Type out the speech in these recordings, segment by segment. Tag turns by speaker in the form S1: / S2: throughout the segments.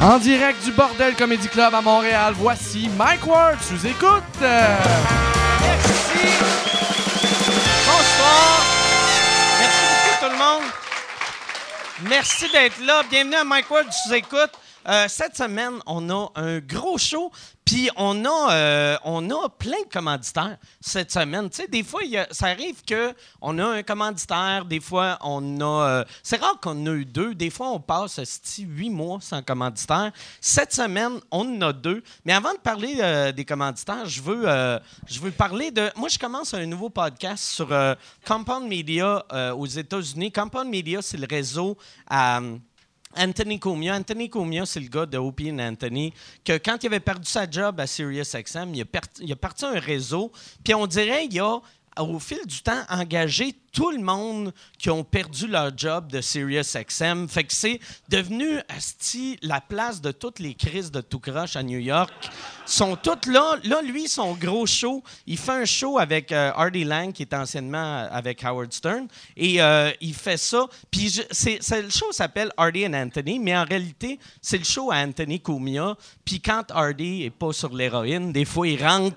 S1: En direct du Bordel Comedy Club à Montréal, voici Mike Ward sous écoute. Euh,
S2: Merci. Bonsoir. Merci beaucoup, tout le monde. Merci d'être là. Bienvenue à Mike Ward sous écoute. Euh, cette semaine, on a un gros show, puis on a euh, on a plein de commanditaires cette semaine. Tu sais, des fois, il y a- ça arrive que on a un commanditaire, des fois on a. euh, c'est rare qu'on en a eu deux. Des fois, on passe esti, huit mois sans commanditaire. Cette semaine, on en a deux. Mais avant de parler euh, des commanditaires, je veux euh, je veux parler de. Moi, je commence un nouveau podcast sur euh, Compound Media euh, aux États-Unis. Compound Media, c'est le réseau à Anthony Comia. Anthony Comia, c'est le gars de Opie and Anthony, que quand il avait perdu sa job à SiriusXM, il a, per- il a parti un réseau. Puis on dirait, il a, au fil du temps, engagé tout le monde qui ont perdu leur job de SiriusXM. Fait que c'est devenu, asti, la place de toutes les crises de tout croche à New York. Ils sont toutes là. Là, lui, son gros show, il fait un show avec euh, Artie Lang, qui est anciennement avec Howard Stern, et euh, il fait ça. Puis je- c'est, c'est- le show s'appelle Hardy and Anthony, mais en réalité, c'est le show à Anthony Comia. Puis quand Hardy est pas sur l'héroïne, des fois, il rentre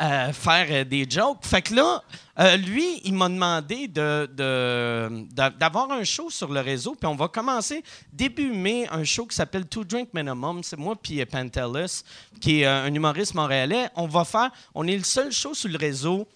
S2: euh, faire euh, des jokes. Fait que là, euh, lui, il m'a demandé de, de- d'a- d'avoir un show sur le réseau. Puis on va commencer début mai un show qui s'appelle Two Drink Minimum. C'est moi puis euh, Pantelis, qui est euh, un humoriste montréalais. On va faire, on est le seul show sur le réseau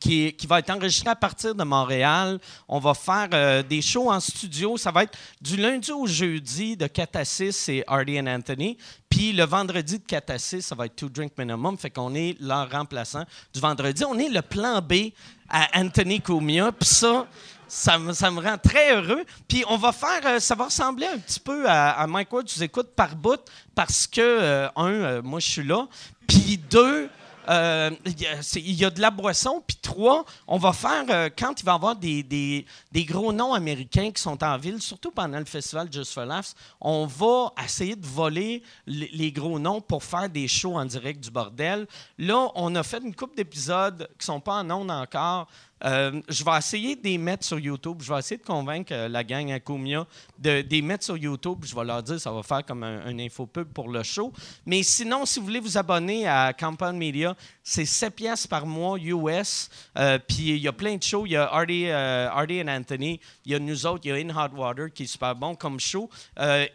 S2: qui, est- qui va être enregistré à partir de Montréal. On va faire euh, des shows en studio. Ça va être du lundi au jeudi de 4 à 6, c'est Hardy and Anthony. Puis le vendredi de 4 à 6, ça va être Two Drink Minimum. Fait qu'on est leur remplaçant du vendredi. On est le plan B à Anthony Comia. Puis ça, ça me, ça me rend très heureux. Puis on va faire, euh, ça va ressembler un petit peu à, à Mike Ward, tu écoutes par bout, parce que, euh, un, euh, moi je suis là. Puis deux, euh, il y a- c'est- il y a de la boisson. Puis trois, on va faire, euh, quand il va y avoir des, des- des gros noms américains qui sont en ville, surtout pendant le festival Just for Laughs, on va essayer de voler les, les gros noms pour faire des shows en direct du bordel. Là, on a fait une couple d'épisodes qui sont pas en ondes encore. Euh, je vais essayer de les mettre sur YouTube. Je vais essayer de convaincre euh, la gang à Comia de, de les mettre sur YouTube. Je vais leur dire ça va faire comme un, un infopub pour le show. Mais sinon, si vous voulez vous abonner à Compound Media, c'est 7 pièces par mois US. Euh, Puis il y a plein de shows. Il y a Hardy, euh, Hardy and Anthony. Il y a nous autres. Il y a In Hot Water qui est super bon comme show. Euh,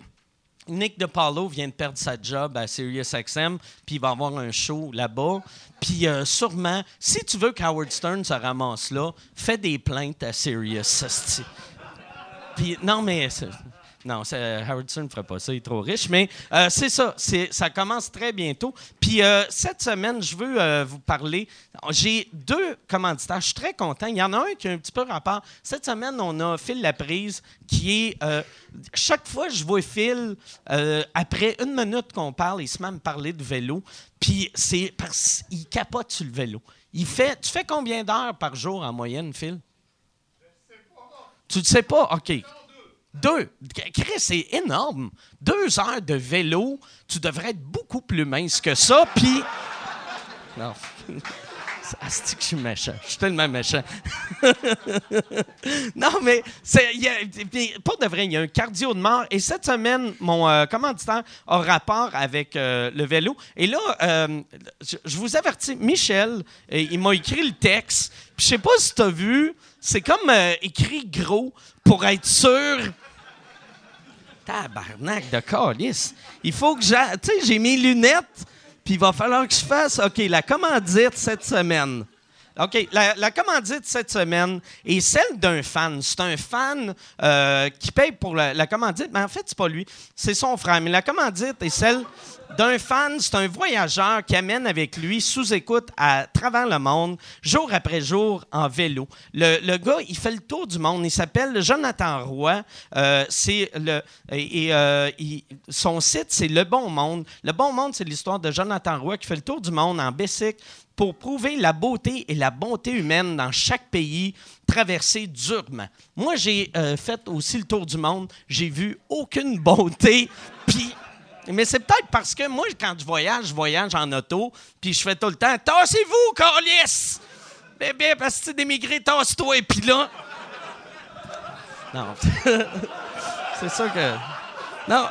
S2: Nick DePaulo vient de perdre sa job à SiriusXM, puis il va avoir un show là-bas. Puis euh, sûrement, si tu veux qu'Howard Stern se ramasse là, fais des plaintes à Sirius. esti. Puis non, mais... c'est- Non, c'est- euh, Howard Stern ne ferait pas ça, il est trop riche. Mais euh, c'est ça, c'est- ça commence très bientôt. Puis euh, cette semaine, je veux euh, vous parler. J'ai deux commanditaires, je suis très content. Il y en a un qui a un petit peu rapport. Cette semaine, on a Phil Laprise qui est. euh, chaque fois que je vois Phil, euh, après une minute qu'on parle, il se met à me parler de vélo. Puis c'est parce qu'il capote sur le vélo. Il fait, tu fais combien d'heures par jour en moyenne, Phil? Tu ne sais pas? OK. Deux. Chris, c'est énorme. Deux heures de vélo, tu devrais être beaucoup plus mince que ça, puis... Non. Asti que je suis méchant. Je suis tellement méchant. non, mais c'est, il y a- puis pour de vrai, il y a un cardio de mort. Et cette semaine, mon euh, commanditaire a rapport avec euh, le vélo. Et là, euh, je, je vous avertis, Michel, euh, il m'a écrit le texte. Puis je sais pas si tu as vu, c'est comme euh, écrit gros pour être sûr Tabarnak de calice. Il faut que j'a... Tu sais, j'ai mes lunettes, puis il va falloir que je fasse... OK, la commandite cette semaine. OK, la, la commandite cette semaine est celle d'un fan. C'est un fan euh, qui paye pour la, la commandite, mais en fait, c'est pas lui. C'est son frère. Mais la commandite est celle d'un fan. C'est un voyageur qui amène avec lui, sous écoute, à travers le monde, jour après jour, en vélo. Le, le gars, il fait le tour du monde. Il s'appelle Jonathan Roy. Euh, c'est le, et, et, euh, il- son site, c'est Le Bon Monde. Le Bon Monde, c'est l'histoire de Jonathan Roy qui fait le tour du monde en bicycle pour prouver la beauté et la bonté humaine dans chaque pays traversé durement. Moi, j'ai euh, fait aussi le tour du monde. J'ai vu aucune bonté. Puis mais c'est peut-être parce que moi, quand je voyage, je voyage en auto, puis je fais tout le temps Tassez-vous, calice! Bébé, Eh parce que c'est d'émigrer, tasse-toi, et puis là. Non. c'est sûr que. Non.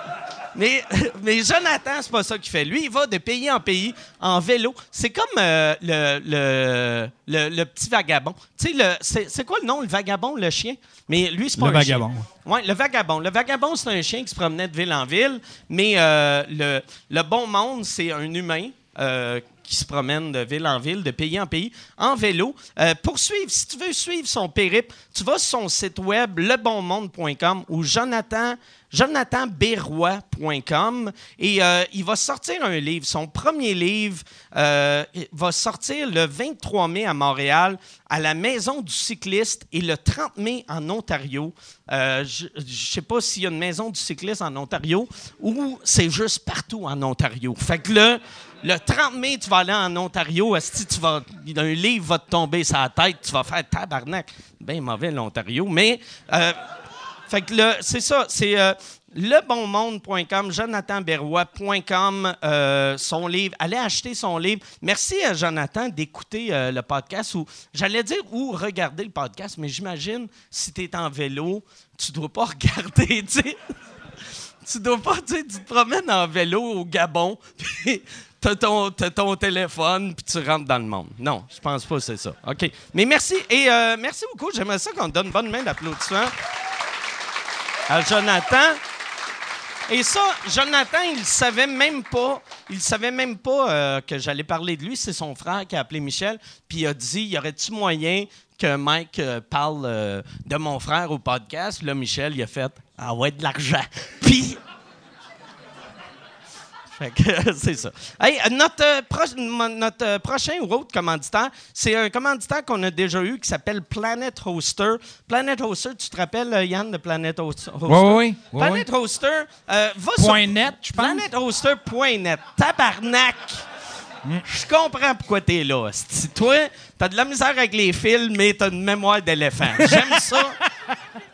S2: Mais, mais Jonathan, c'est pas ça qu'il fait. Lui, il va de pays en pays en vélo. C'est comme euh, le, le, le, le petit vagabond. Tu sais, le- c'est c'est quoi le nom, le vagabond, le chien? Mais lui, c'est pas
S3: Le
S2: un chien.
S3: vagabond.
S2: Ouais, le vagabond. Le vagabond, c'est un chien qui se promenait de ville en ville, mais euh, le, le bon monde, c'est un humain euh, qui se promène de ville en ville, de pays en pays, en vélo. Euh, pour suivre, si tu veux suivre son périple, tu vas sur son site web lebonmonde.com ou Jonathan jonathanberroy.com et euh, il va sortir un livre. Son premier livre euh, va sortir le 23 mai à Montréal, à la Maison du cycliste et le 30 mai en Ontario. Euh, je ne sais pas s'il y a une Maison du cycliste en Ontario ou c'est juste partout en Ontario. Fait que là, le 30 mai, tu vas aller en Ontario. Si tu vas, un livre va te tomber sur la tête, tu vas faire tabarnak. Ben mauvais l'Ontario, mais euh, fait que le- c'est ça, c'est euh, lebonmonde.com, jonathanberrois.com, euh, son livre. Allez acheter son livre. Merci à Jonathan d'écouter euh, le podcast ou, j'allais dire, ou regarder le podcast, mais j'imagine, si tu es en vélo, tu dois pas regarder, tu sais. Tu dois pas, tu sais, tu te promènes en vélo au Gabon, puis t'as ton, t'as ton téléphone, puis tu rentres dans le monde. Non, je pense pas que c'est ça. OK. Mais merci, et euh, merci beaucoup. J'aimerais ça qu'on te donne une bonne main d'applaudissement à Jonathan. Et ça, Jonathan, il le savait même pas, il savait même pas euh, que j'allais parler de lui. C'est son frère qui a appelé Michel, puis il a dit, y aurait-tu moyen que Mike euh, parle euh, de mon frère au podcast Puis Là, Michel, il a fait, ah ouais, de l'argent. Puis fait que c'est ça. Hey, euh, notre, euh, pro- mon- notre euh, prochain ou autre commanditaire, c'est un commanditaire qu'on a déjà eu qui s'appelle Planet Hoster. Planet Hoster, tu te rappelles, euh, Yann, de Planet Ho- Hoster?
S3: Oui, oui, oui.
S2: Planet Hoster, euh, va
S3: Point
S2: sur...
S3: net, je pense.
S2: PlanetHoster.net. Tabarnak!
S3: Mm.
S2: Je comprends pourquoi t'es là. Si toi, t'as de la misère avec les fils, mais t'as une mémoire d'éléphant. J'aime ça.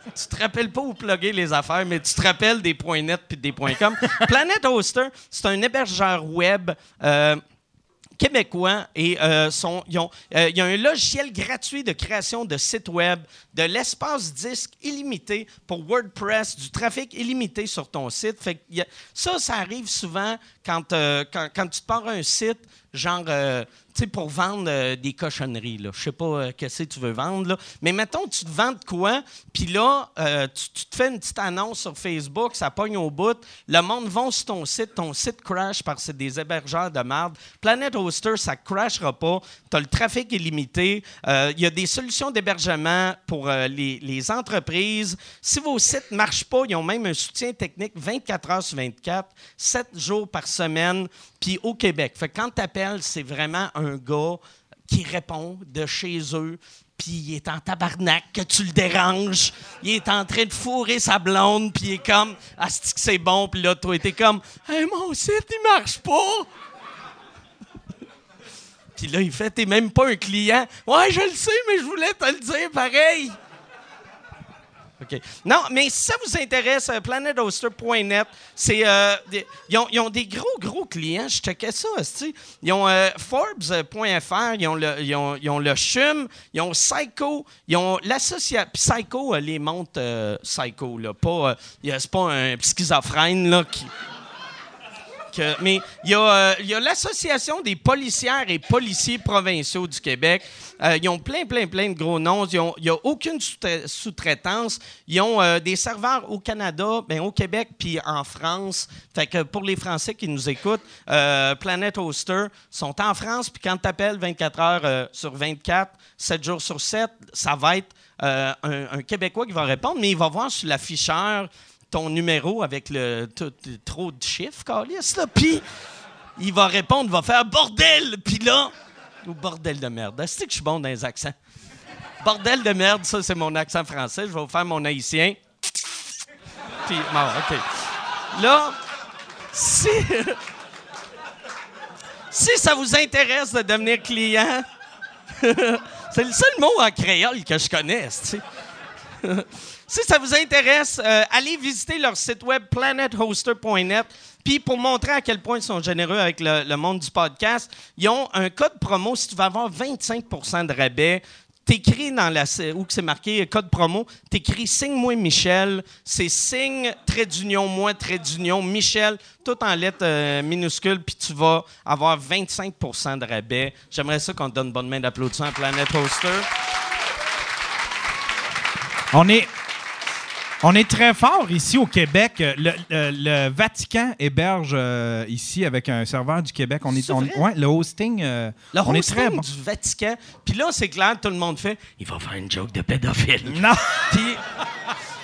S2: tu te rappelles pas où plugger les affaires, mais tu te rappelles des points net puis des points com. Planet Hoster, c'est un hébergeur web. euh, québécois et euh, sont, ils ont- euh, il y a un logiciel gratuit de création de sites web, de l'espace disque illimité pour WordPress, du trafic illimité sur ton site. Fait que il y a- ça, ça arrive souvent quand, euh, quand, quand tu te pars un site, genre, euh, tu sais, pour vendre euh, des cochonneries. là. Je sais pas euh, qu'est-ce que tu veux vendre, là. mais mettons, tu te vends de quoi, puis là, euh, tu, tu te fais une petite annonce sur Facebook, ça pogne au bout, le monde va sur ton site, ton site crash parce que c'est des hébergeurs de merde. Planet Hoster, ça crashera pas. Tu as le trafic illimité. Euh, Il y a des solutions d'hébergement pour euh, les, les entreprises. Si vos sites ne marchent pas, ils ont même un soutien technique 24 heures sur 24, 7 jours par semaine, puis au Québec. Fait que quand tu appelles, c'est vraiment un gars qui répond de chez eux, puis il est en tabarnak que tu le déranges. Il est en train de fourrer sa blonde, puis il est comme « Asti que c'est bon », puis là, toi, t'es comme « Hey, mon site, il marche pas! » Puis là, il fait « T'es même pas un client. »« Ouais, je le sais, mais je voulais te le dire pareil. » OK. Non, mais si ça vous intéresse, euh, planethoster.net, c'est. euh, des- ils, ont, ils ont des gros, gros clients. Je checkais ça, aussi. Ils ont euh, Forbes.fr, ils ont le, ils ont, ils ont le CHUM, ils ont Psycho, ils ont l'association. Psycho euh, les monte euh, Psycho, là. Pas, euh, y a- c'est pas un schizophrène, là, qui. que- mais il y a, euh, il y a l'Association des policières et policiers provinciaux du Québec. Euh, ils ont plein, plein, plein de gros noms. Ils ont- Il n'y a aucune sous-tra- sous-traitance. Ils ont euh, des serveurs au Canada, ben, au Québec, puis en France. Fait que pour les Français qui nous écoutent, euh, Planet Hoster sont en France. Puis quand tu appelles 24 heures euh, sur 24, 7 jours sur 7, ça va être euh, un, un Québécois qui va répondre, mais il va voir sur l'afficheur ton numéro avec le tout- trop de chiffres, Carlis, là. Puis il va répondre, va faire bordel, puis là, ou bordel de merde. C'est que je suis bon dans les accents. Bordel de merde, ça c'est mon accent français. Je vais vous faire mon haïtien. Puis bon, ok. Là, si si ça vous intéresse de devenir client, c'est le seul mot en créole que je connais. tu si ça vous intéresse, euh, allez visiter leur site web planethoster.net. Puis pour montrer à quel point ils sont généreux avec le, le monde du podcast, ils ont un code promo si tu vas avoir 25 de rabais. t'écris dans la où que c'est marqué euh, code promo, t'écris signe moi Michel, c'est signe trait d'union moi trait d'union Michel, tout en lettres euh, minuscules puis tu vas avoir 25 de rabais. J'aimerais ça qu'on te donne une bonne main d'applaudissement à Planète Poster.
S3: On est, on est très fort ici au Québec. Euh, Le, le- le Vatican héberge euh, ici avec un serveur du Québec. On est,
S2: C'est
S3: on-
S2: vrai?
S3: ouais, le hosting, euh,
S2: Le
S3: on est
S2: hosting
S3: très bon.
S2: du Vatican. Puis là, c'est clair, tout le monde fait il va faire une joke de pédophile.
S3: Non,
S2: Puis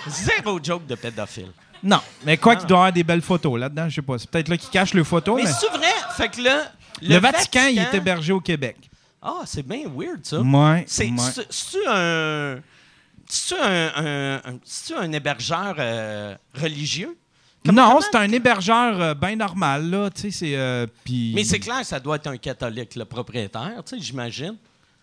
S2: zéro joke de pédophile.
S3: non. Mais quoi qu'il doit y avoir des belles photos là-dedans, je sais pas. C'est peut-être là qu'ils cachent les photos.
S2: Mais
S3: mais-
S2: c'est vrai, fait que là,
S3: le, Vatican, il est hébergé au Québec.
S2: Ah, c'est bien weird ça.
S3: Ouais,
S2: C'est
S3: ouais.
S2: c'est- c'est-tu un c'est-tu un, un- un- c'est-tu un hébergeur euh, religieux?
S3: non,
S2: comment-
S3: c'est un hébergeur euh, bien normal là. Tu sais, c'est euh, puis-
S2: Mais c'est clair, ça doit être un catholique, le propriétaire, tu sais, j'imagine.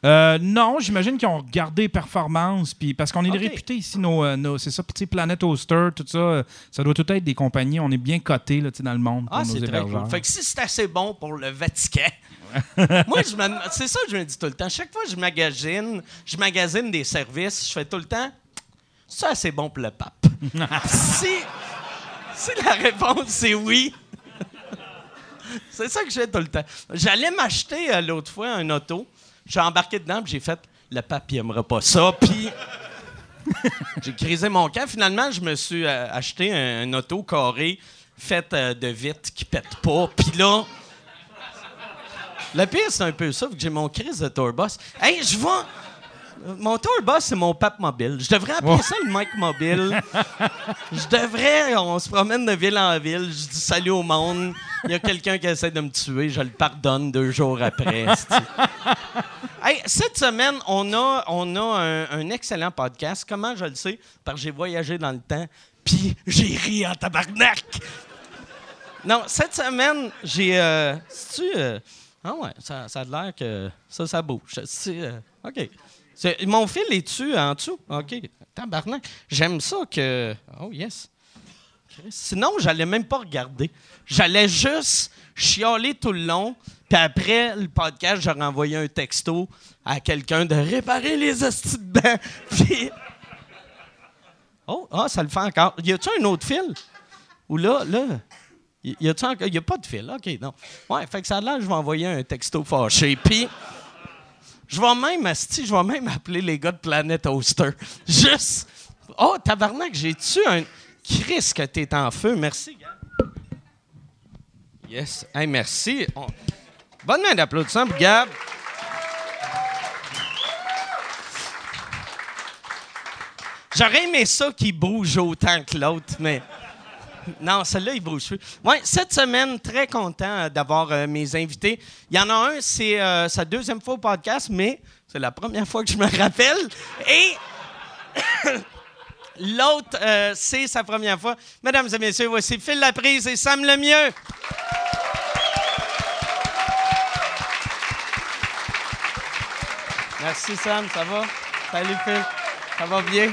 S3: Euh, non, j'imagine qu'ils ont regardé performance, puis parce qu'on est
S2: Ok.
S3: réputé ici, nos, euh, nos- c'est ça, petit Planet Oster, tout ça, euh, ça doit tout être des compagnies. On est bien coté là, tu sais, dans le monde pour
S2: Ah,
S3: nos
S2: c'est très
S3: hébergeurs.
S2: cool. Fait que si c'est assez bon pour le Vatican, moi, je me demande- c'est ça que je me dis tout le temps. Chaque fois que je magasine, je magasine des services, je fais tout le temps, ça, c'est bon pour le pape. si, si la réponse c'est oui, c'est ça que je fais tout le temps. J'allais m'acheter euh, l'autre fois un auto, j'ai embarqué dedans, puis j'ai fait, le pape, il aimera pas ça, puis. J'ai crisé mon camp. Finalement, je me suis euh, acheté un, un auto carré fait euh, de vitre qui pète pas. Puis là, le pire, c'est un peu ça, vu que j'ai mon crise de tourbus. Hey, je vois... Mon tourbus, c'est mon pape mobile. Je devrais appeler ça le Mike mobile. je devrais... On se promène de ville en ville. Je dis salut au monde. Il y a quelqu'un qui essaie de me tuer. Je le pardonne deux jours après. c'est-tu. Hey, cette semaine, on a, on a un, un excellent podcast. Comment je le sais? Parce que j'ai voyagé dans le temps, puis j'ai ri en tabarnak. Non, cette semaine, j'ai. Euh, tu ah ouais, ça, ça a l'air que ça, ça bouge. C'est, euh, OK. C'est- mon fil est-tu en dessous? OK. Tabarnak. J'aime ça que. Oh yes. Christ. Sinon, j'allais même pas regarder. J'allais juste chialer tout le long. Puis après le podcast, j'aurais envoyé un texto à quelqu'un de réparer les hosties de bain. Puis- Oh, ah, ça le fait encore. Y a-tu un autre fil? Ou là, là. Y y a-tu encore. Y a pas de fil. OK, non. Ouais, fait que ça a l'air, je vais envoyer un texto fâché. Puis. Je vais même, asti, je vais même appeler les gars de Planet Oster. Juste. Oh, tabarnak, j'ai-tu un. Chris, que t'es en feu. Merci, gars. Yes. Hey, merci. On- Bonne main d'applaudissement pour Gab. J'aurais aimé ça qu'il bouge autant que l'autre, mais. Non, celle-là, il bouge plus. Ouais, cette semaine, très content euh, d'avoir euh, mes invités. Il y en a un, c'est euh, sa deuxième fois au podcast, mais c'est la première fois que je me rappelle. Et l'autre, euh, c'est sa première fois. Mesdames et messieurs, voici Phil Laprise et Sam Lemieux. Merci Sam, ça va? Salut Phil, ça va bien?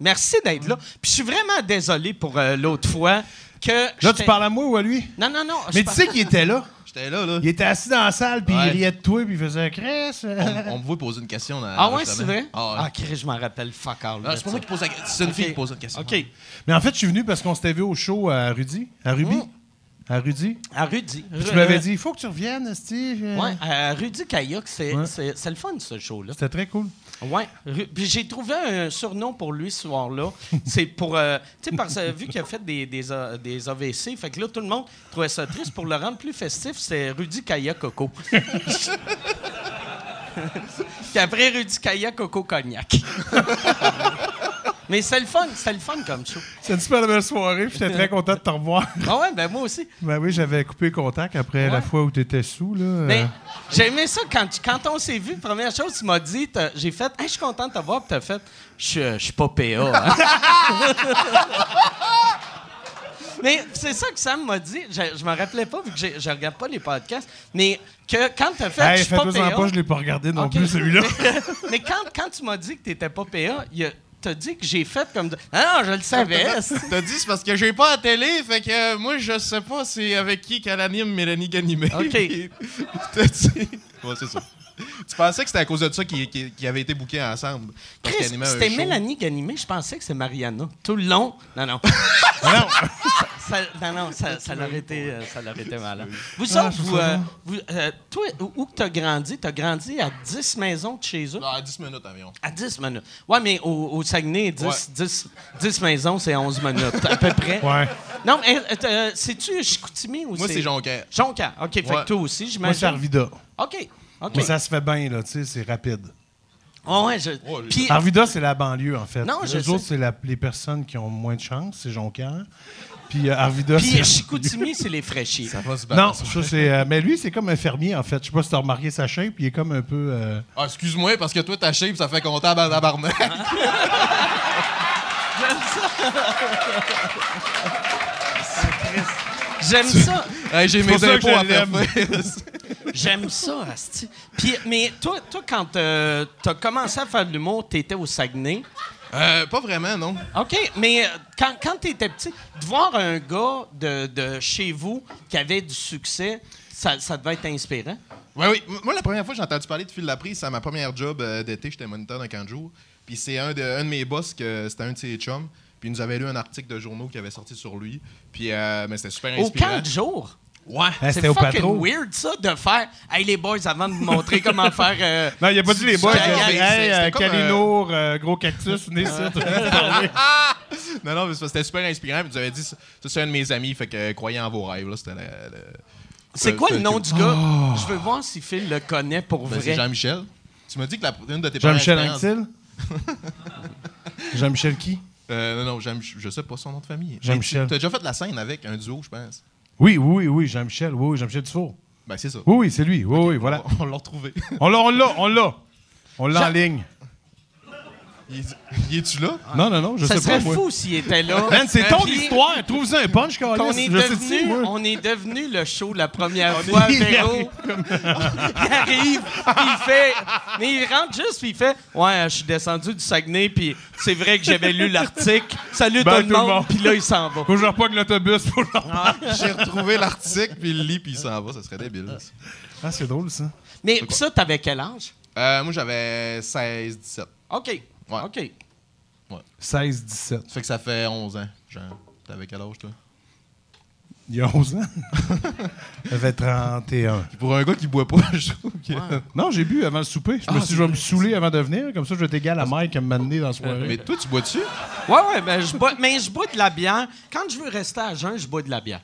S2: Merci d'être là. Puis je suis vraiment désolé pour euh, l'autre fois que.
S4: Là,
S2: j'étais-
S4: tu parles à moi ou à lui?
S2: Non, non, non. je
S4: Mais tu
S2: parle-
S4: sais qu'il était là.
S5: J'étais là, là.
S4: Il était assis dans la salle, puis
S5: Ouais.
S4: il riait de toi, puis il faisait un cresse.
S5: On, on me voit poser une question. dans-
S2: Ah ouais,
S5: justement.
S2: c'est vrai?
S5: Ah, ouais.
S2: Ah, Chris, je m'en rappelle fuck all.
S5: Ah, c'est pas moi qui pose la question. C'est une fille qui pose une question.
S2: OK.
S4: Mais en fait, je suis venu parce qu'on s'était vu au show à Rudy. À Ruby.
S2: Mm.
S4: À Rudy.
S2: À Rudy.
S4: Ah.
S2: Euh,
S4: Puis tu m'avais dit, il faut que tu reviennes, Steve.
S2: Ouais, à Rudy Kayak, c'est
S4: Ouais.
S2: c'est- c'est le fun, ce show-là.
S4: C'était très cool.
S2: Ouais. Ru- Puis j'ai trouvé un surnom pour lui ce soir-là. C'est pour. euh, tu sais, parce que vu qu'il a fait des, des, A- des AVC, fait que là, tout le monde trouvait ça triste. Pour le rendre plus festif, c'est Rudy Kayak Coco. Puis après, Rudy Kayak Coco Cognac. Mais c'est le fun, c'est le fun comme show.
S4: C'était une super belle soirée, puis j'étais très content de te revoir.
S2: Ah ouais, ben moi aussi.
S4: ben oui, j'avais coupé contact après la fois où tu étais sous, là.
S2: Mais
S4: Euh,
S2: j'ai aimé Ben, ça quand, tu- quand on s'est vu. Première chose, tu m'as dit, t'as- j'ai fait, Hey, je suis content de te voir, puis t'as fait, je suis- euh, je suis pas PA. hein. mais c'est ça que Sam m'a dit. Je, je me rappelais pas, vu que j'ai- je regarde pas les podcasts, mais que quand t'as fait, je
S4: hey,
S2: suis pas
S4: fais-toi
S2: PA.
S4: en pas, je l'ai pas regardé non
S2: Ok.
S4: plus, celui-là.
S2: mais quand, quand tu m'as dit que t'étais pas PA, il y a- t'as dit que j'ai fait comme. de- Ah non, je le savais. c'est-
S5: T'as dit, c'est parce que j'ai pas la télé, fait que euh, moi, je sais pas c'est avec qui qu'elle anime Mélanie Ganimé.
S2: Ok.
S5: T'as dit. Ouais, c'est ça.
S6: Tu pensais que c'était à cause de ça qu'ils qu'ils- qu'ils avaient été bouqués ensemble. Parce qu'ils
S2: Chris,
S6: animaient un
S2: C'était
S6: show.
S2: Mélanie qui animait, je pensais que c'était Mariana. Tout le long. Non, non. ça, non, non, ça, ça l'aurait été, euh, ça l'aurait été malin.
S6: Ah,
S2: Vous autres, vous, euh, vous, euh, toi, où, où que t'as grandi? T'as grandi à 10 maisons de chez eux?
S6: Ah, 10 minutes environ.
S2: À 10 minutes. Ouais, mais au, au Saguenay, 10,
S6: Ouais.
S2: 10, 10 maisons, c'est 11 minutes, à peu près.
S7: Ouais.
S2: Non, mais euh, euh, c'est-tu Chicoutimi ou
S6: Moi, c'est Jonquière.
S2: Jonquière. OK, fait que
S6: Ouais.
S2: toi aussi,
S4: Moi, c'est
S2: j'imagine.
S4: Arvida.
S2: OK, OK.
S4: Mais ça se fait bien, là, tu sais, c'est rapide.
S2: Ah ouais, je...
S6: Oh, j'ai-
S2: Puis,
S4: Arvida, c'est la banlieue, en fait.
S2: Non, je
S4: Les
S2: sais.
S4: autres, c'est la- les personnes qui ont moins de chance, c'est Jonquière. Puis euh, Arvida,
S2: puis Ben,
S4: c'est...
S2: Chicoutimi, c'est les fraîchis.
S6: Ça va se battre.
S4: Non, ça, c'est... euh, mais lui, c'est comme un fermier, en fait. Je sais pas si t'as remarqué sa shape, il est comme un peu... euh,
S6: Ah, excuse-moi, parce que toi, ta shape, ça fait comptable à tabarnak.
S2: J'aime ça.
S6: Hey, J'ai mes
S4: pour ça que
S6: impôts
S4: je
S6: à faire
S4: l'aime.
S6: face.
S2: J'aime ça, Asti. Puis, mais toi, toi quand euh, t'as commencé à faire de l'humour, t'étais au Saguenay.
S6: Euh, pas vraiment, non.
S2: OK, mais euh, quand, quand t'étais petit, de voir un gars de, de chez vous qui avait du succès, ça, ça devait être inspirant.
S6: Ouais, oui. M- Moi, la première fois que j'ai entendu parler de Phil Laprise, c'est à ma première job euh, d'été. J'étais moniteur d'un camp de jour. Puis c'est un de, un de mes boss, que c'était un de ses chums. Puis il nous avait lu un article de journaux qui avait sorti sur lui. Puis euh, mais c'était super
S2: Au
S6: inspirant.
S2: camp de jour.
S6: Ouais.
S4: hein,
S2: C'est
S4: c'était au
S2: fucking
S4: patro.
S2: weird, ça, de faire « Hey, les boys, avant de vous montrer comment faire... euh,
S7: Non, il a pas dit les boys.
S2: C'est-
S7: il a dit,
S6: c'est-
S7: hey,
S6: c'était
S7: euh,
S6: comme, euh,
S7: Kalinour, euh, gros cactus, venez ici.
S6: Non, non, mais c'est- c'était super inspirant. Puis il nous avait dit, ça, c'est un de mes amis, fait que euh, croyez en vos rêves. là. C'était la- la-
S2: C'est quoi
S6: Euh,
S2: le nom
S6: euh,
S2: du gars?
S4: Oh.
S2: Je veux voir si Phil le connaît pour
S6: Ben,
S2: vrai.
S6: c'est Jean-Michel. Tu m'as dit que la, une de tes premières
S4: Jean-Michel
S6: expériences-
S4: Anctil? Jean-Michel qui?
S6: Euh, non, non, Jean- je sais pas son nom de famille.
S4: Jean-Michel.
S6: Mais Tu as déjà fait la scène avec un duo, je pense.
S4: Oui, oui, oui, Jean-Michel. Oui, oui, Jean-Michel Dufour.
S6: Ben, c'est ça.
S4: Oui, oui, c'est lui. Oui, oui, voilà.
S6: On, on l'a retrouvé.
S4: On l'a, on l'a, on l'a. On l'a en ligne.
S6: Il est- il est-tu là?
S4: Non, non, non, je
S2: Ah. Ça
S4: sais pas,
S2: serait
S4: moi.
S2: fou s'il était là. Euh,
S4: Man, c'est ton
S2: Puis-
S4: histoire. Trouve-en un punch, Carlis.
S2: On est,
S4: Je sais-tu,
S2: devenu,
S4: moi?
S2: on est devenu le show la première fois,
S4: il
S2: Véro. il arrive, puis il fait. Mais il rentre juste, puis il fait Ouais, je suis descendu du Saguenay, puis c'est vrai que j'avais lu l'article. Salut
S7: Ben,
S2: tout le monde, puis là, il s'en va.
S7: Faut que je repogne l'autobus. faut que je-
S6: J'ai retrouvé l'article, puis il lit, puis il s'en va. Ça serait débile.
S4: Ah, c'est drôle, ça.
S2: Mais ça, t'avais quel âge?
S6: Euh, moi, j'avais 16, 17.
S2: OK.
S6: Ouais.
S2: OK.
S4: 16, 17.
S6: Ça fait que ça fait 11 ans. Genre, t'avais quel âge, toi?
S4: Il y a 11 ans. J'avais 31.
S6: Puis pour un gars qui boit pas, je trouve que...
S4: Non, j'ai bu avant le souper. Je me suis dit, je vais me saouler avant de venir. Comme ça, je vais être égal à Mike à me mener dans la soirée.
S6: Mais toi, tu bois-tu?
S2: Ouais, ouais, ben, je bois, mais je bois de la bière. Quand je veux rester à jeun, je bois de la bière.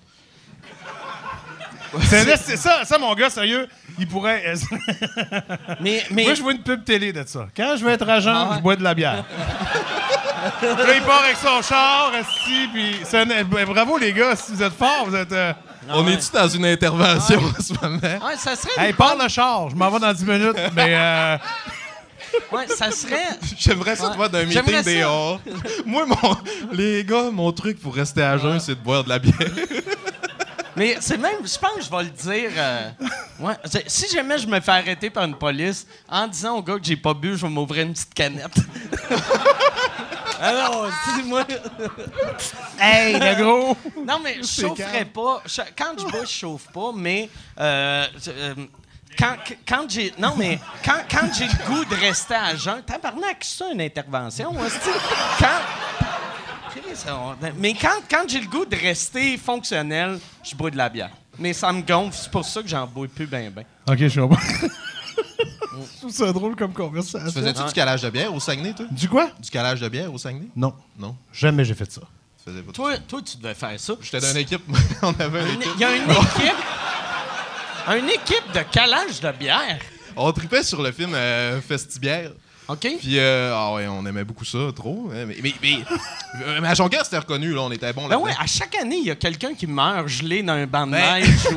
S7: C'est c'est ça, ça, mon gars, sérieux. Il pourrait.
S2: Mais, mais
S4: euh, Moi, je vois une pub télé de ça. Quand je vais être agent,
S2: Ah ouais.
S4: je bois de la bière. Puis là, il part avec son char, assis, puis... c'est un- ben, bravo, les gars, si vous êtes forts, vous êtes... euh,
S6: on est-tu dans une intervention en ce moment?
S2: Ouais, ça serait.
S4: Hey, parle le char, je m'en vais dans 10 minutes, mais... euh,
S2: Ouais, ça serait.
S6: J'aimerais ça
S2: Ouais.
S6: te voir d'un
S2: J'aimerais
S6: meeting
S2: ça.
S6: dehors. Moi, mon... les gars, mon truc pour rester à jeun, c'est de boire de la bière.
S2: Mais c'est même, je pense que je vais le dire. euh, ouais, C'est- si jamais je me fais arrêter par une police, en disant au gars que j'ai pas bu, je vais m'ouvrir une petite canette. Alors, dis-moi.
S4: hey, le gros!
S2: Non, mais je chaufferais pas. Je- quand je bois, je chauffe pas, mais. euh, je- euh, quand, quand j'ai. Non, mais quand, quand j'ai le goût de rester à jeun, tabarnak, c'est ça une intervention, hein, c'est-tu? Quand. Chris, on- Mais quand, quand j'ai le goût de rester fonctionnel, je bois de la bière. Mais ça me gonfle, c'est pour ça que j'en bois plus ben ben.
S4: OK, je comprends. je trouve ça drôle comme conversation.
S6: Tu faisais-tu du calage de bière au Saguenay, toi?
S4: Du quoi?
S6: Du calage de bière au Saguenay?
S4: Non,
S6: Non,
S4: jamais j'ai fait ça.
S6: tu faisais pas de-
S2: Toi, toi, tu devais faire ça.
S6: J'étais dans une équipe, on avait une équipe.
S2: Il y a une équipe. une équipe de calage de bière.
S6: On tripait sur le film euh, Festibière.
S2: OK?
S6: Puis, euh, ah ouais, on aimait beaucoup ça, trop. hein, Mais, mais, mais- euh, mais à Jonquière, c'était reconnu, là, on était bon
S2: Ben
S6: là-dedans.
S2: ouais, à chaque année, il y a quelqu'un qui meurt gelé dans un banc de neige ou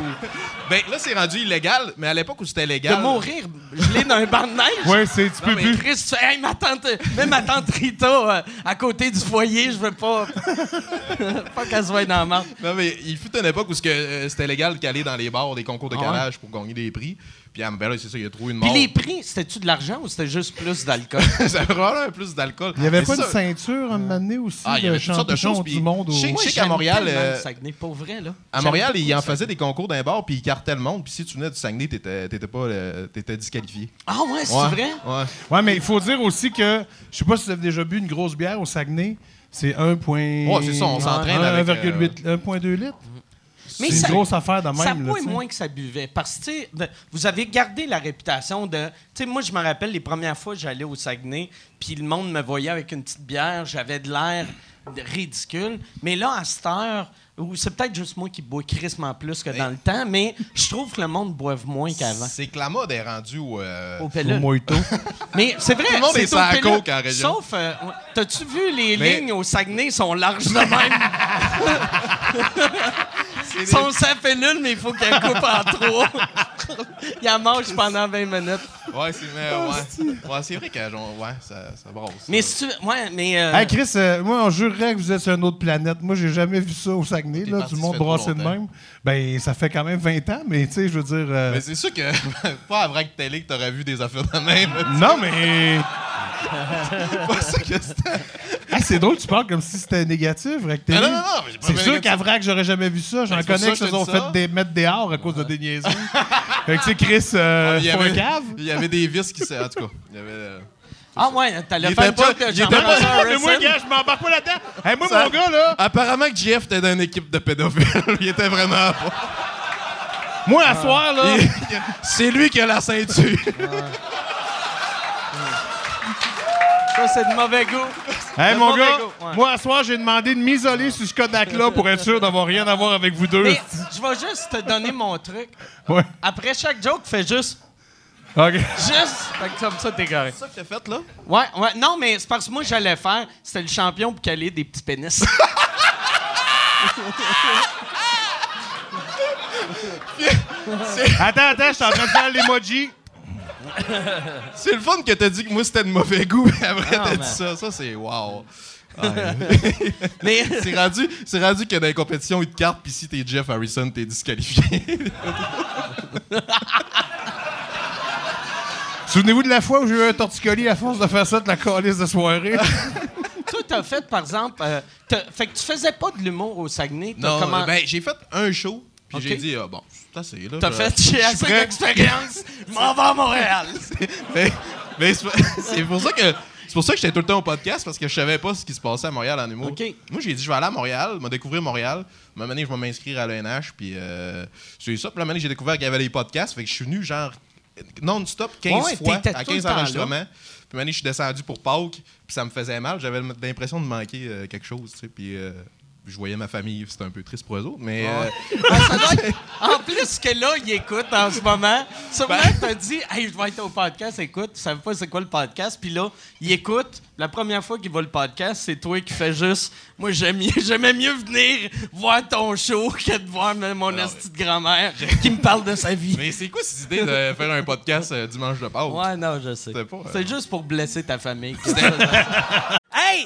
S6: Ben, là, c'est rendu illégal, mais à l'époque où c'était légal.
S2: de mourir gelé dans un banc de neige.
S7: Ouais, c'est, tu peux
S2: Mais
S7: plus.
S2: Chris, tu- hey, ma tante, même ma tante Rita euh, à côté du foyer, je veux pas, pas qu'elle soit dans la marde.
S6: Non, mais il fut une époque où ce que, euh, c'était légal de caler dans les bars des concours de
S2: Ah ouais?
S6: calage pour gagner des prix. Puis ah, ben là, c'est ça, il a trouvé une
S2: Puis
S6: mort.
S2: les prix, c'était-tu de l'argent ou c'était juste plus d'alcool?
S6: ça prend là, plus d'alcool.
S4: Il n'y avait
S6: Mais
S4: pas
S6: ça-
S4: une ceinture à un moment donné aussi
S6: Ah, il y
S4: de
S6: avait toutes sortes de
S4: champignons
S6: choses, puis
S4: du monde. au-
S6: chez-
S2: Moi,
S6: Je sais qu'à
S2: j'aime
S6: Montréal,
S2: tellement
S6: euh,
S2: le Saguenay, pour vrai, là.
S6: À
S2: J'aime
S6: Montréal,
S2: beaucoup
S6: ils en
S2: le
S6: faisaient des concours d'un bar, puis ils cartaient le monde. Puis si tu venais du Saguenay, t'étais t'étais pas, euh, t'étais disqualifié.
S2: Saguenay. Ah ouais, c'est
S6: Ouais,
S2: vrai?
S6: Ouais.
S4: Ouais, mais il faut dire aussi que, je sais pas si vous avez déjà bu une grosse bière au Saguenay, c'est 1.
S6: Ouais, c'est ça, on s'entraîne
S4: un-
S6: avec, euh,
S4: 1,8 1,2 litres.
S2: Mais
S4: c'est
S2: ça-
S4: une grosse affaire de même.
S2: Ça
S4: là,
S2: boit
S4: tu sais.
S2: moins que ça buvait. Parce que, tu sais, de- vous avez gardé la réputation de. Tu sais, moi, je me rappelle les premières fois que j'allais au Saguenay, puis le monde me voyait avec une petite bière, j'avais de l'air de- ridicule. Mais là, à cette heure, ou c'est peut-être juste moi qui bois crissement plus que dans le temps, mais je trouve que le monde boive moins qu'avant.
S6: C'est que la mode est rendue au. euh,
S2: Au
S4: Au
S2: Pellule.
S4: Mojito.
S2: Mais c'est vrai,
S6: Ah, Tout le monde est
S2: c'est
S6: sur la
S2: au Pellule.
S6: coke en région.
S2: Sauf, euh, ouais. t'as-tu vu les
S6: Mais-
S2: lignes au Saguenay sont larges de même? Ils sont sa pellule, mais il faut qu'elle coupe en trois. il en mange pendant 20 minutes.
S6: Ouais, c'est mais, ouais. Ouais, c'est vrai que genre, ouais, ça, ça brosse.
S2: Oh, Mais si
S6: ça.
S2: tu... Ouais, mais... euh,
S4: Hey Chris, euh, moi, on jurerait que vous êtes sur une autre planète. Moi, j'ai jamais vu ça au Saguenay,
S6: T'es
S4: là,
S6: parti,
S4: du
S6: ça
S4: monde
S6: fait pas
S4: brassé de
S6: longtemps.
S4: même. Ben, ça fait quand même 20 ans, mais tu sais, je veux dire. euh,
S6: Mais Ben, c'est sûr que pas à Vrac Télé que t'aurais vu des affaires de même.
S4: non, mais.
S6: C'est pas ça que c'était.
S4: Hey, c'est drôle, tu parles comme si c'était négatif, Vrac Télé.
S6: Ah, non, non, non, mais j'ai pas
S4: C'est
S6: fait
S4: sûr
S6: négatif.
S4: qu'à Vrac, j'aurais jamais vu ça. J'en
S6: Ben, c'est pour
S4: connais
S6: ça
S4: qui
S6: que
S4: se
S6: je te
S4: sont
S6: dis
S4: fait
S6: ça.
S4: des, mettre des arts à cause de des niaiseries. fait que, tu sais, Chris, euh,
S6: Ah, Il y
S4: faut
S6: avait-
S4: un cave.
S6: Il y avait des vis qui s'est. En tout cas, il y avait. euh,
S2: Ah ouais, t'allais
S6: Il
S2: faire le
S6: était pas-
S2: joke de
S6: il
S2: Jean-François
S6: était pas-
S4: Mais moi,
S2: Harrison.
S4: gars, je m'embarque pas là-dedans. Hey, moi,
S6: Ça-
S4: mon gars, là,
S6: Apparemment que JF était d'une équipe de pédophiles. Il était vraiment.
S4: moi, à soir, là.
S6: Ah. Il- C'est lui qui a la ceinture.
S2: Ça, c'est de mauvais goût.
S4: Hey,
S2: Le
S4: mon
S2: mauvais
S4: gars,
S2: goût, ouais.
S4: moi, à soir, j'ai demandé de m'isoler sur ce Kodak-là pour être sûr d'avoir rien à voir avec vous deux.
S2: Mais je vais juste te donner mon truc.
S4: Ouais.
S2: Après chaque joke, fais juste...
S4: OK.
S2: Juste... Fait que comme ça, t'es correct.
S6: ça que t'as fait, là?
S2: Ouais, ouais. Non, mais c'est parce que moi, j'allais faire... C'était le champion pour caler des petits pénis.
S4: Attends, attends, je suis en train de faire l'emoji.
S6: C'est le fun que t'as dit que moi c'était de mauvais goût, mais après
S2: Ah,
S6: t'as
S2: man.
S6: dit ça. Ça, c'est wow.
S2: mais...
S6: C'est rendu, c'est rendu que dans les compétitions, ils te cartent, puis si t'es Jeff Harrison, t'es disqualifié.
S4: Souvenez-vous de la fois où j'ai eu un torticolis à force de faire ça de la calice de soirée?
S2: Toi, t'as fait, par exemple... euh, t'as- fait que tu faisais pas de l'humour au Saguenay. T'as
S6: non,
S2: comment...
S6: ben, j'ai fait un show, puis
S2: Ok.
S6: j'ai dit, ah, bon, c'est assez, là.
S2: T'as
S6: je-
S2: fait... J'ai assez
S6: prêt.
S2: d'expérience. Je m'en vais à Montréal.
S6: mais mais c'est c'est pour ça que. C'est pour ça que j'étais tout le temps au podcast parce que je savais pas ce qui se passait à Montréal en humour.
S2: Ok.
S6: Moi, j'ai dit, je vais aller à Montréal, me découvrir Montréal. À un moment donné, je vais m'inscrire à l'ENH, puis euh, c'est ça. Puis à un moment donné, j'ai découvert qu'il y avait les podcasts, fait que je suis venu genre non-stop 15
S2: Ouais,
S6: fois
S2: t'étais
S6: à
S2: tout le
S6: 15
S2: temps là.
S6: enregistrements. Puis à un moment donné, je suis descendu pour Pâques, puis ça me faisait mal. J'avais l'impression de manquer euh, quelque chose, tu sais. Puis euh, je voyais ma famille, c'était un peu triste pour eux autres, mais. euh,
S2: Ah, ça doit être- En plus que là, il écoute en ce moment. Sûrement,
S6: Ben.
S2: t'as dit, hey, je vais être au podcast, écoute. Tu savais pas c'est quoi le podcast. Puis là, il écoute. La première fois qu'il voit le podcast, c'est toi qui fais juste, moi, j'aime mieux- j'aimais mieux venir voir ton show que de voir mon esti de grand-mère qui me parle de sa vie.
S6: Mais c'est quoi cette idée de faire un podcast euh, dimanche de Pâques?
S2: Ouais, non, je sais.
S6: C'était pas, euh,
S2: C'est juste pour blesser ta famille. hey,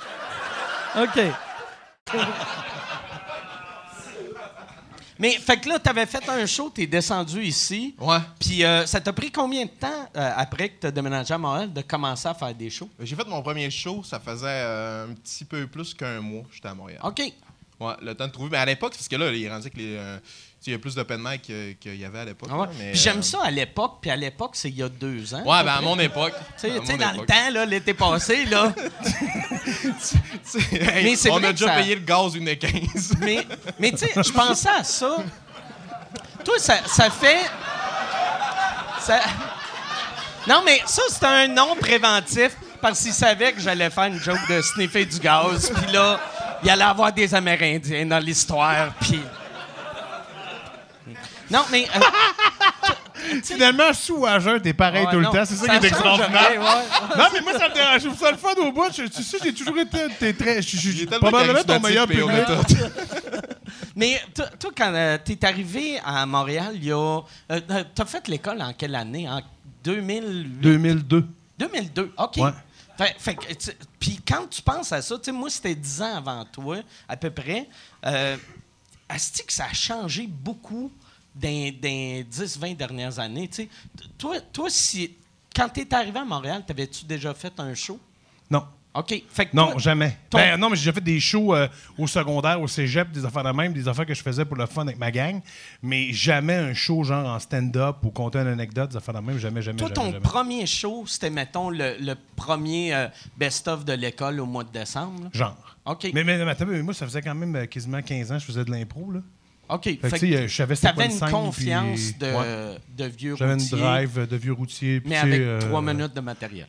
S2: OK. Mais, fait que là, t'avais fait un show, t'es descendu ici.
S6: Ouais.
S2: Puis, euh, ça t'a pris combien de temps euh, après que t'as déménagé à Montréal de commencer à faire des shows?
S6: J'ai fait mon premier show, ça faisait euh, un petit peu plus qu'un mois que j'étais à Montréal.
S2: OK.
S6: Ouais, le temps de trouver. Mais à l'époque, parce que là, il rendait que les. euh, tu sais, il y a plus d'open mic que- qu'il y avait à l'époque.
S2: Ah ouais.
S6: là, mais,
S2: Puis j'aime
S6: euh,
S2: ça à l'époque, puis à l'époque, c'est il y a deux ans.
S6: Ouais, ben à mon époque.
S2: Tu sais,
S6: à
S2: tu sais,
S6: mon
S2: dans le
S6: époque.
S2: temps, là, l'été passé, là,
S6: Tu sais, hey,
S2: Mais c'est
S6: on
S2: vrai
S6: a
S2: que
S6: déjà
S2: ça-
S6: payé le gaz une et 15.
S2: Mais, mais tu sais, je pensais à ça. Toi, ça, ça fait. Ça... Non, mais ça, c'était un nom préventif parce qu'il savait que j'allais faire une joke de sniffer du gaz. Puis là, il allait avoir des Amérindiens dans l'histoire. Puis. Non, mais. euh, tu-
S4: Finalement, sous à jeun, t'es pareil
S2: Ah Ouais,
S4: tout
S2: non,
S4: le temps. C'est ça, qui est
S2: change rien,
S4: extraordinaire.
S2: ouais.
S4: Non, mais moi, ça me dérange. Je trouve ça le fun au bout. Je, tu sais, j'ai toujours été t'es très. Je, je- je-
S5: Il est tellement
S4: probablement ton meilleur
S5: charismatique,
S4: public.
S5: P.O.
S2: Mais toi, toi, quand tu es arrivé à Montréal, il y a. tu as fait l'école en quelle année? En 2008?
S1: 2002.
S2: 2002, OK.
S1: Ouais.
S2: Fait, fait que tu- puis quand tu penses à ça, tu sais, moi, c'était 10 ans avant toi, à peu près. Euh, Asti que ça a changé beaucoup dans les 10-20 dernières années. tu sais. T- Toi, toi, si, quand tu es arrivé à Montréal, t'avais-tu déjà fait un show?
S4: Non.
S2: OK. Fait que
S4: Non,
S2: toi-
S4: jamais.
S2: ton-
S4: Ben, non, mais j'ai déjà fait des shows euh, au secondaire, au cégep, des affaires de même, des affaires que je faisais pour le fun avec ma gang, mais jamais un show genre en stand-up ou compter une anecdote, des affaires de même, jamais, jamais,
S2: Toi,
S4: jamais,
S2: ton
S4: jamais.
S2: premier show, c'était, mettons, le, le premier euh, best-of de l'école au mois de décembre. là.
S4: Genre.
S2: OK.
S4: Mais, mais, mais attends, mais moi, ça faisait quand même euh, quasiment 15 ans que je faisais de l'impro, là.
S2: OK. Fait, que
S4: que, tu sais, je savais c'était
S2: t'avais
S4: quoi une
S2: une
S4: scène,
S2: confiance
S4: puis-
S2: de,
S4: Ouais.
S2: de vieux
S4: J'avais une
S2: routier,
S4: drive euh, de vieux routier. puis
S2: mais
S4: tu sais,
S2: avec
S4: euh,
S2: trois minutes de matériel.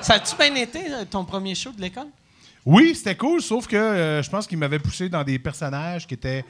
S2: ça a-tu bien été, euh, ton premier show de l'école?
S4: Oui, c'était cool, sauf que euh, je pense qu'il m'avait poussé dans des personnages qui étaient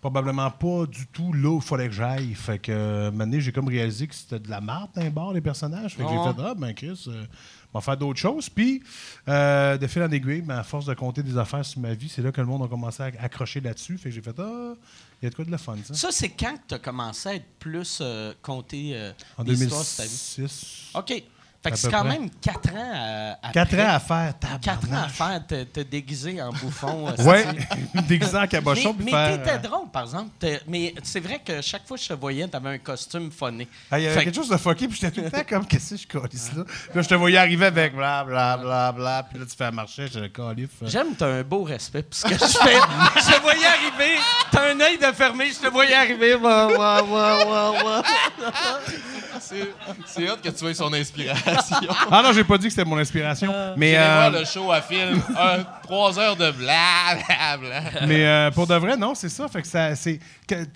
S4: probablement pas du tout là où il fallait que j'aille. Fait que, euh, un moment donné, j'ai comme réalisé que c'était de la marde d'un bord, les personnages. Fait que
S2: Ah.
S4: j'ai fait, ah, ben Chris, euh, on va faire d'autres choses. Puis, euh, de fil en aiguille, ben, à force de compter des affaires sur ma vie, c'est là que le monde a commencé à accrocher là-dessus. Fait que j'ai fait, ah, il y a de quoi de la fun, ça.
S2: Ça, c'est quand que tu as commencé à être plus euh, compté euh,
S4: En
S2: l'histoire de ta vie?
S4: 2006.
S2: OK. Fait que
S4: À
S2: c'est
S4: peu
S2: quand
S4: près.
S2: même quatre ans euh, à, à
S4: Quatre
S2: près.
S4: ans à faire, tabarnak.
S2: Quatre ans à faire, te, te déguiser en bouffon. euh,
S4: Ouais,
S2: c'est-
S4: déguisé en cabochon.
S2: mais
S4: puis
S2: mais
S4: faire,
S2: t'étais
S4: euh,
S2: drôle, par exemple. T'es- Mais c'est vrai que chaque fois que je te voyais, t'avais un costume phoné.
S4: Ah, il y avait
S2: Fait que-
S4: quelque chose de fucké, puis j'étais tout le temps comme, qu'est-ce que je calisse là? Puis là, je te voyais arriver avec bla bla bla bla, puis là, tu fais marcher, j'étais le calife. euh.
S2: J'aime, t'as un beau respect pour ce que je fais. je te voyais arriver, t'as un œil de fermé, je te voyais arriver. Wah, wah, wah, wah, wah.
S5: C'est- C'est hot que tu aies son inspiration.
S4: Ah non, j'ai pas dit que c'était mon inspiration, mais,
S5: J'irai
S4: euh,
S5: voir le show à film. Un, trois heures de bla bla bla.
S4: mais euh, pour de vrai, non, c'est ça. Fait que ça, c'est. que, Tu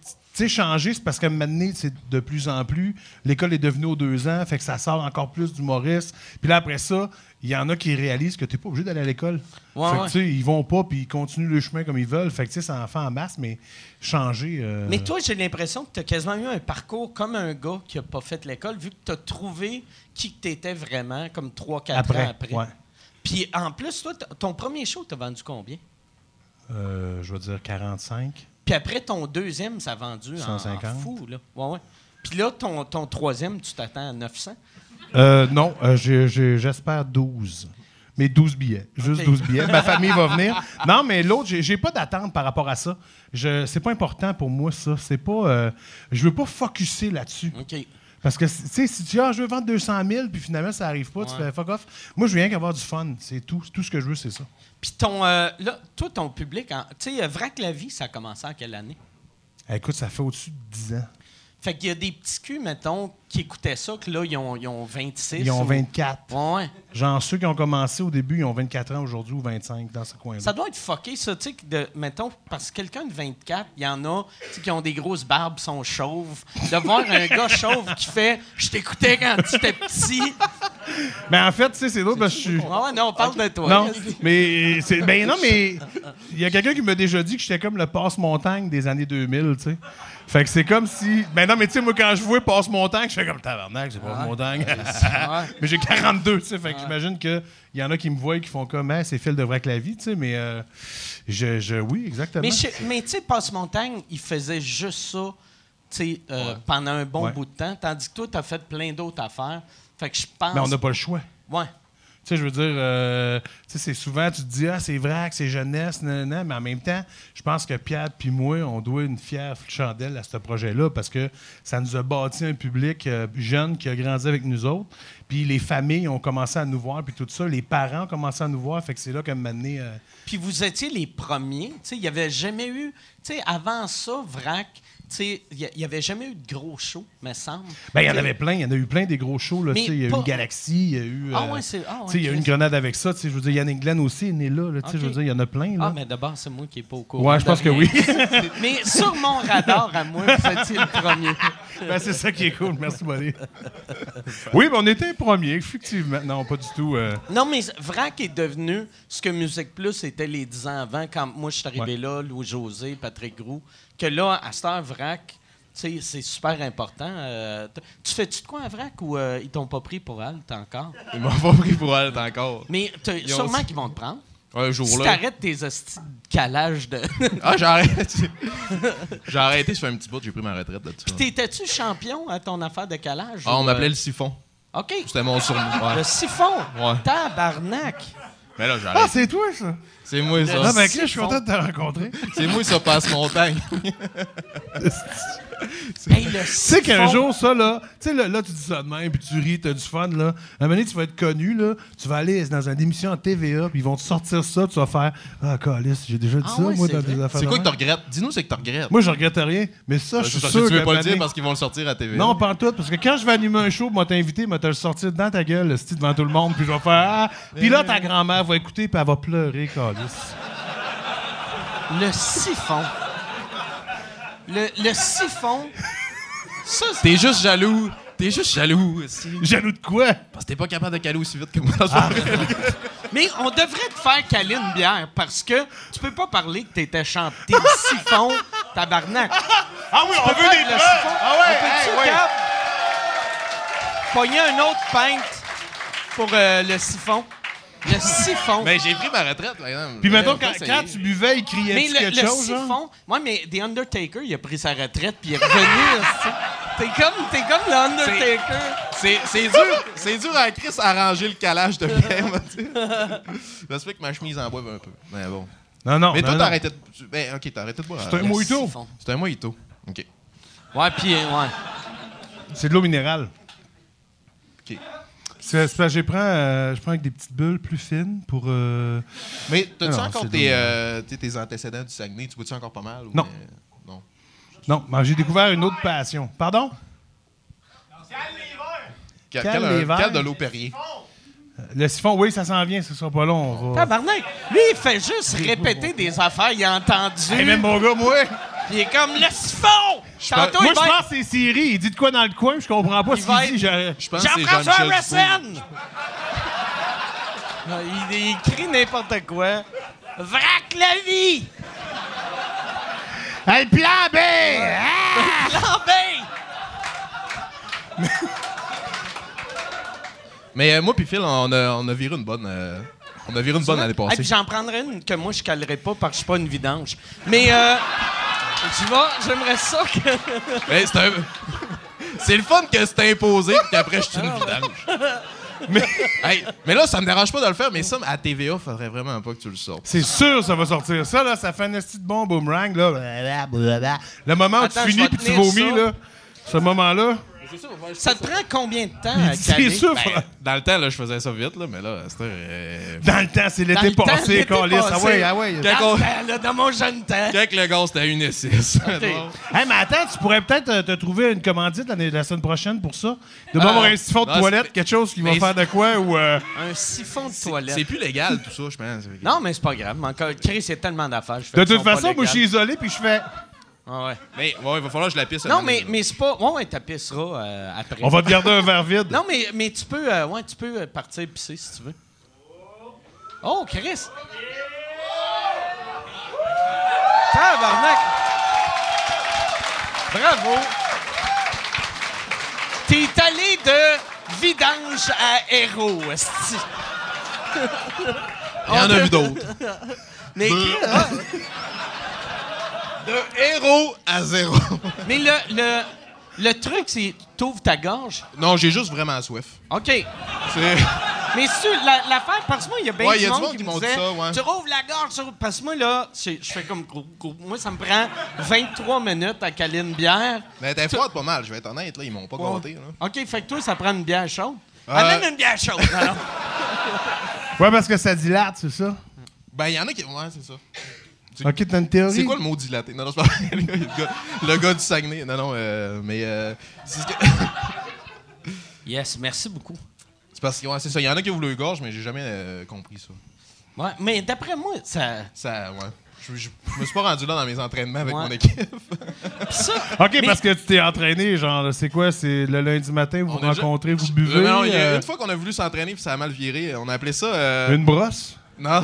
S4: sais, changer, c'est parce que maintenant, c'est de plus en plus. L'école est devenue aux deux ans, fait que ça sort encore plus d'humoristes. Puis là, après ça, il y en a qui réalisent que t'es pas obligé d'aller à l'école.
S2: Ouais,
S4: fait que,
S2: ouais.
S4: tu sais, ils vont pas, puis ils continuent le chemin comme ils veulent. Fait que, tu sais, ça en fait en masse, mais changer. euh,
S2: Mais toi, j'ai l'impression que t'as quasiment eu un parcours comme un gars qui a pas fait l'école, vu que t'as trouvé qui que t'étais vraiment, comme 3-4
S4: Après,
S2: ans après.
S4: ouais.
S2: Puis en plus, toi, t- ton premier show, t'as vendu combien?
S4: euh, je veux dire 45.
S2: Puis après, ton deuxième, ça a vendu en-
S4: 150.
S2: en fou. Là. Ouais, ouais. Puis là, ton, ton troisième, tu t'attends à 900.
S4: Euh, non, euh, j'ai- j'ai- j'espère 12. Mais 12 billets. Juste
S2: Ok.
S4: 12 billets. Ma famille va venir. Non, mais l'autre, j'ai- j'ai pas d'attente par rapport à ça. Je- C'est pas important pour moi, ça. C'est pas. euh, je veux pas focusser là-dessus.
S2: OK.
S4: Parce que, tu sais, si tu dis, ah, je veux vendre 200 000, puis finalement, ça arrive pas, tu
S2: Ouais.
S4: fais fuck off. Moi, je veux rien qu'avoir du fun. C'est tout. Tout ce que je veux, c'est ça.
S2: Puis ton, euh, là, toi, ton public, en- tu sais, euh, Vrac la vie, ça a commencé en quelle année?
S4: Eh, Écoute, ça fait au-dessus de 10 ans.
S2: Fait qu'il y a des petits culs, mettons, qui écoutaient ça, que là, ils ont, ils ont 26.
S4: Ils ont
S2: ou-
S4: 24.
S2: Ouais, ouais.
S4: Genre, ceux qui ont commencé au début, ils ont 24 ans aujourd'hui ou 25 dans ce coin-là.
S2: Ça doit être fucké, ça, tu sais, que de- mettons, parce que quelqu'un de 24, il y en a, tu sais, qui ont des grosses barbes, sont chauves. De voir un gars chauve qui fait « Je t'écoutais quand tu étais petit
S4: Mais Ben, en fait, tu sais, c'est drôle parce que je ». suis.
S2: Ah Ouais, non, on parle de toi.
S4: Non,
S2: Vas-y.
S4: mais c'est ben non mais il y a quelqu'un qui m'a déjà dit que j'étais comme le passe-montagne des années 2000, tu sais. Fait que c'est comme si ben non mais tu sais moi quand je vois passe-montagne, je fais comme tabarnak, c'est
S2: Ah,
S4: passe-montagne. mais j'ai 42, tu sais, fait que j'imagine que il y en a qui me voient et qui font comme ah, c'est fil de vrai que la vie, tu sais, mais euh, je, je oui, exactement.
S2: Mais, je- mais tu sais, Passe-Montagne, il faisait juste ça tu sais, euh, pendant un bon
S4: Ouais.
S2: bout de temps, tandis que toi, tu as fait plein d'autres affaires. Fait que je pense.
S4: Mais Ben, on n'a pas le choix.
S2: Ouais.
S4: Tu sais, je veux dire, euh, tu sais, c'est souvent, tu te dis, ah, c'est vrai que c'est jeunesse, nan, nan, nan, mais en même temps, je pense que Pierre puis moi, on doit une fière chandelle à ce projet-là parce que ça nous a bâti un public euh, jeune qui a grandi avec nous autres. Puis les familles ont commencé à nous voir, puis tout ça, les parents ont commencé à nous voir, fait que c'est là qu'à un moment donné, euh,
S2: Puis vous étiez les premiers. Tu sais, il n'y avait jamais eu. Tu sais, avant ça, Vrac, tu sais, il n'y avait jamais eu de gros show, me semble.
S4: Ben, il y en avait plein. Il y en a eu plein des gros shows. là,
S2: Mais
S4: tu sais, Il y a eu
S2: pas-
S4: une galaxie, il y a eu.
S2: Ah
S4: euh,
S2: ouais, c'est- ah ouais,
S4: tu sais, il y a eu une
S2: Chris.
S4: grenade avec ça. tu sais, Je veux dire, Yannick Glenn aussi est né là. là, tu sais,
S2: Ok.
S4: Je veux dire, il y en a plein. Là.
S2: Ah, mais d'abord, c'est moi qui n'ai pas au courant.
S4: Ouais, je
S2: de
S4: pense que
S2: rien.
S4: oui.
S2: Mais sur mon radar à moi, vous étiez le premier.
S4: Ben, c'est ça qui est cool. Merci, Bonnie. oui, ben, on était premier, effectivement. Non, pas du tout. euh,
S2: Non, mais Vrac est devenu ce que Musique Plus était les 10 ans avant, quand moi je suis arrivé là, Louis-José, Patrick Groux, que là, à cette heure, Vrac, sais, c'est super important. Euh, t- tu fais-tu de quoi à vrac ou euh, ils t'ont pas pris pour Alt encore?
S6: Ils m'ont pas pris pour Alt encore.
S2: Mais t'as-
S6: ont-
S2: sûrement qu'ils vont te prendre.
S6: Un jour
S2: Si
S6: là.
S2: t'arrêtes tes hosties de calage de.
S6: Ah, j'ai arrêté. j'ai arrêté, je fais un petit bout, j'ai pris ma retraite là-dessus.
S2: T'étais-tu champion à ton affaire de calage?
S6: Ah, on
S2: ou,
S6: m'appelait le siphon.
S2: euh, OK.
S6: C'était mon surnom.
S2: Le
S6: Ouais.
S2: siphon.
S6: Ouais.
S2: Tabarnak.
S6: Mais là, j'ai
S4: Ah,
S6: arrêté.
S4: c'est toi, ça!
S6: C'est moi,
S4: Ah,
S6: ça.
S4: ben, Chris, je suis content de te rencontrer.
S6: C'est moi, ça passe montagne.
S2: Hey, le
S4: Tu sais qu'un
S2: siphon.
S4: jour, ça, là, tu sais, là, là, tu dis ça de même, puis tu ris, t'as du fun, là. À un moment donné, tu vas être connu, là. Tu vas aller dans une émission à TVA, puis ils vont te sortir ça, puis tu vas faire Ah, Calis, j'ai déjà dit
S2: Ah
S4: ça,
S2: ouais,
S4: moi,
S2: c'est
S4: dans
S2: vrai.
S4: des affaires.
S6: C'est
S4: de
S6: quoi que tu
S4: même.
S6: regrettes? Dis-nous c'est que tu regrettes.
S4: Moi, je regrette rien, mais ça,
S6: Euh,
S4: je suis
S6: parce
S4: sûr.
S6: que tu veux
S4: qu'à
S6: pas
S4: un
S6: le dire
S4: moment
S6: parce qu'ils vont le sortir à TV.
S4: Non, pas en tout, parce que quand je vais animer un show, moi t'inviter, moi te le sortir dans ta gueule, le style devant tout le monde, puis je vais faire ah. Puis là, ta grand-mère va écouter, puis elle va pleurer, Calis.
S2: Le siphon. Le, le siphon. Ça, c'est-
S6: T'es juste jaloux. T'es juste jaloux aussi.
S4: Jaloux de quoi
S6: Parce que t'es pas capable de caler aussi vite que moi.
S2: Mais on devrait te faire caler une bière parce que tu peux pas parler que t'étais chanté le siphon, tabarnak.
S4: Ah oui, on
S2: Pas le
S6: Ah,
S2: siphon. On peut-tu,
S4: ouais.
S2: Gab, pogner un autre pinte pour euh, le siphon? Le siphon.
S6: Mais j'ai pris ma retraite, madame.
S4: Ah. Puis mettons,
S6: Ouais,
S4: quand,
S6: ça y
S4: quand
S6: est.
S4: tu buvais, il criait
S2: Mais le,
S4: quelque
S2: le
S4: chose, genre?
S2: siphon, hein? moi, mais The Undertaker, il a pris sa retraite puis il est revenu. esti. T'es comme, t'es comme le Undertaker.
S6: C'est c'est dur, c'est dur à Chris arranger le calage de Pierre, Mathieu. Je sais que ma chemise en bois un peu. Mais bon.
S4: Non, non.
S6: Mais toi,
S4: non, non.
S6: t'as arrêté de. tu- Ben, ok, t'as arrêté de boire.
S4: C'est un
S6: alors.
S4: mojito.
S2: siphon.
S6: C'est un mojito. Ok.
S2: Ouais, puis euh, ouais.
S4: C'est de l'eau minérale.
S6: OK.
S4: C'est c'est parce que je prends, euh, je prends avec des petites bulles plus fines pour. euh,
S6: Mais t'as-tu
S4: Non,
S6: encore
S4: c'est
S6: tes,
S4: drôle.
S6: euh, t'sais, tes antécédents du Saguenay? Tu bois-tu encore pas mal? ou-
S4: Non.
S6: euh, non.
S4: Non, mais j'ai découvert une autre passion. Pardon?
S6: Quel,
S4: Cale
S6: quel-
S4: les verres.
S6: quel de l'eau Perrier?
S4: Le siphon, oui, ça s'en vient, ce sera pas long. On va...
S2: Tabarnak, lui, il fait juste répéter des affaires, il a entendu.
S4: Hey, Eh, même mon gars, moi!
S2: Puis il est comme le siphon! Tantôt,
S4: moi,
S2: il
S4: je
S2: va
S4: pense que c'est Siri. Il dit de quoi dans le coin, puis je comprends pas ce
S2: va
S4: qu'il dit. Je-
S6: Je pense que c'est
S2: Jean-François
S6: Jean-Michel Dupont.
S2: Ressen! il, il crie n'importe quoi. Vrac la vie!
S4: Hey, le plan B!
S2: Lambert!
S6: Mais euh, moi puis Phil, on a, on a viré une bonne. euh, on a viré une bonne l'année
S2: Hey, puis
S6: passée.
S2: J'en prendrais une que moi, je calerais pas parce que je suis pas une vidange. Mais, euh, tu vois, j'aimerais ça que.
S6: Mais c'est un- c'est le fun que c'est imposé puis qu'après je suis une vidange. Mais, hey, mais là, ça me dérange pas de le faire, mais ça, à TVA, faudrait vraiment pas que tu le sortes.
S4: C'est sûr, ça va sortir. Ça, là, ça fait un esti de bon boomerang, là. Blablabla. Le moment où
S2: Attends,
S4: tu
S2: je vais
S4: finis puis tu
S2: tenir
S4: vomis,
S2: ça.
S4: là. Ce moment-là.
S2: Ça te prend combien de temps à
S4: C'est
S2: caler?
S4: sûr.
S6: Ben, dans le temps, là, je faisais ça vite, là, mais là, c'était. euh,
S4: Dans le temps, c'est
S2: Dans le
S4: l'été
S2: temps,
S4: passé,
S2: l'été
S4: Calis. Ah
S2: passé.
S4: ouais, ah ouais.
S2: Dans
S6: Quand,
S2: le temps, là, dans mon jeune temps.
S6: on- quand le gars, c'était à 1 et 6.
S4: Hey, mais attends, tu pourrais peut-être euh, te trouver une commandite l'année- la semaine prochaine pour ça.
S2: Ah.
S4: De m'avoir un siphon de
S6: non,
S4: toilette,
S6: c'est-
S4: quelque chose qui va
S6: Mais
S4: faire de quoi ou. euh,
S2: Un siphon de toilette.
S6: C'est plus légal, tout ça, je pense.
S2: Non, mais c'est pas grave. mais Encore, Chris, il y a tellement d'affaires.
S4: De toute façon, moi, je suis isolé puis je fais.
S6: Mais Ah ouais, il va falloir que je la pisse.
S2: Non,
S6: une
S2: mais,
S6: année,
S2: mais c'est pas. Ouais, ouais, t'as pissera euh, après.
S4: On va te garder un verre vide.
S2: Non, mais, mais tu peux. euh, ouais, tu peux euh, partir pisser si tu veux. Oh, Chris! Tabarnak! Bravo! T'es allé de vidange à héros, esti.
S6: là. Il y en a vu d'autres.
S2: Mais, hein.
S6: De héros à zéro.
S2: mais le, le, le truc, c'est t'ouvres ta gorge.
S6: non, j'ai juste vraiment soif.
S2: OK.
S6: C'est.
S2: Mais c'est la- l'affaire, parce que moi, il y a bien
S6: Ouais,
S2: du
S6: y a du
S2: monde,
S6: monde
S2: qui
S6: qui
S2: me
S6: m'ont dit
S2: disait,
S6: ça, ouais.
S2: tu rouvres la gorge, tu rouvres- parce que moi, là, c'est- je fais comme gros, gros. Moi, ça me prend 23 minutes à caler une bière.
S6: Mais t'es froide pas mal, je vais être honnête, là, ils m'ont pas compté. Là.
S2: OK, fait que toi, ça prend une bière chaude.
S6: Euh,
S2: Amène Ah, une bière chaude, alors.
S4: Ouais, parce que ça dilate, c'est ça.
S6: Ben, il y en a qui. Ouais, c'est ça.
S4: Ok, t'as une théorie.
S6: C'est quoi le mot dilaté? Non, non, c'est pas vrai. le, gars, le gars- le gars du Saguenay. Non, non, euh, mais. euh, c'est ce que-
S2: Yes, merci beaucoup.
S6: c'est parce que, ouais, c'est ça. Il y en a qui voulaient gorge, mais j'ai jamais euh, compris ça.
S2: Ouais, mais d'après moi, ça.
S6: Ça, ouais. Je, je- je me suis pas rendu là dans mes entraînements avec
S2: Ouais.
S6: mon équipe.
S2: pis ça
S4: Ok,
S2: Mais-
S4: parce que tu t'es entraîné, genre, c'est quoi? C'est le lundi matin, vous
S6: On
S4: vous
S6: a déjà-
S4: rencontrez, vous buvez.
S6: Mais non, il y a
S4: euh,
S6: une fois qu'on a voulu s'entraîner, puis ça a mal viré. On a appelé ça. euh,
S4: une brosse?
S6: Non.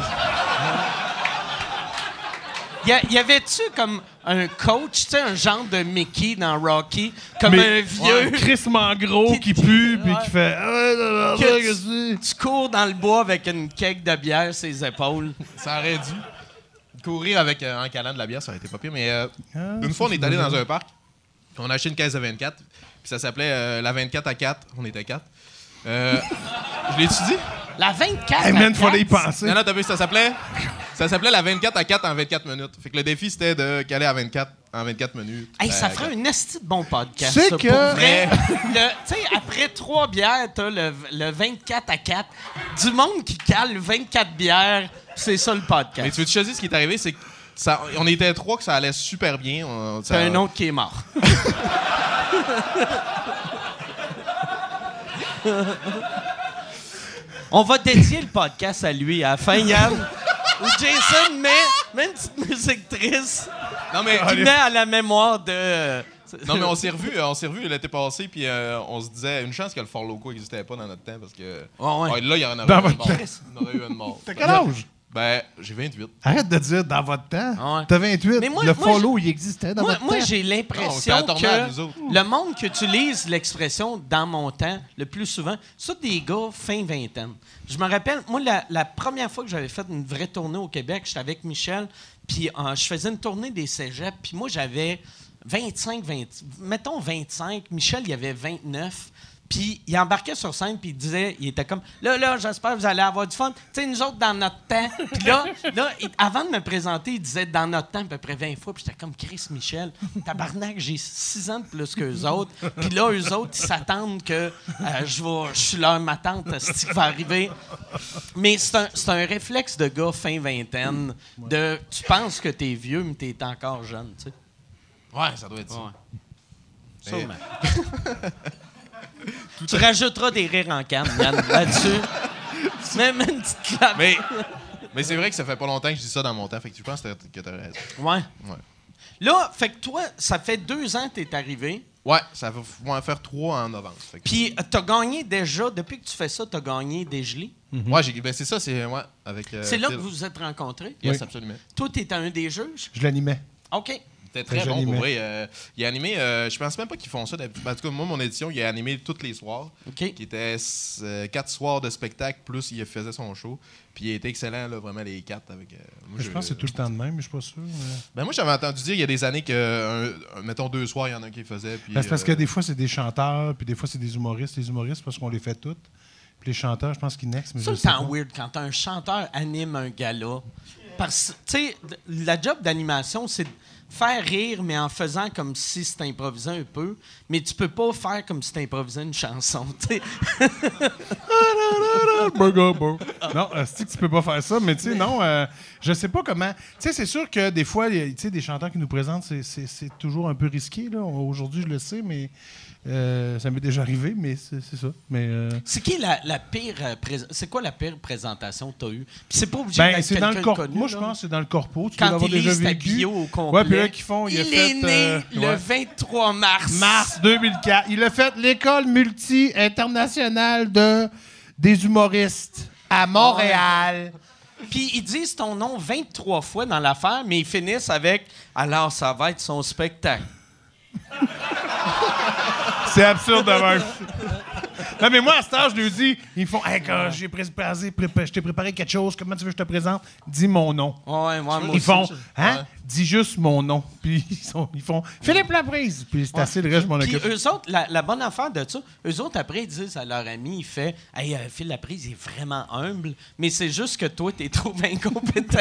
S5: Y, a- y avait-tu comme un coach, tu sais, un genre de Mickey dans Rocky, comme un vieux.
S4: Chris Mangro qui pue, puis qui fait. Ah,
S5: que tu, tu cours dans le bois avec une keg de bière sur les épaules.
S6: Ça aurait dû. Courir avec, euh, en calant de la bière, ça aurait été pas pire. Mais euh,
S4: Ah,
S6: une fois, on est allé dans un parc. On a acheté une caisse de 24. Puis ça s'appelait euh, la 24 à 4. On était 4. Euh, je l'ai-tu dit?
S5: La 24.
S4: Hey
S5: à
S4: man, fallait y
S5: quatre,
S4: penser.
S6: Non, non, t'as vu, ça s'appelait. Ça s'appelait la 24 à 4 en 24 minutes. Fait que le défi, c'était de caler à 24 en 24 minutes.
S5: Hey, ça
S6: Euh,
S5: ferait un esti de bon podcast.
S4: Tu sais
S5: ça,
S4: que-
S5: pour vrai. Le- tu sais, après trois bières, t'as le, le 24 à 4. Du monde qui cale 24 bières, c'est ça le
S6: Mais
S5: podcast.
S6: tu veux te choisir ce qui est arrivé, c'est que ça, on était trois que ça allait super bien. On-
S5: C'est
S6: ça-
S5: un autre qui est mort. On va dédier le podcast à lui à la fin, Yann. Ou Jason met, met une petite musique triste
S6: Non mais,
S5: qui met à la mémoire de.
S6: non, mais on s'est revus, euh, on s'est revus l'été passé, puis euh, on se disait une chance que le Fort Loco n'existait pas dans notre temps parce que
S5: Ouais, ouais.
S6: Ah, là il y en aurait
S4: Dans
S6: eu une
S4: votre
S6: mort. Il y en aurait eu une mort.
S4: T'as quel âge?
S6: Ben j'ai 28.
S4: Arrête de dire dans votre
S5: Ah
S4: temps.
S5: ouais.
S4: T'as 28.
S5: Mais moi-
S4: le
S5: moi,
S4: follow, il existait dans
S5: Moi,
S4: votre
S5: moi,
S4: temps.
S6: Ah, Non,
S5: j'ai
S6: c'était
S5: l'impression
S6: un tornade, nous autres.
S5: que le monde qui utilise l'expression dans mon temps le plus souvent, c'est des gars fin vingtaine. Je me rappelle, moi, la, la première fois que j'avais fait une vraie tournée au Québec, j'étais avec Michel, puis euh, je faisais une tournée des cégeps, puis moi, j'avais 25, 20, mettons 25, Michel, il y avait 29. Puis il embarquait sur scène, puis il disait, il était comme, là, là, j'espère que vous allez avoir du fun. Tu sais, nous autres, dans notre temps. Puis là, là il- avant de me présenter, il disait, dans notre temps, à peu près 20 fois. Puis j'étais comme, Chris Michel, tabarnak, j'ai 6 ans de plus qu'eux autres. Puis là, eux autres, ils s'attendent que euh, je vais- je suis leur ma tante, ce qui va arriver. Mais c'est un, c'est un réflexe de gars fin vingtaine, de tu penses que t'es vieux, mais t'es encore jeune, tu sais.
S6: Ouais, ça doit être ça.
S5: Sûrement. tu rajouteras des rires en canne, Yann, là-dessus. Même une petite clap.
S6: Mais mais c'est vrai que ça fait pas longtemps que je dis ça dans mon temps, fait que tu penses que t'as- que t'as raison.
S5: Ouais.
S6: Ouais.
S5: Là, fait que toi, ça fait deux ans que t'es arrivé,
S6: Ouais, ça va f- va en faire trois en novembre. Fait que-
S5: puis euh, t'as gagné déjà, depuis que tu fais ça, t'as gagné des gelées.
S6: Ouais, j'ai- ben c'est ça, c'est ouais, avec. euh,
S5: C'est là que
S6: Phil.
S5: vous vous êtes rencontrés.
S6: Yes, absolument.
S5: Toi, t'es un des juges.
S4: Je l'animais.
S5: OK.
S6: C'était très
S4: Très
S6: bon
S4: joli,
S6: pour
S4: mais-
S6: vrai. Euh, il a animé, euh, je pense même pas qu'ils font ça d'habitude. En tout cas, moi, mon édition, il a animé tous les soirs.
S5: OK.
S6: Qui était euh, quatre soirs de spectacle, plus il faisait son show. Puis il était excellent, là, vraiment, les quatre. Avec, euh, moi,
S4: Je pense que c'est tout le temps de même, mais je suis pas sûr. mais-
S6: Ben, moi, j'avais entendu dire il y a des années que, euh, un- mettons, deux soirs, il y en a un qui le faisait. Puis,
S4: Ben, c'est parce
S6: euh,
S4: que des fois, c'est des chanteurs, puis des fois, c'est des humoristes. Les humoristes, parce qu'on les fait toutes. Puis les chanteurs, je pense qu'ils next. mais je
S5: C'est tout le
S4: sais
S5: temps
S4: pas.
S5: weird quand un chanteur anime un gala. Parce que, tu sais, d- la job d'animation, c'est de faire rire, mais en faisant comme si c'était improvisé un peu. Mais tu peux pas faire comme si t'improvisais une chanson, tu sais.
S4: Non, euh, c'est que tu peux pas faire ça, mais tu sais, non, euh, je sais pas comment. Tu sais, c'est sûr que des fois, il y a- tu sais, des chanteurs qui nous présentent, c'est- c'est c'est toujours un peu risqué. là. Aujourd'hui, je le sais, mais euh, ça m'est déjà arrivé, mais c'est c'est ça. Mais euh,
S5: C'est qui la, la pire... euh, prés- C'est quoi la pire présentation que t'as eue? Puis c'est pas obligé
S4: ben,
S5: d'être
S4: c'est dans
S5: quelqu'un
S4: le
S5: de
S4: corpo.
S5: connu,
S4: Moi, je
S5: là.
S4: pense que c'est dans le corpo. Tu dois
S5: Quand
S4: l'avoir déjà
S5: Élise
S4: vécu.
S5: Tapio au complet.
S4: Ouais, puis là, qu'ils font, il,
S5: il,
S4: a
S5: est
S4: fait,
S5: né
S4: euh,
S5: le
S4: ouais.
S5: 23 mars.
S4: Mars 2004. Il a fait l'école multi-internationale de, des humoristes
S5: Ah
S4: à Montréal.
S5: Puis ils disent ton nom 23 fois dans l'affaire, mais ils finissent avec « Alors, ça va être son spectacle. »
S4: C'est absurde de même. Non, mais moi, à cet âge, je lui dis, ils font, hey, quand j'ai préparé, prépa- je t'ai préparé quelque chose, comment tu veux que je te présente? Dis mon nom.
S5: Ouais, ouais, moi
S4: ils
S5: aussi,
S4: font,
S5: je-
S4: hein?
S6: Ouais.
S4: Dis juste mon nom. Puis ils, sont- ils font, Philippe Laprise. Puis c'est assez, le reste, je m'en
S5: Puis
S4: occupe.
S5: eux autres, la, la bonne affaire de ça, eux autres, après, ils disent à leur ami, il fait « Hey, euh, Phil Laprise, il est vraiment humble, mais c'est juste que toi, t'es trop incompétent.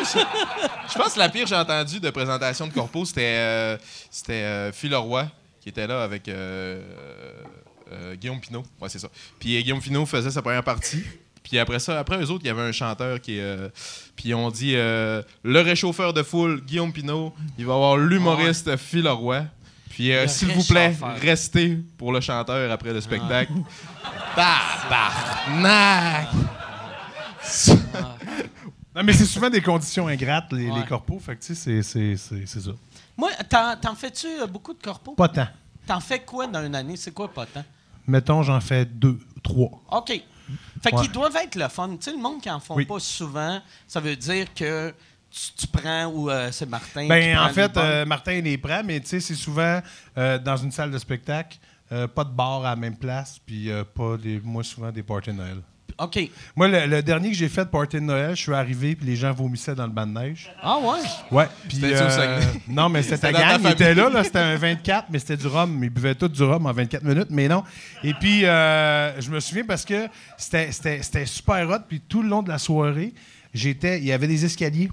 S6: Je pense que la pire que j'ai entendue de présentation de corpo, c'était euh, c'était, euh, Phil Leroy, qui était là avec euh, euh, Guillaume Pinot. Ouais, c'est ça. Puis euh, Guillaume Pinot faisait sa première partie. Puis après ça, après eux autres, il y avait un chanteur qui. euh, puis on dit euh, le réchauffeur de foule, Guillaume Pinot. Il va y avoir l'humoriste Phil Leroy. Puis euh,
S5: Le
S6: s'il vous plaît,
S5: réchauffeur.
S6: restez pour le chanteur après le spectacle. Tabarnak!
S5: Ah, ben.
S4: Non, mais c'est souvent des conditions ingrates, les,
S5: Ouais.
S4: les corpos. Fait que, tu sais, c'est- c'est- c'est c'est ça. »
S5: Moi, t'en, t'en fais-tu euh, beaucoup de corpos?
S4: Pas tant.
S5: T'en fais quoi dans une année? C'est quoi pas tant?
S4: Mettons, j'en fais deux, trois.
S5: OK. Fait
S4: Ouais.
S5: qu'ils doivent être le fun. Tu sais, le monde qui en font
S4: Oui.
S5: pas souvent, ça veut dire que tu, tu prends ou euh, c'est Martin? qui
S4: Ben,
S5: prend
S4: en
S5: les
S4: fait,
S5: bonnes?
S4: euh, Martin il les prend, mais tu sais, c'est souvent euh, dans une salle de spectacle, euh, pas de bar à la même place, puis euh, pas des, moi souvent des parties de Noël.
S5: OK.
S4: Moi, le, le dernier que j'ai fait, party de Noël, je suis arrivé, puis les gens vomissaient dans le banc de neige.
S5: Ah ouais?
S4: Ouais. Puis euh,
S6: C'était-tu au Saguenay?
S4: non, mais c'était ta
S6: C'était dans ta
S4: gang. Ils étaient
S6: famille.
S4: là, là c'était un 24, mais c'était du rhum. Ils buvaient tout du rhum en 24 minutes, mais non. Et puis, euh, je me souviens parce que c'était- c'était c'était super hot. Puis tout le long de la soirée, j'étais, il y avait des escaliers.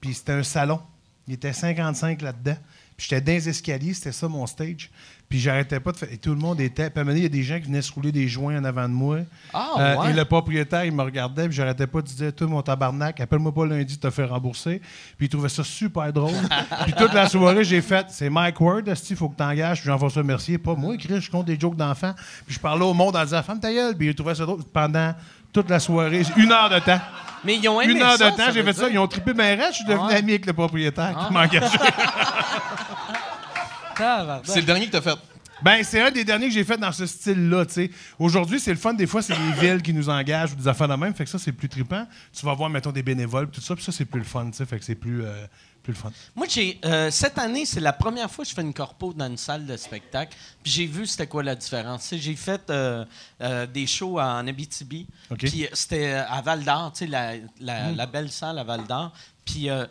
S4: Puis c'était un salon. Il était 55 là-dedans. Puis j'étais dans les escaliers, c'était ça mon stage. Puis j'arrêtais pas de faire. Et tout le monde était. Puis à un moment donné, il y a des gens qui venaient se rouler des joints en avant de moi.
S5: Ah,
S4: Euh,
S5: ouais.
S4: et le propriétaire, il me regardait, puis j'arrêtais pas de dire Toi, mon tabarnak, appelle-moi pas lundi, t'as fait rembourser. Puis il trouvait ça super drôle. puis toute la soirée, j'ai fait C'est Mike Ward, il faut que t'engages. Puis Jean-François Mercier, pas moi, Chris, je compte des jokes d'enfants. Puis je parlais au monde en disant Femme ta gueule. Puis il trouvait ça drôle pendant toute la soirée, une heure de temps.
S5: Mais ils ont aimé
S4: Une heure
S5: ça,
S4: de temps, j'ai
S5: veut
S4: fait ça.
S5: dire.
S4: Ils ont trippé mes rêves. Je suis devenu
S5: Ah.
S4: ami avec le propriétaire qui m'a engagé.
S5: Tabarnak.
S6: C'est le dernier que t'as fait.
S4: Ben, c'est un des derniers que j'ai fait dans ce style-là, tu sais. Aujourd'hui, c'est le fun. Des fois, c'est des villes qui nous engagent ou des affaires de même. Fait que ça, c'est plus trippant. Tu vas voir, mettons, des bénévoles, pis tout ça. Puis ça, c'est plus le fun, tu sais. Fait que c'est plus, euh, plus le fun.
S5: Moi, j'ai, euh, cette année, c'est la première fois que je fais une corpo dans une salle de spectacle. Puis j'ai vu c'était quoi la différence. Tu sais, J'ai fait euh, euh, des shows en Abitibi.
S4: OK. Mm.
S5: Puis euh, c'était à Val d'Or, tu sais, la, la- la belle salle à Val d'Or. Puis euh,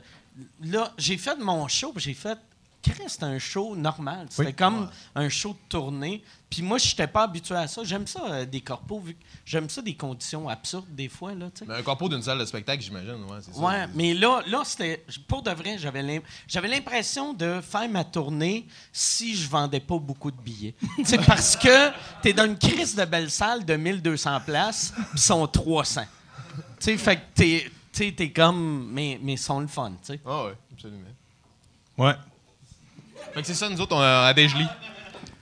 S5: là, j'ai fait mon show, puis j'ai fait. Chris, c'était un show normal. C'était
S4: Oui.
S5: comme un show de tournée. Puis moi, je n'étais pas habitué à ça. J'aime ça, euh, des corpos, vu que j'aime ça, des conditions absurdes, des fois. Là, tu sais.
S6: Mais un corpo d'une salle de spectacle, j'imagine. Ouais, c'est ça.
S5: Ouais, mais là, là c'était pour de vrai, j'avais l'im- j'avais l'impression de faire ma tournée si je vendais pas beaucoup de billets. Tu sais, parce que t'es dans une crise de belle salle de 1200 places, pis sont 300. Tu sais, fait que t'es tu sais, t'es comme mais mais sont le fun, tu sais.
S6: Ah ouais, absolument.
S4: Ouais.
S6: Fait que c'est ça, nous autres, on a à Dégelis.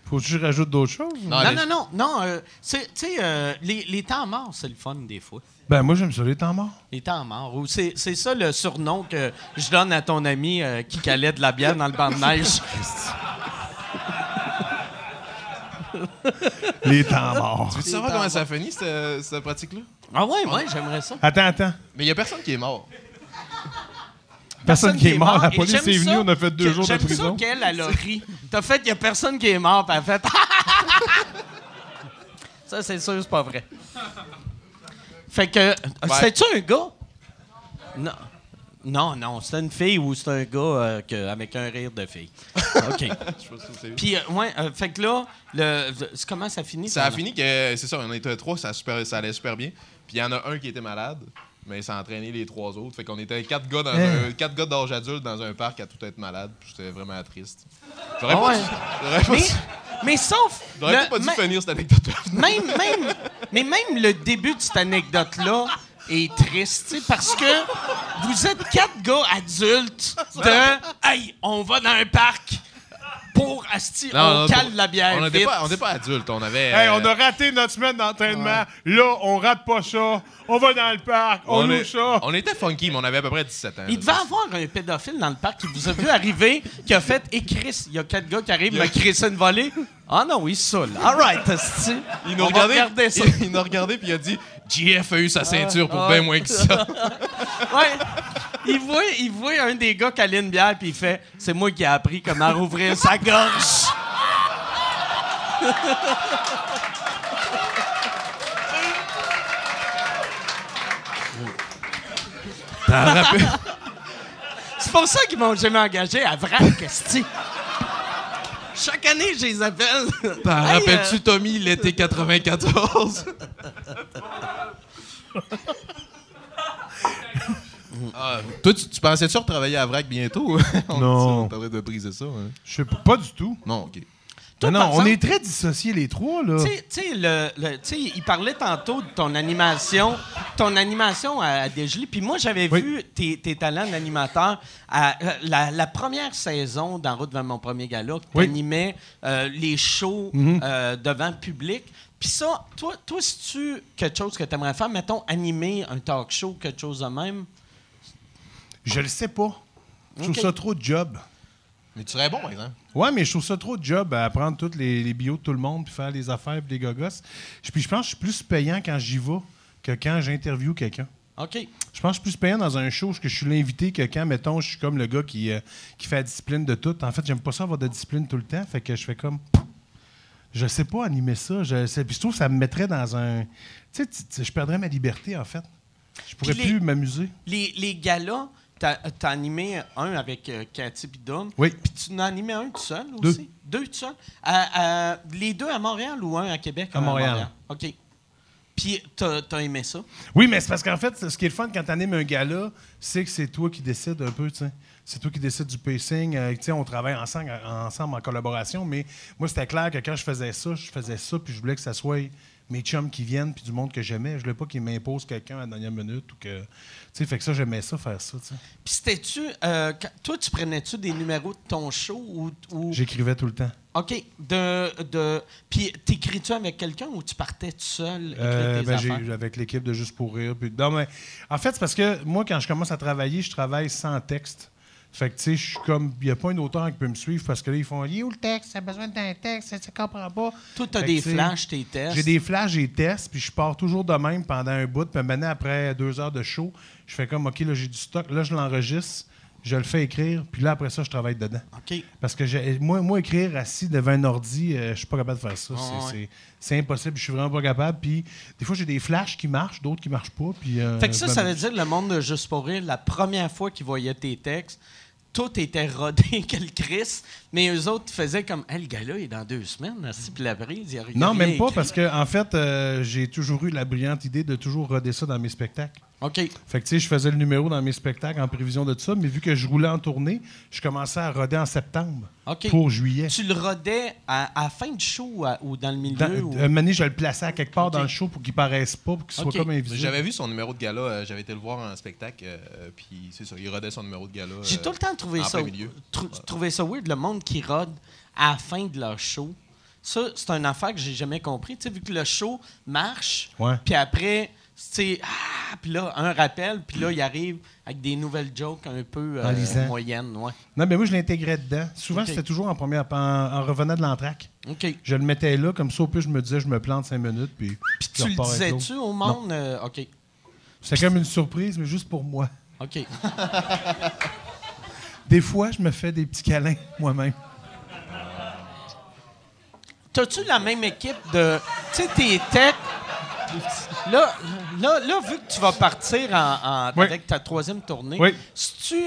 S4: Faut que je rajoute d'autres choses?
S5: Non, non, non, non, euh, c'est- tu sais, euh, les, les temps morts, c'est le fun des fois.
S4: Ben, moi, j'aime ça, les temps morts.
S5: Les temps morts. ou C'est c'est ça le surnom que je donne à ton ami euh, qui calait de la bière dans le banc de neige.
S4: Les temps morts.
S6: Tu veux savoir comment ça finit, cette, cette pratique-là?
S5: Ah ouais, ouais, j'aimerais ça.
S4: Attends, attends.
S6: Mais il y a personne qui est mort.
S4: Personne, qui est mort. La
S5: et
S4: police
S5: j'aime
S4: est
S5: ça
S4: venue, on a fait
S5: que-
S4: deux jours de prison.
S5: J'aime ça qu'elle, elle a ri. T'as fait, il y a personne qui est mort, puis elle a fait... ça, c'est sûr, c'est pas vrai. Fait que... C'était-tu un gars? Non. Non, non, c'était une fille ou c'était un gars euh, que- avec un rire de fille. OK.
S6: Je pense que c'est-
S5: Puis, euh, ouais, euh, fait que là, le, c'est comment ça finit?
S6: Ça a
S5: ton-
S6: fini que, c'est ça, on était trois, ça, super- ça allait super bien. Puis il y en a un qui était malade, mais ça a entraîné les trois autres. Fait qu'on était quatre gars, dans
S4: Hein?
S6: un- quatre gars d'âge adulte dans un parc à tout être malade. Puis c'était vraiment triste.
S5: Ah
S6: J'aurais pas,
S5: ouais.
S6: dû- j'aurais pas
S5: Mais,
S6: dû-
S5: mais sauf...
S6: j'aurais
S5: le-
S6: peut-être pas dû
S5: ma-
S6: finir cette anecdote
S5: même, même, mais même le début de cette anecdote-là est triste, tu sais, parce que vous êtes quatre gars adultes de Hey, on va dans un parc pour Asti, on cale la bière.
S6: On
S5: vite.
S6: n'était pas, on était pas adultes, on avait.
S4: Hey,
S6: euh,
S4: on a raté notre semaine d'entraînement. Là, on rate pas ça. On va dans le parc. On, loue
S6: est-
S4: ça.
S6: on était funky, mais on avait à peu près 17 ans.
S5: Il
S6: là.
S5: devait avoir un pédophile dans le parc qui vous a vu arriver, qui a fait Et Chris, il y a quatre gars qui arrivent, me crisser une volée. Ah non, il saoule. All right, Asti.
S6: Il nous
S5: on va
S6: regardait,
S5: regarder ça.
S6: il, il nous regardait puis il a dit JF a eu sa ceinture pour
S5: ah ouais.
S6: bien moins que ça.
S5: Ouais. Il voit, il voit un des gars caler une bière, puis il fait C'est moi qui ai appris comment rouvrir sa gorge. C'est pour ça qu'ils m'ont jamais engagé à Vrac, esti. Chaque année, je les appelle.
S6: T'en
S5: Hey,
S6: rappelles-tu,
S5: euh,
S6: Tommy, l'été 94? Ah, toi, tu, tu pensais-tu retravailler à Vrac bientôt? On-
S4: Non.
S6: On est en train de briser ça. hein.
S4: Je sais pas, pas du tout.
S6: Non, OK.
S5: Toi,
S4: non,
S5: par
S4: non, on
S5: exemple-
S4: est très dissociés, les trois, là.
S5: Tu sais- tu sais, le- le- tu sais, il parlait tantôt de ton animation, ton animation à, à Desjolies. Puis moi, j'avais
S4: Oui.
S5: vu tes, tes talents d'animateur à euh, la, la première saison d'En route vers mon premier gala, que
S4: Oui.
S5: t'animais, euh, les shows euh, devant public. Puis ça, toi, toi si tu quelque chose que tu aimerais faire, mettons, animer un talk show, quelque chose de même.
S4: Je le sais pas. Je trouve
S5: Ok.
S4: ça trop de job.
S6: Mais tu serais bon, par exemple.
S4: Ouais, mais je trouve ça trop de job à prendre toutes les, les bios de tout le monde, puis faire les affaires, puis les gogosses. Je- Puis je pense que je suis plus payant quand j'y vais que quand j'interviewe quelqu'un.
S5: OK.
S4: Je pense que je suis plus payant dans un show que je suis l'invité que quand, mettons, je suis comme le gars qui, euh, qui fait la discipline de tout. En fait, j'aime pas ça avoir de discipline tout le temps. Fait que je fais comme. Je sais pas animer ça. Je sais. Puis je trouve que ça me mettrait dans un. Tu sais, tu- tu- je perdrais ma liberté, en fait. Je pourrais
S5: Puis les-
S4: plus m'amuser.
S5: Les, les galas, t'as as animé un avec euh, Cathy Bidon.
S4: Oui.
S5: Puis tu en as animé un tout seul aussi? Deux. tout seul? À- à- les deux à Montréal ou un à Québec?
S4: À
S5: Un
S4: Montréal.
S5: OK. Puis t'as as aimé ça?
S4: Oui, mais c'est parce qu'en fait, ce qui est le fun quand t'animes un gala, c'est que c'est toi qui décides un peu, tu sais. C'est toi qui décides du pacing. euh, tu sais, on travaille ensemble, ensemble en collaboration, mais moi, c'était clair que quand je faisais ça, je faisais ça, puis je voulais que ça soit mes chums qui viennent, puis du monde que j'aimais. Je voulais pas qu'ils m'imposent quelqu'un à la dernière minute ou que. Tu sais, fait que ça, j'aimais ça, faire ça, tu sais.
S5: Puis c'était-tu... euh, quand- toi, tu prenais-tu des numéros de ton show ou... ou-
S4: J'écrivais tout le temps.
S5: OK. De, de, puis t'écris-tu avec quelqu'un ou tu partais tout seul écrire
S4: Euh,
S5: tes
S4: ben, j'ai-
S5: affaires?
S4: avec l'équipe de Juste pour rire. Puis, non, mais, en fait, c'est parce que moi, quand je commence à travailler, je travaille sans texte. Fait que, tu sais, je suis comme. Il n'y a pas un auteur qui peut me suivre parce que là, ils font. Il est où le texte? Ça a besoin d'un texte, ça ne comprend pas.
S5: Toi, t'as
S4: Fait que,
S5: des
S4: tu sais,
S5: flashs, tes tests.
S4: J'ai des flashs, j'ai des tests, puis je pars toujours de même pendant un bout. Puis maintenant, après deux heures de show, je fais comme, OK, là, j'ai du stock. Là, je l'enregistre, je le fais écrire, puis là, après ça, je travaille dedans.
S5: OK.
S4: Parce que j'ai- moi, moi, écrire assis devant un ordi, euh, je suis pas capable de faire ça.
S5: Ah,
S4: C'est-
S5: ouais.
S4: c'est- C'est impossible. Je suis vraiment pas capable. Puis des fois, j'ai des flashs qui marchent, d'autres qui marchent pas. Puis, euh,
S5: Fait que ça,
S4: ben,
S5: ça veut dire le monde de Juste pour rire, la première fois qu'ils voyaient tes textes, tout était rodé que le Christ, mais eux autres faisaient comme hey, « le gars-là, il est dans deux semaines, à six la brise, il arrive
S4: Non, même pas, parce que en fait, euh, j'ai toujours eu la brillante idée de toujours roder ça dans mes spectacles.
S5: OK.
S4: Fait que tu sais, je faisais le numéro dans mes spectacles en prévision de tout ça, mais vu que je roulais en tournée, je commençais à roder en septembre
S5: OK.
S4: pour juillet.
S5: Tu le rodais à, à la fin du show ou à- ou dans le milieu?
S4: Dans, euh,
S5: ou-
S4: Un moment donné, je le plaçais à quelque part dans
S5: Ok.
S4: le show pour qu'il paraisse pas, pour qu'il
S5: Ok.
S4: soit comme
S6: Mais
S4: invisible.
S6: J'avais vu son numéro de gala, euh, j'avais été le voir en spectacle, euh, euh, puis c'est ça, il rodait son numéro de gala. euh,
S5: J'ai tout le temps trouvé
S6: en
S5: ça,
S6: plein milieu.
S5: trou- trouvé ça weird, le monde qui rôde à la fin de leur show. Ça, c'est une affaire que j'ai jamais compris. Tu sais, vu que le show marche,
S4: Ouais.
S5: puis après, c'est ah, puis là, un rappel, puis là, il arrive avec des nouvelles jokes un peu
S4: En lisant.
S5: euh, moyennes. Ouais.
S4: Non, mais moi, je l'intégrais dedans. Souvent,
S5: Ok.
S4: c'était toujours en, première, en, en revenant de l'entraque.
S5: OK. Puis
S4: Je le mettais là, comme ça, au plus, je me disais, je me plante cinq minutes, puis. Puis
S5: tu le disais-tu au monde? Euh, OK.
S4: C'était comme une surprise, mais juste pour moi.
S5: OK.
S4: Des fois, je me fais des petits câlins moi-même.
S5: T'as-tu la même équipe de. Tu sais, tes têtes. Là, là, là, vu que tu vas partir en, en-
S4: Oui.
S5: avec ta troisième tournée,
S4: Oui.
S5: tu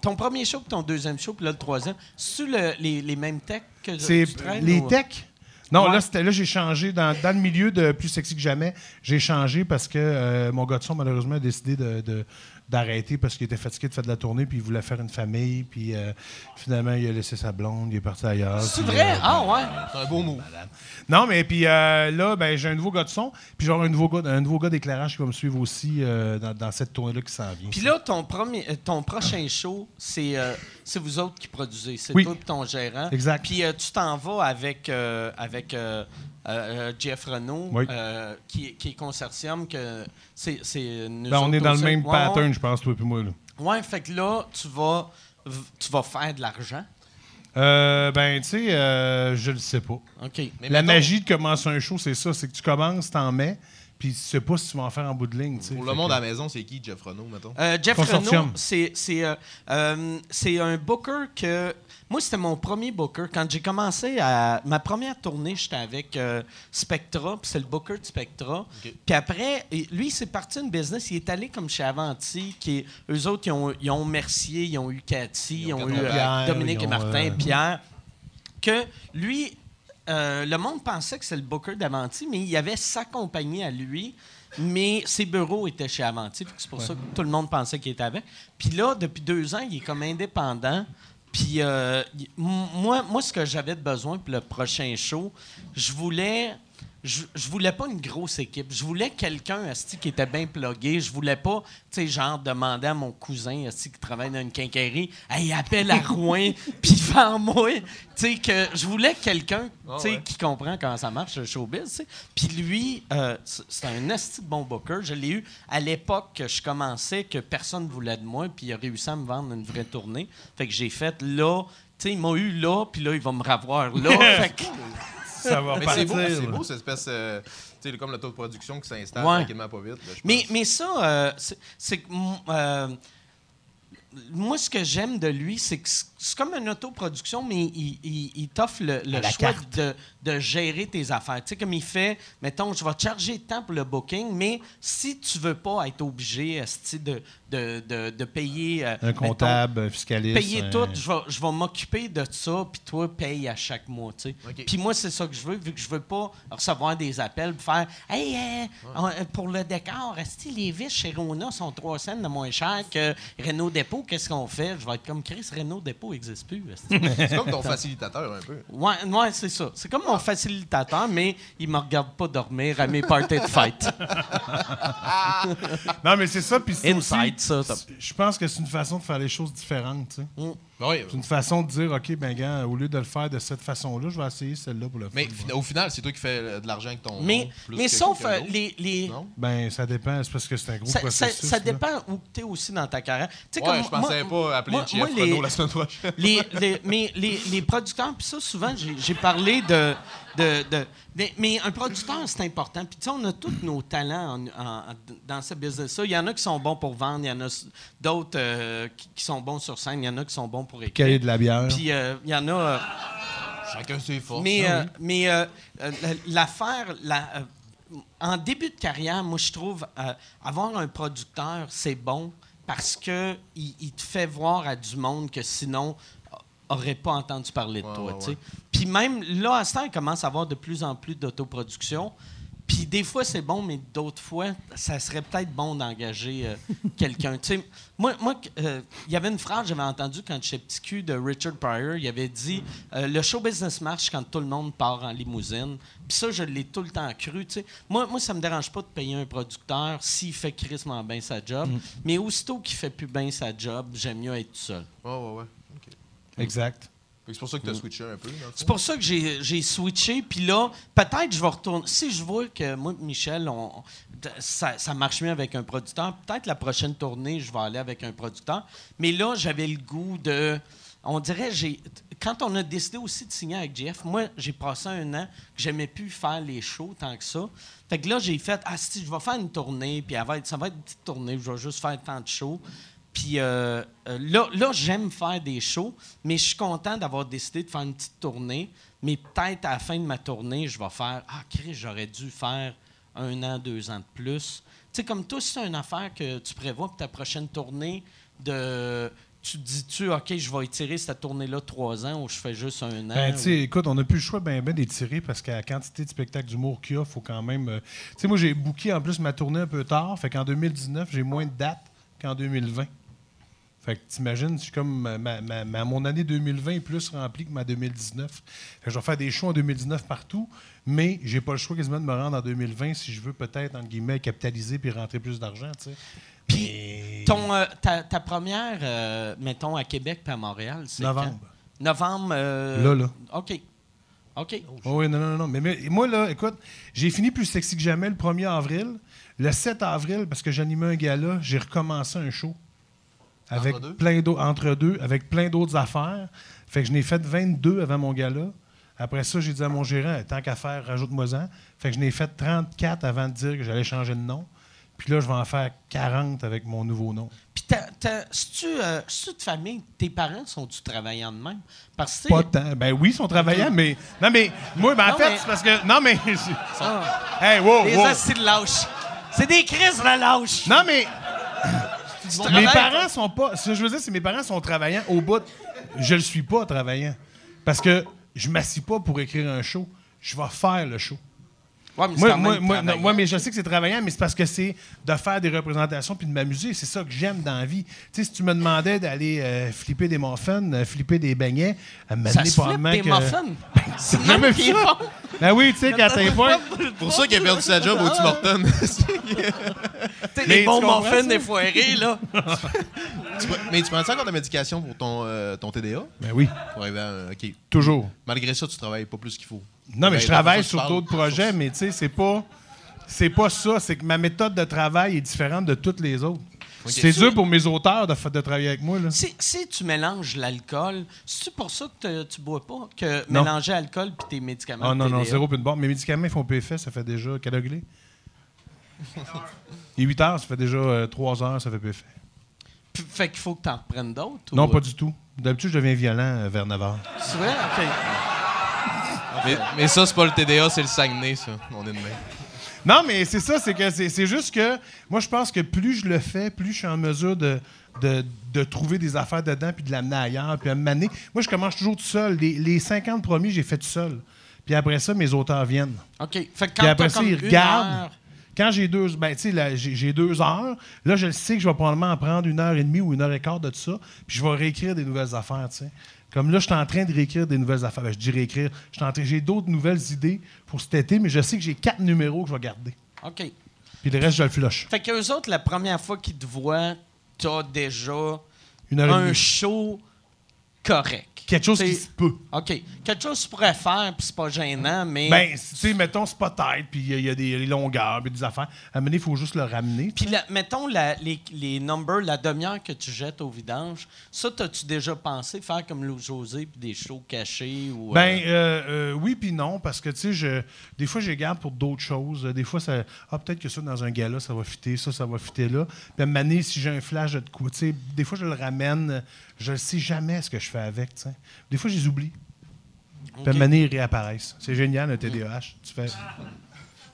S5: ton premier show puis ton deuxième show, puis là, le troisième, c'est-tu le- les, les mêmes techs que
S4: C'est
S5: tu traînes?
S4: les
S5: ou-
S4: techs. Non,
S5: Ouais.
S4: là, c'était- là, j'ai changé. Dans, dans le milieu de plus sexy que jamais, j'ai changé parce que euh, mon gars de son, malheureusement, a décidé de- de- d'arrêter parce qu'il était fatigué de faire de la tournée, puis il voulait faire une famille, puis euh, finalement, il a laissé sa blonde, il est parti ailleurs.
S5: C'est
S4: puis,
S5: vrai?
S4: euh,
S5: Ah, ouais.
S6: C'est un beau move.
S4: Non, mais puis euh, là, ben, j'ai un nouveau gars de son, puis genre un nouveau gars, un nouveau gars d'éclairage qui va me suivre aussi euh, dans, dans cette tournée-là qui s'en vient.
S5: Puis là, ton, premier, euh, ton prochain show, c'est euh, c'est vous autres qui produisez. C'est
S4: Oui.
S5: toi et ton gérant.
S4: Exact.
S5: Puis euh, tu t'en vas avec, euh, avec euh, euh, euh, Jeff Renault,
S4: Oui.
S5: euh, qui, est- qui est consortium. que c'est c'est nous
S4: Ben, on
S5: autres
S4: est dans le
S5: aussi.
S4: même
S5: Ouais,
S4: pattern, je pense, toi et moi. là.
S5: Ouais, Ouais, fait que là, tu vas, v- tu vas faire de l'argent.
S4: Euh, ben, tu sais, euh, je le sais pas.
S5: OK. Mais
S4: La
S6: mettons-
S4: magie de commencer un show, c'est ça, c'est que tu commences, t'en mets, puis tu sais pas si tu vas en faire en bout de ligne. tu sais.
S6: Pour
S4: Fait
S6: le
S4: que-
S6: monde à la maison, c'est qui, Jeff Renault, mettons?
S5: Euh, Jeff
S4: Consortium.
S5: Renault, c'est c'est, euh, euh, c'est un booker que. Moi, c'était mon premier booker. Quand j'ai commencé à. Ma première tournée, j'étais avec euh, Spectra, puis c'est le booker de Spectra. Puis après, et- lui, c'est parti d'une business. Il est allé comme chez Avanti, qui est- eux autres, ils ont, ils ont Mercier, ils ont eu Cathy, ils ont, eu euh,
S4: Pierre,
S5: Dominique
S4: ils
S5: et
S4: ont,
S5: Martin,
S4: euh,
S5: Pierre. Que lui, euh, le monde pensait que c'est le booker d'Avanti, mais il y avait sa compagnie à lui, mais ses bureaux étaient chez Avanti. fait que C'est pour ça que tout le monde pensait qu'il était avec. Puis là, depuis deux ans, il est comme indépendant. Puis euh, il- m- moi, moi, ce que j'avais de besoin pour le prochain show, je voulais. Je, je voulais pas une grosse équipe. Je voulais quelqu'un asti, qui était bien plugué. Je voulais pas, tu sais, genre demander à mon cousin asti, qui travaille dans une quincaillerie, hey, appelle à Rouen, puis vends-moi. Tu sais, que je voulais quelqu'un tu sais,
S6: ouais.
S5: qui comprend comment ça marche, le showbiz. tu sais. Puis lui, euh, c- c'est un asti de bon booker. Je l'ai eu à l'époque que je commençais, que personne voulait de moi, puis il a réussi à me vendre une vraie tournée. Fait que j'ai fait là, tu sais, il m'a eu là, puis là, il va me revoir là. Fait que-
S4: Ça va
S6: Ah, Mais c'est beau,
S4: partir,
S6: c'est
S4: là.
S6: beau, cette espèce. euh, tu Tu sais, comme le taux de production qui s'installe
S5: Ouais.
S6: tranquillement pas vite. là, je
S5: Mais,
S6: pense.
S5: mais ça, euh, c'est- c'est que. m- euh, moi, ce que j'aime de lui, c'est que c- c'est comme une autoproduction, mais il, il- il t'offre le, le
S2: À la
S5: choix
S2: carte.
S5: de, de gérer tes affaires. Tu sais, comme il fait, mettons, je vais te charger de temps pour le booking, mais si tu veux pas être obligé esti, de, de, de, de payer. euh,
S4: Un
S5: mettons,
S4: comptable, un fiscaliste.
S5: payer
S4: un-
S5: tout, je vais, je vais m'occuper de ça, puis toi, paye à chaque mois, tu sais.
S6: OK.
S5: Puis moi, c'est ça que je veux, vu que je veux pas recevoir des appels, puis faire « Hey, euh, euh, pour le décor, est-ce que les vis chez Rona sont trois cents de moins cher que Renault Dépôt? Qu'est-ce qu'on fait? » Je vais être comme « Chris, Renault Dépôt n'existe plus. esti.
S6: C'est comme ton facilitateur un peu. »
S5: Ouais, ouais c'est ça. C'est comme mon facilitateur, mais il me regarde pas dormir à mes parties de fête.
S4: Non, mais c'est ça. Puis c'est aussi-
S5: Inside, ça, ça-
S4: c'est- Je pense que c'est une façon de faire les choses différentes. tu sais.
S6: Oui,
S4: C'est une façon de dire, OK, ben, gars, au lieu de le faire de cette façon-là, je vais essayer celle-là pour le faire.
S6: mais fi- au final, c'est toi qui fais euh, de l'argent avec ton.
S5: Mais,
S6: nom plus
S5: mais
S6: que
S5: sauf
S6: quelqu'un
S5: euh,
S6: d'autre,
S5: les... les
S6: non?
S4: Ben, ça dépend. C'est parce que c'est un gros
S5: ça, ça-
S4: processus.
S5: ça
S4: là.
S5: dépend où tu es aussi dans ta carrière. Tu sais,
S6: Ouais,
S5: comme
S6: je pensais
S5: moi-
S6: pas appeler
S5: moi-
S6: Jeff
S5: moi, les-
S6: Renault la semaine prochaine.
S5: les, les- mais les, les producteurs, puis ça, souvent, j'ai j'ai parlé de, de, de- de- Mais un producteur, c'est important. Puis, tu sais, on a tous nos talents en- en- en- dans ce business-là. Il y en a qui sont bons pour vendre, il y en a s- d'autres euh, qui, qui sont bons sur scène, il y en a qui sont bons pour écrire.
S4: Cahier de la bière.
S5: Puis, euh, il y en a. euh,
S6: Chacun ses forces.
S5: mais euh, mais euh, euh, la- l'affaire, la- euh, en début de carrière, moi, je trouve euh, avoir un producteur, c'est bon parce que il, il te fait voir à du monde que sinon a- aurait pas entendu parler de
S6: Ouais,
S5: toi.
S6: ouais,
S5: tu sais. Puis même là, à ce temps, il commence à avoir de plus en plus d'autoproduction. Puis des fois, c'est bon, mais d'autres fois, ça serait peut-être bon d'engager euh, quelqu'un. Tu sais, moi, moi, qu- euh, il y avait une phrase que j'avais entendue quand j'étais petit cul de Richard Pryor. Il avait dit euh, Le show business marche quand tout le monde part en limousine. Puis ça, je l'ai tout le temps cru. tu sais. Moi, moi, ça me dérange pas de payer un producteur s'il fait crissement bien sa job. Mais aussitôt qu'il fait plus bien sa job, j'aime mieux être tout seul.
S6: Ouais, Ah, ouais, ouais. OK.
S4: Exact.
S6: Fait que C'est pour ça que tu as switché un peu. dans le fond.
S5: C'est pour ça que j'ai j'ai switché. Puis là, peut-être je vais retourner. Si je vois que moi et Michel, on, ça, ça marche mieux avec un producteur, peut-être la prochaine tournée, je vais aller avec un producteur. Mais là, j'avais le goût de. On dirait, j'ai. Quand on a décidé aussi de signer avec Jeff, moi, j'ai passé un an que j'aimais plus faire les shows tant que ça. Fait que là, j'ai fait, ah, si, je vais faire une tournée, puis elle va être- ça va être une petite tournée, je vais juste faire tant de shows. Puis euh, euh, là, là j'aime faire des shows, mais je suis content d'avoir décidé de faire une petite tournée. Mais peut-être à la fin de ma tournée, je vais faire Ah, Chris, j'aurais dû faire un an, deux ans de plus. Tu sais, comme toi, si c'est une affaire que tu prévois pour ta prochaine tournée, de tu te dis-tu, OK, je vais étirer cette tournée-là trois ans ou je fais juste un an.
S4: Ben,
S5: ou-
S4: tu sais, écoute, on n'a plus le choix ben, ben d'étirer parce qu'à la quantité de spectacles d'humour qu'il y a, faut quand même. euh, Tu sais, moi, j'ai booké en plus ma tournée un peu tard. Fait qu'en 2019, j'ai moins de dates qu'en 2020. Fait que t'imagines, je suis comme. euh, Ma, ma- ma- mon année 2020 est plus remplie que ma 2019. Fait que je vais faire des shows en 2019 partout, mais j'ai pas le choix quasiment de me rendre en 2020 si je veux peut-être, entre guillemets, capitaliser puis rentrer plus d'argent, tu sais.
S5: Puis ton, euh, ta, ta première, euh, mettons, à Québec puis à Montréal, c'est
S4: Novembre.
S5: quand? Novembre. euh,
S4: Là, là.
S5: OK. OK.
S4: Oh oui, non, non, non. Mais, mais- moi, là, écoute, j'ai fini plus sexy que jamais le 1er avril. Le 7 avril, parce que j'animais un gala, j'ai recommencé un show. Avec
S6: Entre deux?
S4: plein d'au- entre deux, avec plein d'autres affaires. Fait que je n'ai fait 22 avant mon gala. Après ça, j'ai dit à mon gérant, tant qu'à faire, rajoute-moi-en. Fait que je n'ai fait 34 avant de dire que j'allais changer de nom. Puis là, je vais en faire 40 avec mon nouveau nom.
S5: Puis, t'as- t'as- si-tu euh, si-tu de famille, tes parents sont-tu travaillant de même? Parce que.
S4: Pas tant. Ben oui, ils sont travaillants, mais. Non, mais. Moi, ben, en
S5: Non,
S4: fait,
S5: mais-
S4: c'est parce que. Non, mais.
S5: Ah,
S4: Hey, wow,
S5: les
S4: wow.
S5: assis de lâche. C'est des crises de lâche.
S4: Non, mais.
S5: Tu
S4: Mes
S5: travailles-
S4: parents sont pas. Ce que je veux dire, c'est que mes parents sont travaillants au bout. Je le suis pas travaillant. Parce que je m'assis pas pour écrire un show. Je vais faire le show.
S5: Ouais, mais c'est
S4: Moi,
S5: quand même
S4: moi, moi,
S5: travaillant.
S4: non, ouais, mais je sais que c'est travaillant, mais c'est parce que c'est de faire des représentations puis de m'amuser. C'est ça que j'aime dans la vie. Tu sais, si tu me demandais d'aller euh, flipper des muffins, euh, flipper des beignets, à
S5: ça
S4: m'amener
S5: se
S4: pas
S5: flippe
S4: mal
S5: des
S4: que-
S5: muffins. C'est
S4: J'ai jamais
S5: même
S4: vu
S5: qui est
S4: ça.
S5: bon.
S4: Ben oui, tu sais, quand t'es pas.
S6: pour ça qu'il a perdu sa job au Tim Hortons.
S5: T'sais,
S4: Mais
S5: Les
S4: tu
S5: bons
S4: comprends
S5: muffins
S4: ça?
S5: des foirés, là.
S6: Tu vois- mais tu prends encore de la médication pour ton, euh, ton TDA?
S4: Ben oui,
S6: Pour arriver à un- OK.
S4: toujours.
S6: Malgré ça, tu travailles pas plus qu'il faut.
S4: Non, mais
S6: Ben,
S4: je
S6: la
S4: travaille
S6: fois que tu
S4: sur
S6: parles,
S4: d'autres
S6: sur-
S4: projets, mais tu sais, c'est pas. C'est pas ça, c'est que ma méthode de travail est différente de toutes les autres. C'est dur pour mes auteurs de, fa- de travailler avec moi. Là.
S5: Si, si tu mélanges l'alcool, c'est pour ça que te- tu bois pas que
S4: Non.
S5: mélanger alcool puis tes médicaments.
S4: Ah non, non,
S5: TDA.
S4: zéro puis une barre. Mes médicaments ils font PFS, ça fait déjà quelle heure qu'il est? Et 8 heures, ça fait déjà 3 heures, ça fait PFS.
S5: Puis- Fait qu'il faut que t'en reprennes d'autres.
S4: Non,
S5: ou- euh?
S4: pas du tout. D'habitude, je deviens violent euh, vers 9 heures.
S5: C'est vrai? Ok.
S8: Mais, mais ça, c'est pas le TDA, c'est le Saguenay, ça. On est de même.
S4: Non, mais c'est ça, c'est que c'est c'est juste que moi, je pense que plus je le fais, plus je suis en mesure de, de, de trouver des affaires dedans, puis de l'amener ailleurs, puis à m'amener. Moi, je commence toujours tout seul. Les, les 50 premiers, j'ai fait tout seul. Puis après ça, mes auteurs viennent.
S5: OK. Fait que
S4: Puis
S5: quand
S4: après
S5: t'as
S4: ça,
S5: comme
S4: ils
S5: une
S4: regardent.
S5: heure-
S4: Quand j'ai deux, ben, tu sais, là, j'ai j'ai deux heures, là, je le sais que je vais probablement en prendre une heure et demie ou une heure et quart de tout ça, puis je vais réécrire des nouvelles affaires, tu sais. Comme là, je suis en train de réécrire des nouvelles affaires. Ben, je dis réécrire. Je suis en train- J'ai d'autres nouvelles idées pour cet été, mais je sais que j'ai quatre numéros que je vais garder.
S5: OK.
S4: Puis le reste, je le flush.
S5: Fait qu'eux autres, la première fois qu'ils te voient, t'as déjà
S4: Une heure et
S5: un
S4: demie.
S5: show correct.
S4: Quelque chose
S5: T'sais,
S4: qui se peut.
S5: OK. Quelque chose que tu pourrais faire, puis c'est pas gênant, mais.
S4: Ben, tu sais, mettons, c'est pas tête, puis il y a- il y, a des longueurs, puis des affaires. À un moment donné, il faut juste le ramener.
S5: Puis, la- mettons, la- les, les numbers, la demi-heure que tu jettes au vidange, ça, t'as-tu déjà pensé faire comme Lou José, puis des shows cachés ou. euh,
S4: Ben euh, euh, oui puis non parce que tu sais je des fois je les garde pour d'autres choses, des fois ça ah peut-être que ça dans un gala ça va fitter, ça ça va fitter là. Puis à un moment donné, si j'ai un flash de coup, tu sais des fois je le ramène, je ne sais jamais ce que je fais avec, tu sais. Des fois je les oublie. Puis à un
S5: OK.
S4: moment donné, ils réapparaissent. C'est génial un TDAH, tu fais
S6: Tu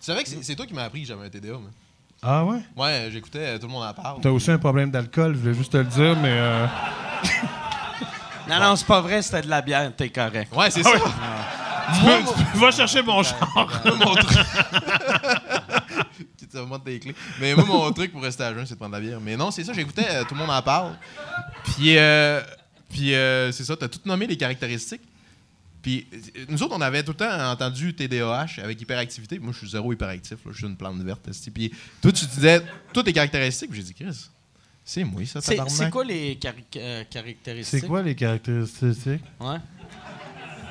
S6: savais que c'est- c'est toi qui m'as appris que j'avais un TDA, moi.
S4: Ah ouais.
S6: Ouais, euh, j'écoutais euh, tout le monde en parle.
S4: T'as aussi un problème d'alcool, je voulais juste te le dire mais euh,
S5: Non, non, c'est pas vrai, c'était de la bière, t'es correct.
S6: Ouais, c'est ça.
S4: tu peux- tu peux- va chercher mon genre.
S6: Mon truc. Tu te montres tes clés. Mais moi, mon truc pour rester à jeun, c'est de prendre de la bière. Mais non, c'est ça, j'écoutais, euh, tout le monde en parle. Puis, euh, puis euh, c'est ça, t'as tout nommé les caractéristiques. Puis euh, nous autres, on avait tout le temps entendu TDAH avec hyperactivité. Moi, je suis zéro hyperactif, là. je suis une plante verte. esti. Puis toi, tu disais toutes tes caractéristiques. Puis J'ai dit, Chris, c'est moi, ça,
S5: C'est
S6: tabarnak.
S5: c'est quoi les cari- euh, caractéristiques?
S4: C'est quoi les caractéristiques
S5: Ouais.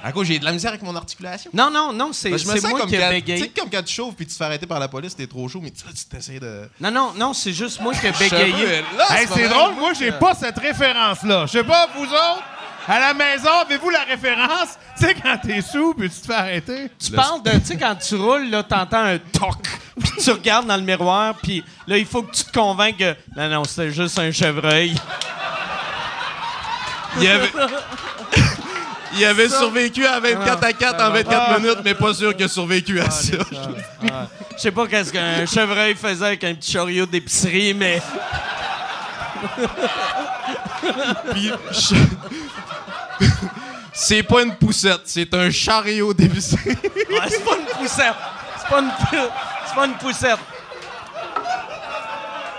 S6: À cause, j'ai de la misère avec mon articulation.
S5: Non, non, non, c'est
S6: Ben, je me
S5: c'est
S6: sens
S5: moi
S6: comme
S5: qui ai
S6: quand, tu sais,
S5: bégayé.
S6: comme quand tu chauffes puis tu te fais arrêter par la police, t'es trop chaud, mais tu tu t'essayes de.
S5: Non, non, non, c'est juste moi qui ai
S6: Je suis un peu-
S5: bégayé.
S6: Là,
S4: Hey,
S6: ce
S4: c'est
S6: moment-
S4: drôle, moi, j'ai pas cette référence-là. Je sais pas, vous autres, à la maison, avez-vous la référence? Tu sais, quand t'es sous, puis tu te fais arrêter.
S5: Tu parles de, tu sais, quand tu roules, là, t'entends un toc, puis tu regardes dans le miroir, puis là, il faut que tu te convainques que, non, non, c'est juste un chevreuil.
S8: Il avait, il avait survécu à 24 à 4
S4: Ah.
S8: en 24 minutes, mais pas sûr qu'il a survécu à ça.
S5: Je sais pas qu'est-ce qu'un chevreuil faisait avec un petit chariot d'épicerie, mais
S8: Puis, je- c'est pas une poussette, c'est un chariot d'épicerie.
S5: Ouais, c'est pas une poussette. C'est pas une, pou- c'est pas une poussette.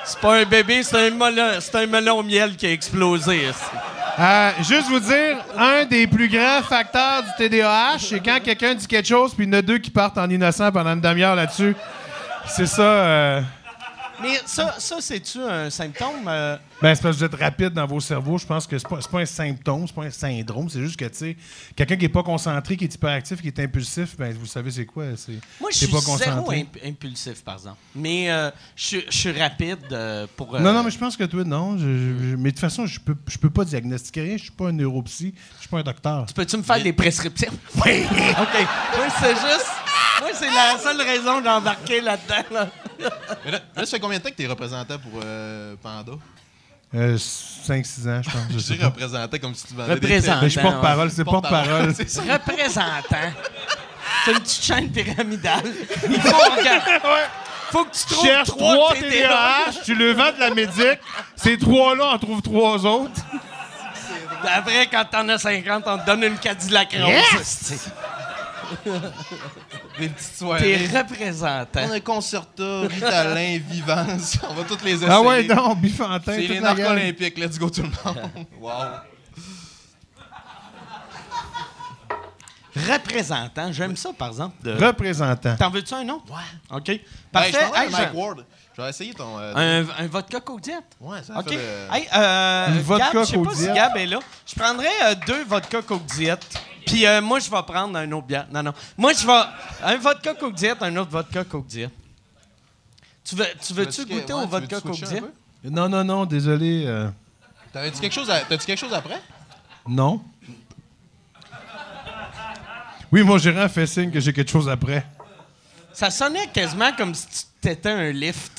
S5: C'est pas un bébé, c'est un melon, c'est un melon au miel qui a explosé. ici.
S4: Euh, juste vous dire, un des plus grands facteurs du TDAH, c'est quand quelqu'un dit quelque chose, puis il y en a deux qui partent en innocent pendant une demi-heure là-dessus. C'est ça. euh,
S5: Mais ça, ça c'est-tu un symptôme? euh,
S4: Ben, c'est parce que vous êtes rapide dans vos cerveaux. Je pense que c'est pas, c'est pas un symptôme, c'est pas un syndrome. C'est juste que, tu sais, quelqu'un qui est pas concentré, qui est hyperactif, qui est impulsif, ben, vous savez c'est quoi? C'est
S5: Moi, je
S4: c'est
S5: suis
S4: pas
S5: zéro
S4: concentré.
S5: imp- impulsif, par exemple. Mais euh, je suis- je suis rapide euh, pour... euh,
S4: Non, non, mais je pense que toi, non. Je- je- je- mais de toute façon, je peux, je peux pas diagnostiquer rien. Je suis pas un neuropsy. Je suis pas un docteur.
S5: Peux-tu me faire des prescriptions? Oui! OK. Moi, c'est juste... Moi, c'est la seule raison d'embarquer là-dedans. là.
S6: Mais là, là, ça fait combien de temps que t'es représentant pour euh, Panda?
S4: Euh, 5-6 ans, je pense. Je
S6: Je
S4: sais
S6: dis
S4: pas.
S6: représentant comme si tu vendais
S5: Représentant.
S6: des
S4: Mais je suis porte-parole. C'est
S6: Porte-parole.
S4: porte-parole.
S6: C'est ça.
S5: représentant. C'est une petite chaîne pyramidale. Il faut, regarde, faut que tu trouves
S4: Cherche
S5: trois,
S4: 3
S5: TDAH.
S4: TDAH, tu le vends de la médic. Ces trois-là, on trouve trois autres.
S5: Après, quand t'en as 50, on te donne une Cadillac rose.
S6: Des petites
S5: T'es
S6: soirées. On
S5: représentant.
S6: a Concerta, Ritalin, Vivance. On va toutes les essayer.
S4: Ah ouais, non, Bifantin.
S6: C'est
S4: toute
S6: les
S4: la
S6: narcos
S4: gang.
S6: olympiques. Let's go tout le monde. wow.
S5: Représentant, j'aime ça, par exemple. de-
S4: Représentant.
S5: T'en veux-tu un autre? Ouais. OK.
S6: Hey,
S5: Parfait.
S6: Ben, je t'en
S5: Hey,
S6: ai Mike
S5: Jean-
S6: Ward. Je vais essayer ton... euh,
S5: un, un vodka Coke Diet.
S6: Ouais, ça
S5: OK.
S6: fait le-
S5: Hey, euh,
S4: Une vodka
S5: Gab, je sais
S4: Coke
S5: pas si
S4: Diet.
S5: Gab est là. Je prendrais euh, deux vodka Coke Diet. Puis euh, moi, je vais prendre un autre bière. Non, non. Moi, je vais... Un vodka Coke Diet, un autre vodka Coke Diet. Tu veux- tu veux-tu
S6: Veux-tu que-
S5: goûter
S6: ouais,
S5: au
S6: tu veux-tu
S5: vodka Coke
S6: switcher un
S5: Diet?
S6: peu?
S4: Non, non, non, désolé. euh,
S5: T'avais-tu quelque chose, à- t'as-tu quelque chose après?
S4: non. Oui, mon gérant fait signe que j'ai quelque chose après.
S2: Ça sonnait quasiment comme si tu t'étais un lift.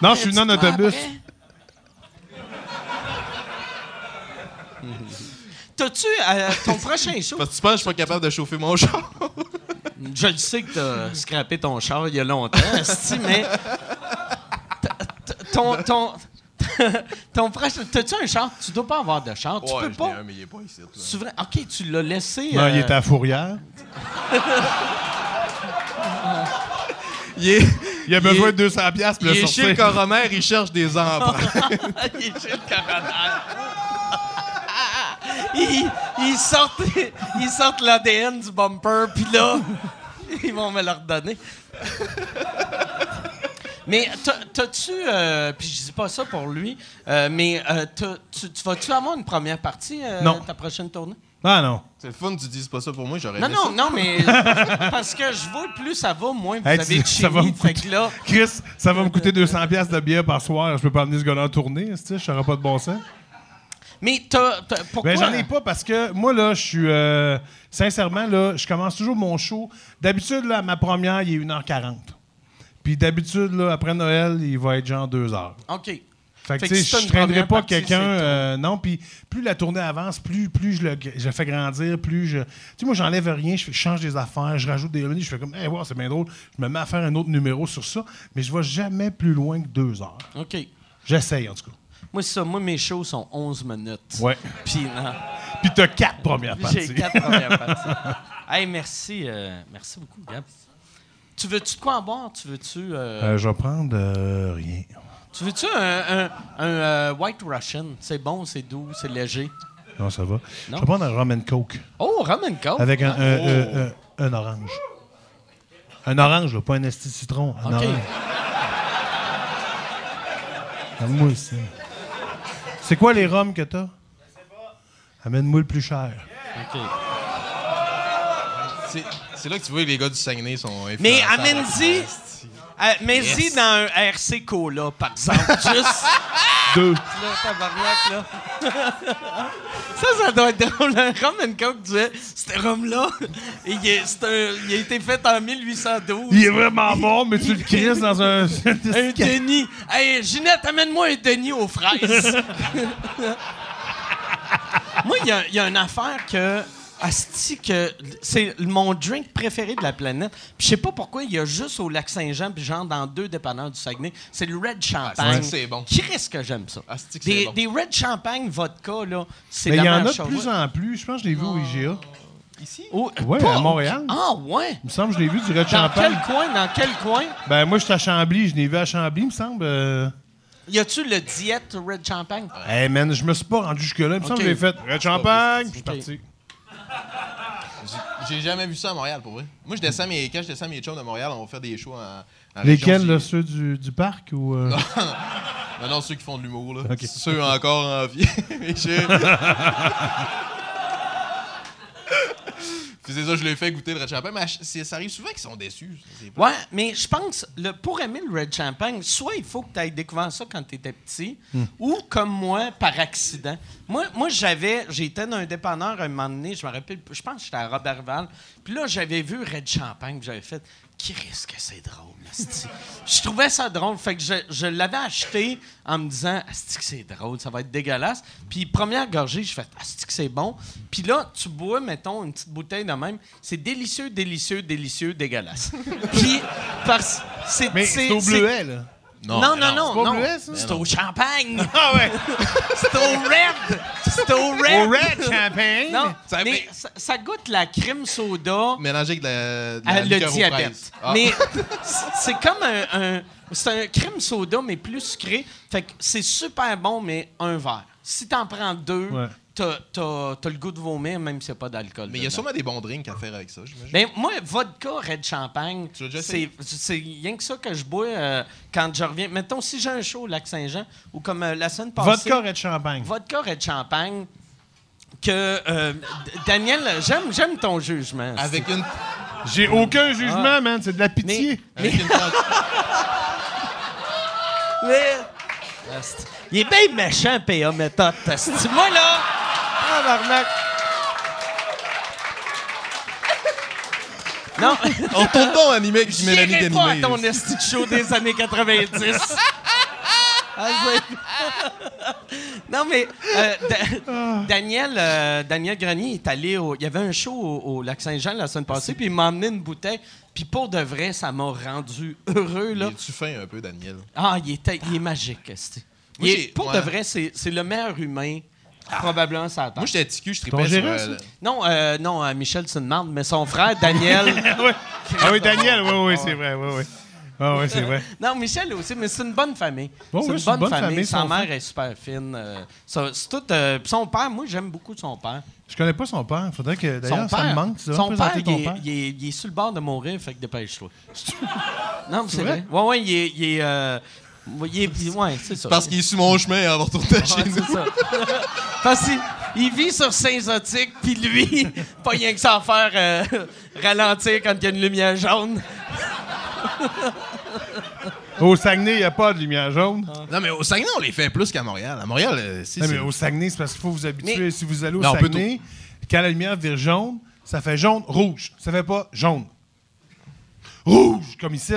S4: Non, je suis venu en autobus.
S2: T'as-tu euh, ton prochain show?
S6: Parce que tu penses que je suis pas capable de chauffer mon char?
S2: Je le sais que t'as scrappé ton char il y a longtemps, esti, mais. t- t- Ton. ton ton prochain. T'as-tu un char? Tu dois pas
S4: Ah,
S2: avoir de char. Tu
S5: Ouais,
S2: peux
S5: je
S2: pas.
S5: l'ai un, mais il est pas ici. là.
S2: Tu vrai- Ok, tu l'as laissé.
S4: Non, il
S2: euh,
S4: était à Fourrière.
S6: Il est,
S4: Il a besoin de 200 piastres pour
S6: il
S4: le
S6: est chez le
S4: sortir.
S6: coroner, il cherche des emprunts.
S2: il est chez le coroner. ils, ils sortent, ils sortent l'ADN du bumper, puis là, ils vont me le redonner. Mais t'as- t'as-tu, euh, puis je dis pas ça pour lui, euh, mais euh, t'as- tu, tu vas-tu avoir une première partie euh,
S4: Non.
S2: ta prochaine tournée?
S4: Ah non.
S5: C'est le fun, tu dises pas ça pour moi, j'aurais
S2: Non,
S5: aimé
S2: non,
S5: ça.
S2: non, mais parce que je vois plus ça va, moins vous
S4: Hey,
S2: avez
S4: tu-
S2: de
S4: ça va
S2: chimie,
S4: me
S2: fait
S4: coûter-
S2: que là,
S4: Chris, ça va me coûter 200 piastres de bière par soir. Je peux pas amener ce gars-là en tournée, est-ce que je saurais pas de bon sens.
S2: mais t'as, t'as- pourquoi?
S4: Ben, j'en ai pas parce que moi, là, je suis. euh, sincèrement, là, je commence toujours mon show. D'habitude, là, ma première, il est 1h40. Puis d'habitude, là, après Noël, il va être genre 2h.
S2: Ok.
S4: Fait
S2: Fait
S4: que, tu
S2: que
S4: sais,
S2: si t'as
S4: je
S2: une
S4: traînerai
S2: première
S4: pas
S2: partie,
S4: quelqu'un.
S2: c'est tout.
S4: euh, non, puis plus la tournée avance, plus, plus je le je fais grandir, plus je. Tu sais, moi, j'enlève rien, je fais- je change des affaires, je rajoute des menus, je fais comme, hey, wow, c'est bien drôle. Je me mets à faire un autre numéro sur ça, mais je vais jamais plus loin que 2 heures.
S2: OK.
S4: J'essaye, en tout cas.
S2: Moi, c'est ça. Moi, mes shows sont 11 minutes.
S4: Ouais.
S2: Puis, non.
S4: Puis t'as quatre premières
S2: Puis
S4: parties.
S2: J'ai quatre premières parties. Hey, merci. euh, merci beaucoup, Gab. Tu veux-tu de quoi en boire? Tu veux-tu euh,
S4: Euh, je vais prendre euh, rien.
S2: tu veux-tu un, un- un, euh, White Russian? C'est bon, c'est doux, c'est léger.
S4: Non, ça va.
S2: Non.
S4: Je vais prendre un rum and coke
S2: Oh, rum and coke.
S4: avec un, un- un-
S2: Oh!
S4: un- un orange. Un orange, là, pas un esti de citron. Un
S2: OK.
S4: orange. Ah, moi aussi. C'est quoi les rums que t'as? Amène-moi le plus cher.
S2: OK.
S5: C'est- C'est là que tu vois que les gars du Saguenay sont
S2: Mais
S6: Ah,
S5: influençables.
S2: amène-y... euh, Mets-y dans un RC Cola, par exemple. Juste...
S4: Deux.
S2: Là, tabarnak, là. ça, ça doit être drôle. Un rum and coke du... Ce rhum-là, il, est- c'est un- il a été fait en 1812.
S4: Il est vraiment bon, mais tu le crises dans un.
S2: Un Denis. Hey, Ginette, amène-moi un Denis aux fraises. Moi, il y, a- il y a une affaire que. Asti, que c'est mon drink préféré de la planète. Puis je sais pas pourquoi, il y a juste au Lac-Saint-Jean, puis genre dans deux dépanneurs du Saguenay, c'est le Red Champagne.
S5: Asti que Ah, c'est bon.
S2: Qui risque que j'aime ça?
S5: Asti que c'est
S2: Des,
S5: bon.
S2: des Red Champagne vodka, là, c'est
S4: mais
S2: la
S4: il y en
S2: meilleure
S4: a de
S2: chose.
S4: plus en plus. Je pense que je l'ai vu au IGA.
S2: Oh,
S4: Ouais,
S2: pas-
S4: à Montréal.
S2: Ah, ouais?
S4: Il me semble que je l'ai vu du Red
S2: Dans
S4: Champagne.
S2: quel coin? Dans quel coin?
S4: Ben, moi, je suis à Chambly. Je l'ai vu à Chambly, il me semble. euh.
S2: Y a-tu le diète Red Champagne?
S4: Hey man, je me suis pas rendu jusque-là. Il me semble que j'ai fait Red Champagne, puis je suis parti.
S5: J'ai- J'ai jamais vu ça à Montréal, pour vrai. Moi, je descends mes... Quand je descends mes chums de Montréal, on va faire des shows en, en
S4: Lesquels,
S5: région,
S4: là,
S5: j'ai-
S4: ceux du, du parc ou. euh?
S5: Non, non, ceux qui font de l'humour, là.
S4: Ok.
S5: Ceux encore en vie. Mais je... Puis c'est ça, je l'ai fait goûter le Red Champagne, mais ach- c'est- ça arrive souvent qu'ils sont déçus. C'est pas-
S2: Ouais, mais je pense, le, pour aimer le Red Champagne, soit il faut que tu aies découvert ça quand tu étais petit,
S4: Hmm.
S2: ou comme moi, par accident. Moi, moi j'avais, j'étais dans un dépanneur un moment donné, je me rappelle, je pense que j'étais à Robertval, puis là, j'avais vu Red Champagne, puis j'avais fait, qui risque que c'est drôle, asti? Je trouvais ça drôle, fait que je, je l'avais acheté en me disant, asti que c'est drôle, ça va être dégueulasse. Puis première gorgée, j'ai fait, asti que c'est bon. Puis là, tu bois, mettons, une petite bouteille de même, c'est délicieux, délicieux, délicieux, dégueulasse. Puis, parce c'est
S4: Mais c'est au
S2: c'est-
S4: bleuet, là.
S2: Non, non, non,
S4: pas
S2: non.
S4: au bleuet, ça?
S2: C'est au champagne.
S4: Ah ouais!
S2: C'est au red. C'est au red.
S4: Champagne!
S2: Non,
S5: Ça
S2: mais
S5: fait-
S2: ça, ça goûte la crème soda
S5: Mélangé avec de la, de la
S2: à le
S5: liqueur aux
S2: diabète.
S5: fraises. Ah.
S2: Mais c'est- c'est comme un, un- c'est un crème soda mais plus sucré. Fait que c'est super bon mais un verre. Si t'en prends deux,
S4: Ouais.
S2: t'as, t'as- t'as le goût de vomir même s'il n'y a pas d'alcool.
S5: Mais il y a
S2: dedans.
S5: sûrement des bons drinks à faire avec ça, j'imagine.
S2: Ben, moi, vodka, red champagne,
S5: Tu l'as déjà
S2: c'est
S5: essayé?
S2: c'est rien que ça que je bois euh, quand je reviens. Mettons, si j'ai un show au Lac-Saint-Jean, ou comme euh, la semaine passée...
S4: Vodka Red Champagne.
S2: Vodka red champagne, que... euh, D- Daniel, j'aime j'aime ton jugement.
S5: Avec une,
S4: J'ai
S5: Ah.
S4: aucun jugement, man, c'est de la pitié.
S5: avec une, Mais. Asti. Il est bien méchant, PA méthode. asti. Moi, là. Tabarnak. Non,
S6: On tourne donc animé avec du Mélanie
S5: j'irai pas à
S6: Ganimé.
S5: ton esti de show des années 90. Ah, c'est- non, mais euh, Da- Daniel, euh, Daniel Grenier est allé au... Il y avait un show au, au Lac-Saint-Jean la semaine passée, puis il m'a emmené une bouteille. Puis pour de vrai, ça m'a rendu heureux, là.
S2: tu fin un peu, Daniel?
S5: Ah, il est, il est magique, esti. Il
S2: Moi,
S5: est-
S2: j'ai-
S5: pour
S2: ouais.
S5: de vrai, c'est c'est le meilleur humain probablement ça
S2: Moi, j'étais TQ, je
S4: Ton
S2: tripais sur...
S4: gérant,
S2: euh,
S5: Non, euh, non, euh, Michel, c'est une marde, mais son frère, Daniel...
S9: Ah oui, Daniel, oui, oui, c'est vrai, oui, oui.
S4: Ah oui, c'est vrai.
S5: non, Michel aussi, mais c'est une bonne famille.
S4: Bon,
S5: c'est
S4: oui,
S5: une,
S4: c'est une
S5: bonne
S4: bonne
S5: famille.
S4: famille,
S5: Sa
S4: son
S5: mère est super fine. euh, ça- c'est tout, euh, pis son père, moi, j'aime beaucoup son père.
S4: Je connais pas son père. Faudrait que.
S5: Son
S4: D'ailleurs, ça
S5: père,
S4: me manque. Tu devrais
S5: son
S4: me
S5: père,
S4: présenter
S5: il,
S4: ton
S5: est,
S4: père.
S5: il est- il est sur le bord de mourir, fait que dépêche-toi. non, mais c'est vrai. Ouais, ouais, il est. Il est euh, il est- ouais, c'est ça.
S6: Parce qu'il est sur mon chemin avant de retourner
S5: Ouais,
S6: chez nous.
S5: c'est ça. Parce qu'il Ah, il vit sur Saint-Zotique, puis lui, pas rien que ça à faire euh, ralentir quand il y a une lumière jaune.
S4: Au Saguenay, il n'y a pas de lumière jaune.
S2: Non, mais au Saguenay, on les fait plus qu'à Montréal. À Montréal, euh, si,
S4: Non,
S2: c'est-
S4: mais au Saguenay, c'est parce qu'il faut vous habituer.
S5: Mais-
S4: Si vous allez au
S2: Non, on peut
S4: Saguenay, quand la lumière vire jaune, ça fait jaune, rouge. Ça fait pas jaune. Rouge, comme ici.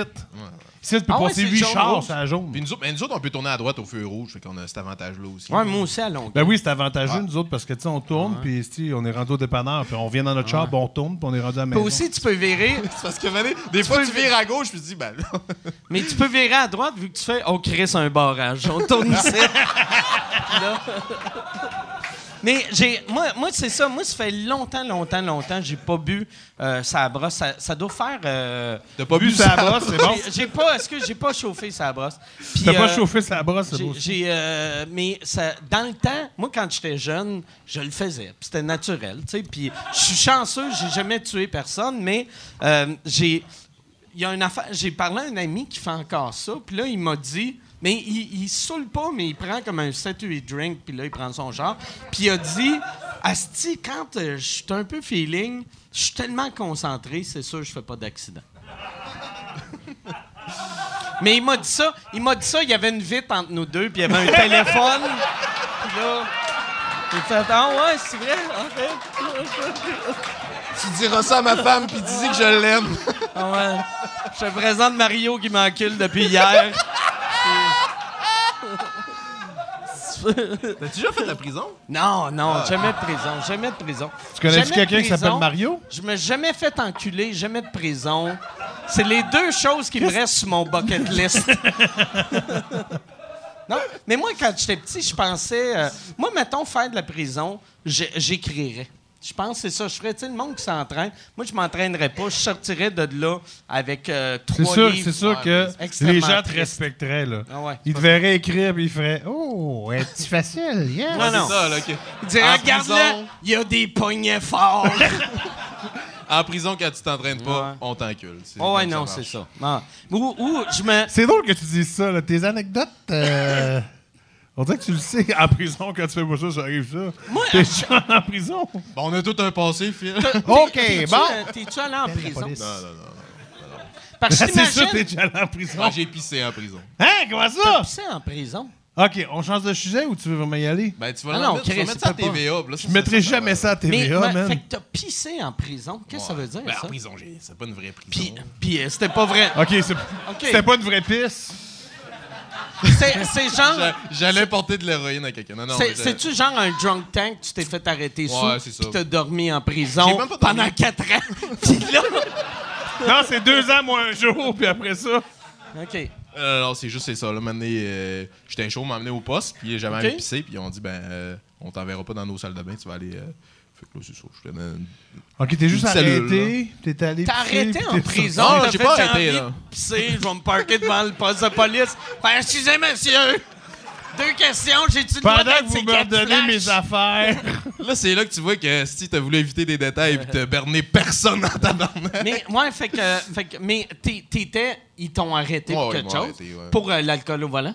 S4: Ici, tu peux
S5: Ah ouais,
S4: passer
S5: c'est
S4: 8
S5: jaune,
S4: chars
S5: rouge.
S4: sur la jaune.
S2: Puis nous autres, mais nous autres, on peut tourner à droite au feu rouge, fait qu'on a cet avantage-là aussi.
S5: Ouais, moi aussi à Longueuil.
S4: Ben oui, c'est avantageux, nous autres, parce que, tu sais, on tourne, puis, tu sais, on est rendu au dépanneur, puis on vient dans notre char, puis on tourne, puis on est rendu à la
S5: Puis
S4: maison.
S5: aussi, tu peux virer,
S6: C'est parce que Vané, des fois, tu vires à gauche, puis tu dis, ben là.
S5: mais tu peux virer à droite vu que tu fais « On crée un barrage, on tourne ici. » Là. Mais j'ai, moi, moi c'est ça. Moi, ça fait longtemps, longtemps, longtemps j'ai pas bu euh, sa brosse. Ça, ça doit faire... euh,
S6: T'as pas
S4: Bu
S6: bu
S4: sa
S6: ça.
S4: brosse, c'est bon.
S5: j'ai- J'ai pas... Est-ce que j'ai pas chauffé sa brosse? Puis,
S4: T'as pas
S5: euh,
S4: chauffé sa brosse, c'est
S5: J'ai-
S4: beau.
S5: J'ai, euh, mais ça, dans le temps, moi, quand j'étais jeune, je le faisais. puis C'était naturel, tu sais. Puis je suis chanceux, j'ai jamais tué personne, mais euh, j'ai... Il y a une affaire... J'ai parlé à un ami qui fait encore ça, puis là, il m'a dit... Mais il, il saoule pas, mais il prend comme un 7-8 drink, puis là, il prend son genre. Puis il a dit... Asti, quand euh, je suis un peu feeling, je suis tellement concentré, c'est sûr je fais pas d'accident. Mais il m'a dit ça. Il m'a dit ça. Il y avait une vitre entre nous deux, puis il y avait un téléphone. Puis là, j'ai fait Ah ouais, c'est vrai, en fait.
S6: Tu diras ça à ma femme, puis dis que je l'aime.
S5: Ah ouais. Je te présente Mario qui m'encule depuis hier.
S2: T'as-tu déjà fait de la prison?
S5: Non, non,
S4: Ah.
S5: jamais de prison, jamais de prison.
S4: Tu connais-tu
S5: Jamais de
S4: quelqu'un qui s'appelle
S5: prison.
S4: Mario?
S5: Je me suis jamais fait enculer, jamais de prison. C'est les deux choses qui me restent sur mon bucket list. non, mais moi, quand j'étais petit, je pensais... euh, moi, mettons, faire de la prison, j'ai- j'écrirais. Je pense que c'est ça. Je ferais, tu sais, le monde qui s'entraîne. Moi, je m'entraînerais pas. Je sortirais de là avec euh,
S4: C'est
S5: trois
S4: sûr,
S5: livres.
S4: c'est sûr que
S5: c'est extrêmement
S4: les gens te
S5: triste.
S4: respecteraient, là.
S5: Ah ouais.
S4: Ils te verraient écrire, puis ils feraient « Oh, est-tu facile? Yes!
S5: Non, non.
S6: Ça, là, ok.
S5: Il dirait,
S6: En
S5: regarde-le,
S6: prison.
S5: il y a des poignets forts.
S6: En prison, quand tu t'entraînes pas,
S5: Ouais.
S6: on t'encule. C'est
S5: oh, ouais,
S6: comme ça
S5: non,
S6: marche.
S5: c'est ça. Ah. Ou, ou je me... »
S4: C'est drôle que tu dises ça, là. Tes anecdotes, euh, on dirait que tu le sais. En prison, quand tu fais pas ça, ça arrive ça.
S5: Moi,
S4: T'es genre en prison.
S6: Bon, on a tout un passé, Phil.
S4: OK,
S5: T'es-tu,
S4: bon.
S5: euh, T'es-tu allé en prison? Parce que
S4: Ah, Ben, C'est sûr, t'es
S5: j'imagine...
S4: déjà allé en prison.
S6: Moi, j'ai pissé en prison.
S4: Hein, comment ça?
S5: C'est en prison.
S4: OK, on change de sujet ou tu veux vraiment y aller?
S6: Ben, tu
S5: Ah
S6: vas
S5: non,
S6: l'en mettre- tu vas
S5: Chris,
S6: mettre ça à
S5: tu peux pas.
S6: TVA. puis là,
S4: Je
S6: ça-
S4: mettrai
S6: ça-
S4: jamais ça à
S5: Mais,
S4: TVA,
S5: mais- fait
S4: Eh, ah, man.
S5: que t'as pissé en prison. Qu'est-ce que ça veut dire,
S6: Ben,
S5: ça?
S6: en prison, j'ai- c'est pas une vraie prison.
S5: Puis, puis, euh, c'était pas vrai.
S4: OK, c'est- c'était pas une vraie pisse.
S5: C'est c'est genre...
S6: J'a- J'allais porter de l'héroïne à quelqu'un. Non, non,
S5: c'est-
S6: mais j'allais-
S5: C'est-tu genre un drunk tank, tu t'es fait arrêter
S6: Ouais,
S5: sous,
S6: c'est ça.
S5: puis t'as dormi en
S6: J'ai
S5: prison
S6: même pas dormi.
S5: pendant quatre ans? puis là...
S4: Non, c'est deux ans moins un jour, puis après ça...
S5: OK.
S6: Euh, non, c'est juste c'est ça. Là, m'amener, euh, j'étais chaud, m'amener au poste, puis j'avais
S5: Ok.
S6: envie de pisser, puis on dit ben, euh, on t'enverra pas dans nos salles de bain, tu vas aller. euh, Fait que là, c'est ça. Je te donne-
S4: OK, t'es juste
S6: Une cellule,
S4: arrêté, t'es allé...
S5: T'as
S4: pisser,
S5: arrêté
S4: puis
S5: en
S4: t'es
S5: prison.
S6: Non,
S5: t'as
S6: Ah, j'ai
S5: fait,
S6: pas
S5: envie
S6: arrêté,
S5: de
S6: là.
S5: pisser, je vais me parker devant le poste de police. Ben, excusez, monsieur. Deux questions, j'ai-tu le droit
S4: Pendant que
S5: d'être
S4: vous
S5: ces
S4: me
S5: quatre
S4: redonnez mes
S5: flashs?
S4: affaires...
S6: Là, c'est là que tu vois que si t'as voulu éviter des détails, puis t'as berné personne dans ta bande.
S5: Mais, ouais, fait que, fait que- mais t'es- t'étais, ils t'ont arrêté
S6: Ouais,
S5: pour
S6: ouais, ils
S5: quelque
S6: m'ont
S5: chose?
S6: arrêté, ouais.
S5: Pour euh, l'alcool au volant?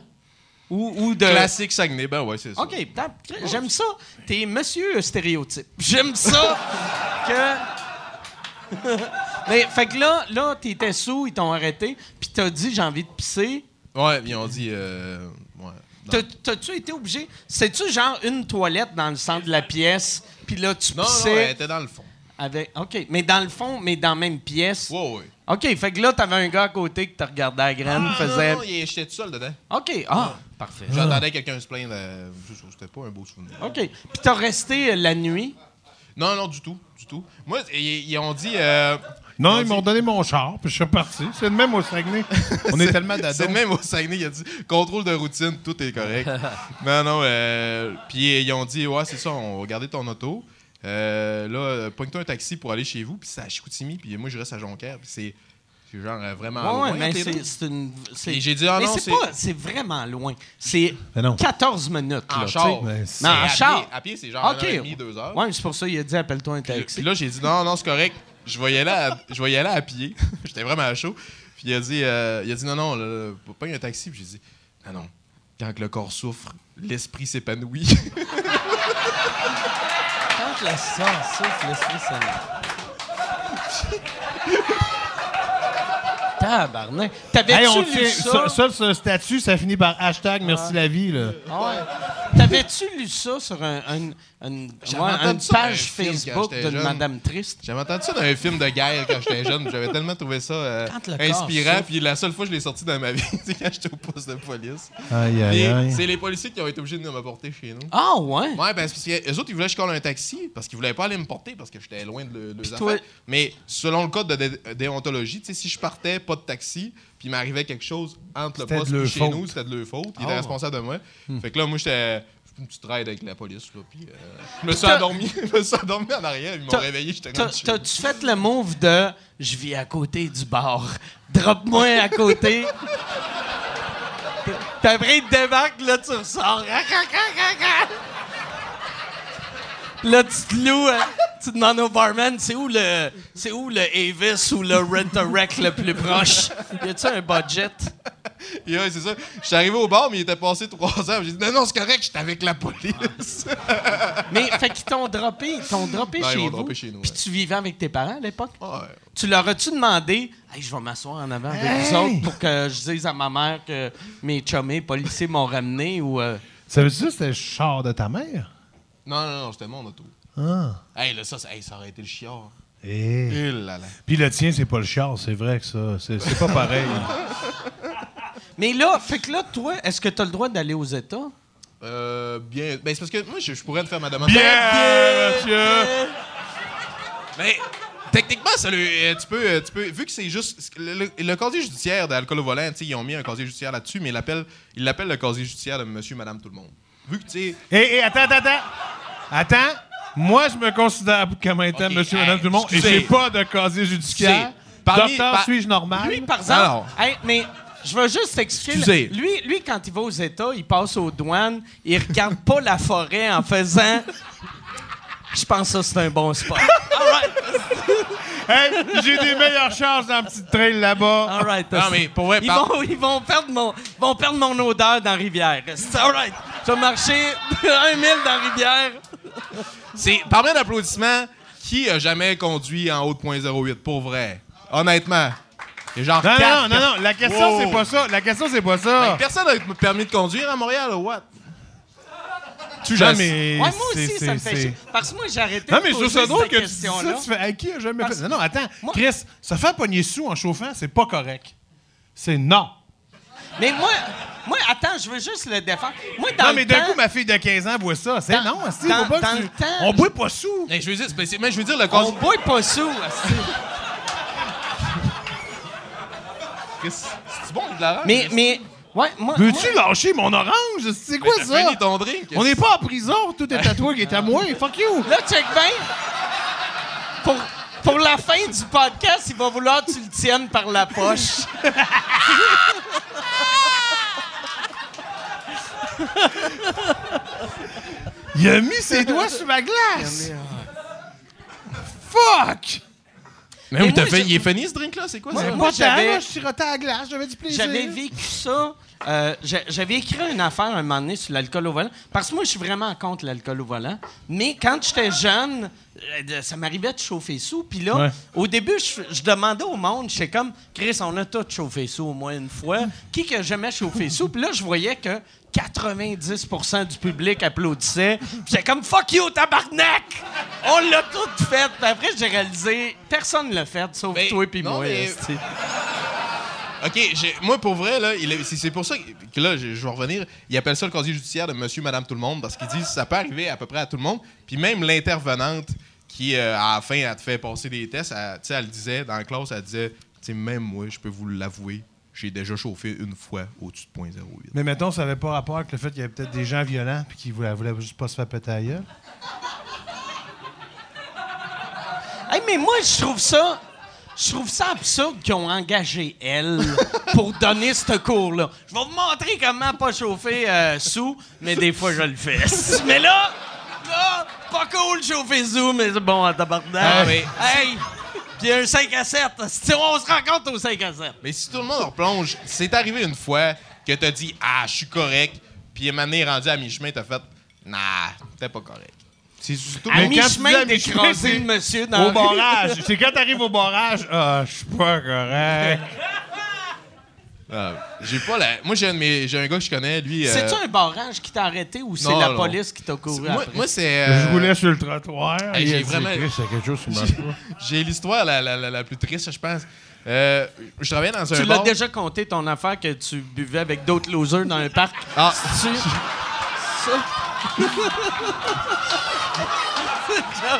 S5: Ou, ou de.
S6: Classique Saguenay, ben ouais, c'est ça.
S5: OK, putain, j'aime ça. T'es monsieur stéréotype. J'aime ça que. Mais, fait que là, là t'étais sous, ils t'ont arrêté, puis t'as dit j'ai envie de pisser.
S6: Ouais, ils ont dit. euh, ouais.
S5: T'as- T'as-tu été obligé? C'est-tu genre une toilette dans le centre de la pièce, puis là, tu
S6: Non, non,
S5: pissais
S6: elle était dans le fond.
S5: avec... OK, mais dans le fond, mais dans la même pièce.
S6: Ouais, ouais.
S5: OK, fait que là, t'avais un gars à côté qui te regardait à la graine,
S6: Ah,
S5: faisait...
S6: non, non, il- j'étais tout seul dedans.
S5: OK, ah, parfait.
S6: J'entendais quelqu'un se plaindre. euh, C'était pas un beau souvenir.
S5: OK, puis t'as resté euh, la nuit.
S6: Non, non, du tout. Du tout. Moi, ils, ils ont dit. euh,
S4: Non,
S6: ils
S4: ils m'ont donné mon char, puis je suis reparti. C'est le même au Saguenay. On est tellement
S6: C'est
S4: d'adultes.
S6: le même au Saguenay, il a dit contrôle de routine, tout est correct. non, non. euh, puis euh, ils ont dit ouais, c'est ça, on va garder ton auto. Euh, là, euh, pogne-toi un taxi pour aller chez vous. Puis c'est à Chicoutimi, puis moi je reste à Jonquière. Puis c'est c'est genre euh, vraiment
S5: Ouais,
S6: loin.
S5: mais
S6: t'es
S5: c'est
S6: deux.
S5: c'est une... c'est-
S6: Et j'ai dit, ah
S5: mais
S6: non,
S5: c'est
S6: c'est-
S5: pas... C'est vraiment loin. C'est
S4: Mais non.
S5: 14 minutes,
S6: En
S5: là, tu sais.
S6: char.
S4: Oh. mais
S6: C'est
S5: Mais en
S6: à
S5: char.
S6: pied- À pied, c'est genre
S5: OK.
S6: 1h30, 2 heures.
S5: Ouais, c'est pour ça qu'il a dit appelle-toi un taxi.
S6: Puis là, j'ai dit non, non, c'est correct. Je vais y aller à, je vais y aller à pied. J'étais vraiment à chaud. Puis il a dit, euh, il a dit non, non, là, là, pas un taxi. Puis j'ai dit non, non. Quand que le corps souffre, l'esprit s'épanouit.
S5: Quand la science souffle, l'esprit s'en Tabarnak. T'avais-tu
S4: Hey, on
S5: lu
S4: tient-
S5: ça?
S4: ça, ça, ce statut, ça finit par hashtag merci la vie. Là.
S5: Ah ouais. T'avais-tu lu ça sur un, un- un-
S6: J'avais
S5: ouais,
S6: entendu
S5: une
S6: ça dans un
S5: page
S6: film quand
S5: Facebook
S6: j'étais
S5: d'une
S6: jeune.
S5: Madame Triste?
S6: J'avais entendu ça dans un film de guerre quand j'étais jeune. puis J'avais tellement trouvé ça euh,
S5: Quand le corps
S6: inspirant.
S5: souffre.
S6: Puis la seule fois que je l'ai sorti dans ma vie, c'est quand j'étais au poste de police.
S4: Ah. Aïe,
S6: Puis
S4: aïe, aïe.
S6: c'est les policiers qui ont été obligés de me porter chez nous.
S5: Ah ouais?
S6: Ouais, ben, c'est parce que eux autres, ils voulaient que je colle un taxi parce qu'ils voulaient pas aller me porter parce que j'étais loin de le- leurs
S5: toi-
S6: affaires. Mais selon le code de dé- euh, déontologie, tu sais, si je partais pas de taxi, puis il m'arrivait quelque chose entre le
S4: C'était
S6: poste
S4: de
S6: et
S4: leur
S6: chez
S4: faute.
S6: nous, c'était de leur faute.
S5: Ah.
S6: Ils étaient responsables de moi.
S5: Hmm.
S6: Fait que là, moi, j'étais j'étais une petite raide avec la police. Là, puis, euh, je me suis
S5: T'as-
S6: endormi, je me suis endormi en arrière. Ils m'ont
S5: T'as-
S6: réveillé, j'étais
S5: T'as-
S6: dans le chien.
S5: T'as-tu fait le move de je vis à côté du bar? Drop-moi à côté. T'as pris une débarque, là, tu ressors. Là, tu te loues, hein, tu demandes au barman, c'est où le c'est où le Avis ou le Rent-A-Wreck le plus proche? Y a-tu un budget?
S6: Et ouais, c'est ça. J'étais arrivé au bar, mais il était passé 3 heures. J'ai dit, non, non, c'est correct, j'étais avec la police.
S5: Mais, fait qu'ils t'ont droppé, ils t'ont droppé
S6: Ouais, ils
S5: Ah. chez
S6: m'ont
S5: vous.
S6: droppé chez nous,
S5: Puis
S6: ouais.
S5: tu vivais avec tes parents à l'époque?
S6: Ouais.
S5: Tu leur as-tu demandé, hey, je vais m'asseoir en avant avec
S4: Hey!
S5: vous autres pour que je dise à ma mère que mes chummies policiers m'ont ramené ou. euh,
S4: Ça veut dire que c'était le char de ta mère?
S6: Non, non, non, c'était mon auto.
S4: Ah.
S6: Hey, là, ça, ça- hey, ça aurait été le chiard.
S4: Eh.
S6: Eh là là.
S4: Puis le tien, c'est pas le char, c'est vrai que ça. C'est c'est pas pareil.
S5: Mais là, fait que là, toi, est-ce que tu as le droit d'aller aux États?
S6: Euh, bien. Ben, c'est parce que moi, je, je pourrais te faire ma demande.
S4: monsieur!
S6: Mais Ben, techniquement, ça, le- euh, tu, peux, euh, tu peux. Vu que c'est juste. Le, le- le casier judiciaire d'alcool au volant, tu sais, ils ont mis un casier judiciaire là-dessus, mais ils l'appellent ils l'appellent le casier judiciaire de monsieur, madame, tout le monde. Vu que, tu sais.
S4: Hé, hé, attends, attends, attends. Attends. Moi, je me considère comme étant
S6: Ok,
S4: monsieur,
S6: hey,
S4: madame, tout le monde, et
S6: excusez.
S4: j'ai pas de casier judiciaire.
S6: Excusez. Parmi-
S4: Docteur,
S6: par-
S4: suis-je normal?
S5: Lui, par exemple.
S6: Alors.
S5: Hey, mais je veux juste t'expliquer.
S6: Excusez.
S5: Lui, lui, quand il va aux États, il passe aux douanes, il regarde pas la forêt en faisant. Je pense que ça, c'est un bon spot. All right.
S4: Hey, j'ai des meilleures chances dans le petit trail là-bas.
S5: All right.
S6: Non, mais pour vrai,
S5: Ah, Ils
S6: par-
S5: vont, ils vont perdre mon, ils vont perdre mon odeur dans la rivière. C'est All right. Je vais marcher un mille dans la rivière.
S6: C'est parmi d'applaudissements, qui a jamais conduit en haut de 0.08 pour vrai? Honnêtement. Il y a genre
S4: Non,
S6: quatre
S4: non, non, non, la question,
S6: Wow.
S4: c'est pas ça. La question, c'est pas
S6: Ben,
S4: ça.
S6: Personne n'a le permis de conduire à Montréal, what?
S4: Tu
S6: mais
S5: Ouais, moi aussi, ça me fait chier. Parce que moi, j'ai arrêté
S4: Non,
S5: de
S4: mais je
S5: poser
S4: trouve ça drôle
S5: cette
S4: que tu dis ça,
S5: question-là.
S4: tu fais à qui a jamais
S5: Parce-
S4: fait. Non, non, attends,
S5: Moi-
S4: Chris, se faire pogner sous en chauffant, c'est pas correct. C'est non.
S5: Mais moi, moi, attends, je veux juste le défendre. Moi, dans
S4: non,
S5: le
S4: mais d'un
S5: temps,
S4: coup, ma fille de 15 ans voit ça. C'est
S5: Dans-
S4: non, aussi,
S5: dans-
S4: faut pas que
S5: dans
S4: tu-
S5: le temps,
S4: On boit pas sous.
S6: Mais je veux dire, c'est- c'est- mais je veux dire, le
S5: on
S6: casier.
S5: boit pas sous. asti.
S6: C'est bon, de la rage?
S5: mais, mais, ouais, moi.
S4: Veux-tu lâcher mon orange? C'est quoi
S6: T'as
S4: ça?
S6: fini ton drink?
S4: On n'est pas en prison, tout est à toi qui est à moi. Fuck you.
S5: moi- là, check bien. Pour, pour la fin du podcast, il va vouloir que tu le tiennes par la poche.
S4: Il a mis ses doigts sur ma glace. Fuck!
S6: Mais oui,
S5: Mais
S6: t'as
S5: moi,
S6: fait,
S5: je-
S6: il est fini ce drink-là, c'est quoi ça?
S5: moi,
S4: Moi,
S5: j'avais-
S4: j'avais. Je suis à la glace, j'avais du plaisir.
S5: J'avais vécu ça euh, j'a- j'avais écrit une affaire un moment donné sur l'alcool au volant. Parce que moi, je suis vraiment contre l'alcool au volant. Mais quand j'étais jeune, euh, ça m'arrivait de chauffer sous. Puis là,
S4: Ouais.
S5: au début, je, je demandais au monde, j'étais comme, Chris, on a tous chauffé sous au moins une fois. Qui que jamais chauffé sous? Puis là, je voyais que 90 du public applaudissait. Puis j'étais comme, fuck you, tabarnak! On l'a tout fait. Puis après, j'ai réalisé, personne ne l'a fait, sauf
S6: Mais-
S5: toi et
S6: non,
S5: moi.
S6: mais-
S5: esti.
S6: OK, j'ai- moi, pour vrai, là, il est- c'est c'est pour ça que- que là, je, je vais revenir. Ils appellent ça le casier judiciaire de monsieur, madame, tout le monde, parce qu'ils disent que ça peut arriver à peu près à tout le monde. Puis même l'intervenante qui, euh, à la fin, elle te fait passer des tests, elle, tu sais, elle le disait, dans la classe, elle disait, tu sais, même moi, je peux vous l'avouer, j'ai déjà chauffé une fois au-dessus de 0.08.
S4: Mais mettons, ça n'avait pas rapport avec le fait qu'il y avait peut-être des gens violents puis qu'ils voulaient, voulaient juste pas se faire péter à la gueule.
S5: Hey, mais moi, je trouve ça. Je trouve ça absurde qu'ils ont engagé elle pour donner ce cours-là. Je vais vous montrer comment pas chauffer euh, sous, mais des fois, je le fais. mais là, là, pas cool de chauffer sous, mais c'est bon, à tabarnak.
S6: Ah, mais-
S5: Hey! Puis un 5 à 7. Si on se rencontre au 5 à 7.
S6: Mais si tout le monde replonge, c'est arrivé une fois que t'as dit, ah, je suis correct, puis est rendu à mi-chemin, t'as fait, nah, t'es pas correct. C'est surtout.
S5: À
S4: Mais quand tu dis
S5: mi-chemin
S4: à mi-chemin,
S5: d'écraser
S4: c'est
S5: le monsieur dans
S4: Au
S5: la rue.
S4: barrage. C'est quand t'arrives au barrage, ah, je suis pas correct.
S6: Ah, j'ai pas la. Moi, j'ai un, de mes- j'ai un gars que je connais, lui. euh,
S5: C'est-tu un barrage qui t'a arrêté ou c'est
S6: non,
S5: la
S6: non.
S5: police qui t'a couru
S6: Moi,
S5: après?
S6: moi, c'est. euh,
S4: Je roulais sur le trottoir.
S6: Hey, j'ai
S4: et
S6: vraiment-
S4: j'ai écrit, c'est quelque chose sur ma foi.
S6: J'ai l'histoire la, la, la, la plus triste, je pense. Euh, je travaillais dans un
S5: tu l'as
S6: bar.
S5: déjà compté ton affaire que tu buvais avec d'autres losers dans un parc?
S6: Ah,
S5: Tu- Ça-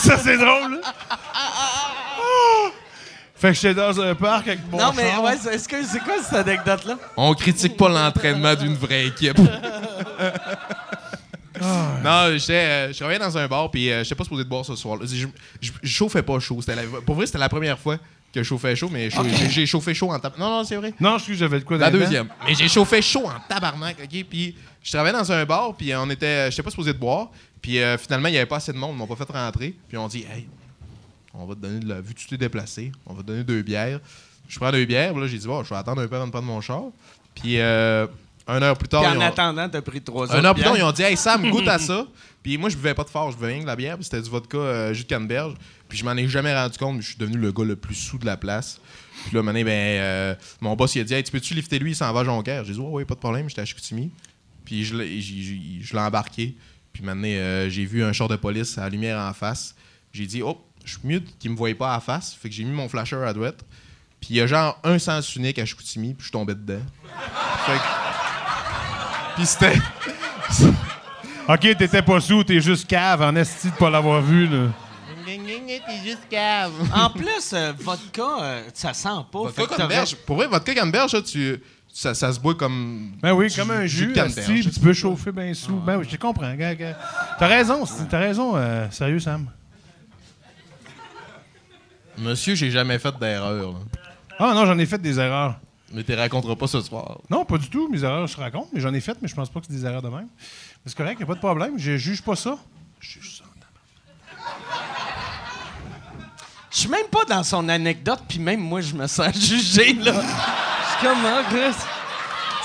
S4: Ça, c'est drôle. hein? là. Ah! Fait que j'étais dans un parc avec mon
S5: non, mais
S4: char.
S5: ouais, c'est- est-ce que c'est quoi cette anecdote-là?
S6: on critique pas l'entraînement d'une vraie équipe. non, j'étais, euh, je travaillais dans un bar, puis euh, j'étais pas supposé de boire ce soir. Je, je- je chauffais pas chaud. C'était la- pour vrai, c'était la première fois que je chauffais chaud, mais je- j'ai, j'ai chauffé chaud en tapant. Non, non, c'est vrai.
S4: Non, excuse, j'avais de quoi
S6: La
S4: dans les
S6: deuxième. Mais j'ai chauffé chaud en tabarnak, OK? Puis je travaillais dans un bar, puis on était... euh, J'étais pas supposé de boire. Puis euh, finalement, il y avait pas assez de monde. Ils m'ont pas fait rentrer. Puis on dit, hey, on va te donner de la... Vu que tu t'es déplacé, on va te donner deux bières. Je prends deux bières. puis Là, j'ai dit, bon, je vais attendre un peu avant de prendre mon char. Puis euh, une heure plus tard...
S5: Puis en
S6: ils ont-
S5: attendant, t'as pris trois
S6: un
S5: autres
S6: an plus tard, ils
S5: bières.
S6: ont dit Hey Sam, goûte à ça. Puis moi, je buvais pas de fort, je buvais rien que de la bière. puis C'était du vodka euh, jus de canneberge. Puis je m'en ai jamais rendu compte, mais je suis devenu le gars le plus sous de la place. Puis là, un moment donné, ben, euh, mon boss, il a dit Hey, tu peux-tu lifter lui Il s'en va à Jonquière. J'ai dit Ouais, ouais, pas de problème, j'étais à Chicoutimi. Puis je l'ai j'ai- j'ai- je l'ai embarqué. Puis maintenant, euh, j'ai vu un char de police à la lumière en face. J'ai dit Oh, je suis mieux qu'il me voyait pas à la face. Fait que j'ai mis mon flasher à droite. Puis il y a genre un sens unique à Chicoutimi, puis je suis tombé dedans. Fait que- Puis c'était.
S4: dents. OK, t'étais pas sous, t'es juste cave en esti de pas l'avoir vu, là.
S5: En plus, euh, vodka, euh, ça sent pas. Fait
S6: Vodka
S5: que t'aurais-
S6: canneberge. Pour vrai, vodka canneberge, là, tu, ça, ça se boit comme.
S4: Ben oui,
S6: du-
S4: comme un
S6: du
S4: jus,
S6: canneberge.
S4: esti, puis tu peux chauffer ben sous. Ben oui, je te comprends. gars, gars. T'as raison, esti, t'as raison. euh, sérieux, Sam.
S6: Monsieur, j'ai jamais fait d'erreur. là.
S4: Ah non, j'en ai fait des erreurs.
S6: Mais tu raconteras pas ce soir.
S4: Non, pas du tout. Mes erreurs, je raconte, mais j'en ai faites, mais je pense pas que c'est des erreurs de même. Mais c'est correct, y a pas de problème. Je juge pas ça. Je juge ça.
S5: Je suis même pas dans son anecdote, puis même moi, je me sens jugé, là. Je suis comme, ah, Chris.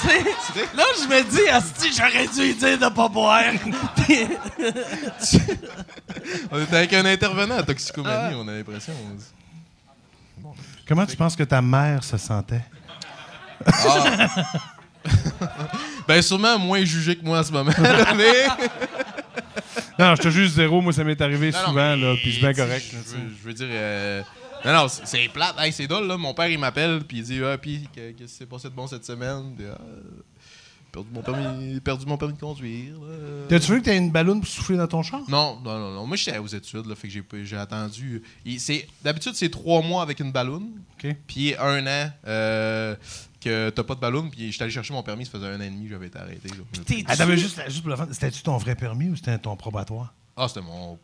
S5: Tu sais, Là, je me dis, Asti, j'aurais dû lui dire de pas boire. Puis-
S6: On était avec un intervenant à toxicomanie, on a l'impression. on dit.
S4: Comment tu penses que ta mère se sentait?
S6: Ben, sûrement moins jugé que moi en ce moment. là, mais...
S4: Non, je te juge zéro. Moi, ça m'est arrivé
S6: Non, non,
S4: souvent,
S6: mais-
S4: là, puis c'est bien
S6: tu sais,
S4: correct.
S6: Je
S4: là, tu sais.
S6: veux, je veux dire. euh, Non, non, c'est- c'est plate. Hey, c'est drôle, là. Mon père, il m'appelle, puis il dit Ah, puis, que- qu'est-ce qui s'est passé de bon cette semaine Puis, ah, perdu, mon permis, perdu mon permis de conduire. là.
S4: T'as-tu vu que t'as une ballonne pour souffler dans ton char?
S6: Non, non, non, non. Moi, j'étais aux études, là, fait que j'ai, pas- j'ai attendu. Il- c'est, d'habitude, c'est trois mois avec une balloune,
S4: OK.
S6: puis un an euh, que t'as pas de balloune, puis j'étais allé chercher mon permis, ça faisait un an et demi, j'avais été arrêté. là.
S5: T'es-tu-
S4: Attends, mais juste, juste pour le fun, c'était-tu ton vrai permis ou c'était ton probatoire?
S6: Ah, c'était mon.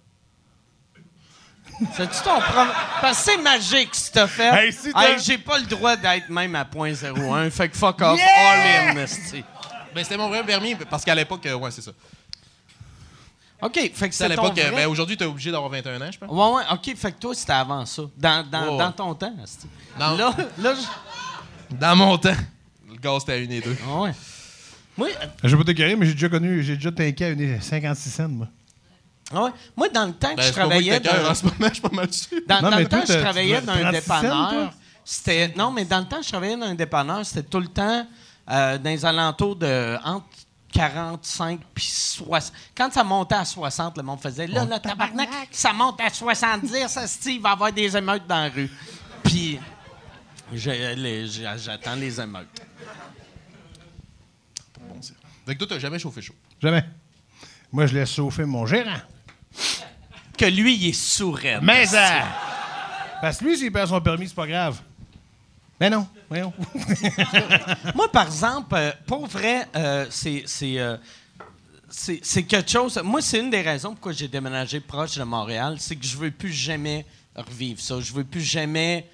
S5: C'est-tu ton prom- Parce que c'est magique, ce que t'as fait.
S4: Hey, si t'as-
S5: Hey, j'ai pas le droit d'être même à 0.01, fait que fuck off, all in, esti.
S6: Ben, c'était mon vrai permis, parce qu'à l'époque, euh, ouais, c'est ça.
S5: OK, fait que
S6: C'est à
S5: c'est ton
S6: l'époque,
S5: vrai...
S6: euh, ben, aujourd'hui, t'es obligé d'avoir 21 ans, je pense.
S5: Ouais, ouais, OK, fait que toi, c'était avant
S6: Oh.
S5: ça. Dans, dans,
S6: Ouais, ouais.
S5: dans ton temps, esti.
S6: Dans-
S5: Là, là, je-
S6: Dans mon temps. Le gaz, c'était à 1 et 2.
S5: Ah ouais. Moi, euh,
S4: Je vais pas te guérir, mais j'ai déjà connu, j'ai déjà tanké à une 56 cents, moi.
S5: ah ouais. Moi, dans le temps que
S6: Ben,
S5: je
S6: c'est pas moi qui
S5: travaillais.
S6: te cœur
S5: dans-
S6: en ce moment, je suis pas mal dessus.
S5: Dans,
S4: Non,
S5: dans
S4: mais
S5: le
S4: toi,
S5: temps, je
S4: t'as- tu
S5: travaillais
S4: dois-
S5: dans un
S4: 36 cents,
S5: dépanneur.
S4: toi?
S5: C'était non, mais dans le temps, je travaillais dans un dépanneur. C'était tout le temps euh, dans les alentours de entre 45 puis 60. Quand ça montait à 60, le monde faisait là, là, Oh, tabarnak, ça monte à 70, ça se dit, il va y avoir des émeutes dans la rue. Puis j'ai- les- j'a- j'attends les émeutes.
S6: Bon, c'est- Fait que toi, t'as jamais chauffé chaud.
S4: Jamais. Moi, je laisse chauffer mon gérant.
S5: Que lui, il est sourd.
S4: Mais hein! ça! Parce que lui, s'il perd son permis, c'est pas grave. Mais non, voyons.
S5: Moi, par exemple, euh, pour vrai, euh, c'est. c'est, euh, c'est- c'est quelque chose. Moi, c'est une des raisons pourquoi j'ai déménagé proche de Montréal, c'est que je veux plus jamais revivre ça. Je veux plus jamais.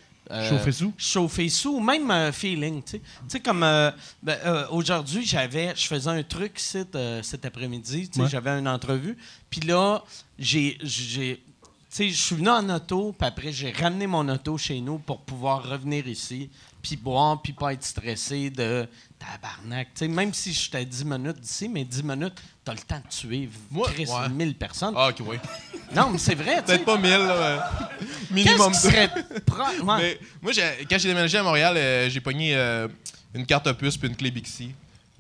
S5: euh,
S4: Chauffer sous?
S5: Chauffer sous, ou même euh, feeling. Tu sais. Tu sais, comme euh, ben, euh, aujourd'hui, j'avais, je faisais un truc cet, euh, cet après-midi. tu sais, J'avais une entrevue. Puis là, j'ai. j'ai- tu sais, je suis venu en auto, puis après, j'ai ramené mon auto chez nous pour pouvoir revenir ici, puis boire, puis pas être stressé de tabarnak. Tu sais, même si j'étais à 10 minutes d'ici, mais 10 minutes, t'as le temps de tuer
S6: Moi,
S5: Chris,
S6: ouais.
S5: 1000 personnes.
S6: Ah, ok, oui.
S5: Non, mais c'est vrai, tu sais.
S6: Peut-être pas 1000, là. mais
S5: Qu'est-ce
S6: Minimum
S5: qui
S6: deux.
S5: serait proche? Ouais.
S6: Mais moi, j'ai- quand j'ai déménagé à Montréal, euh, j'ai pogné euh, une carte opus puis une clé Bixi.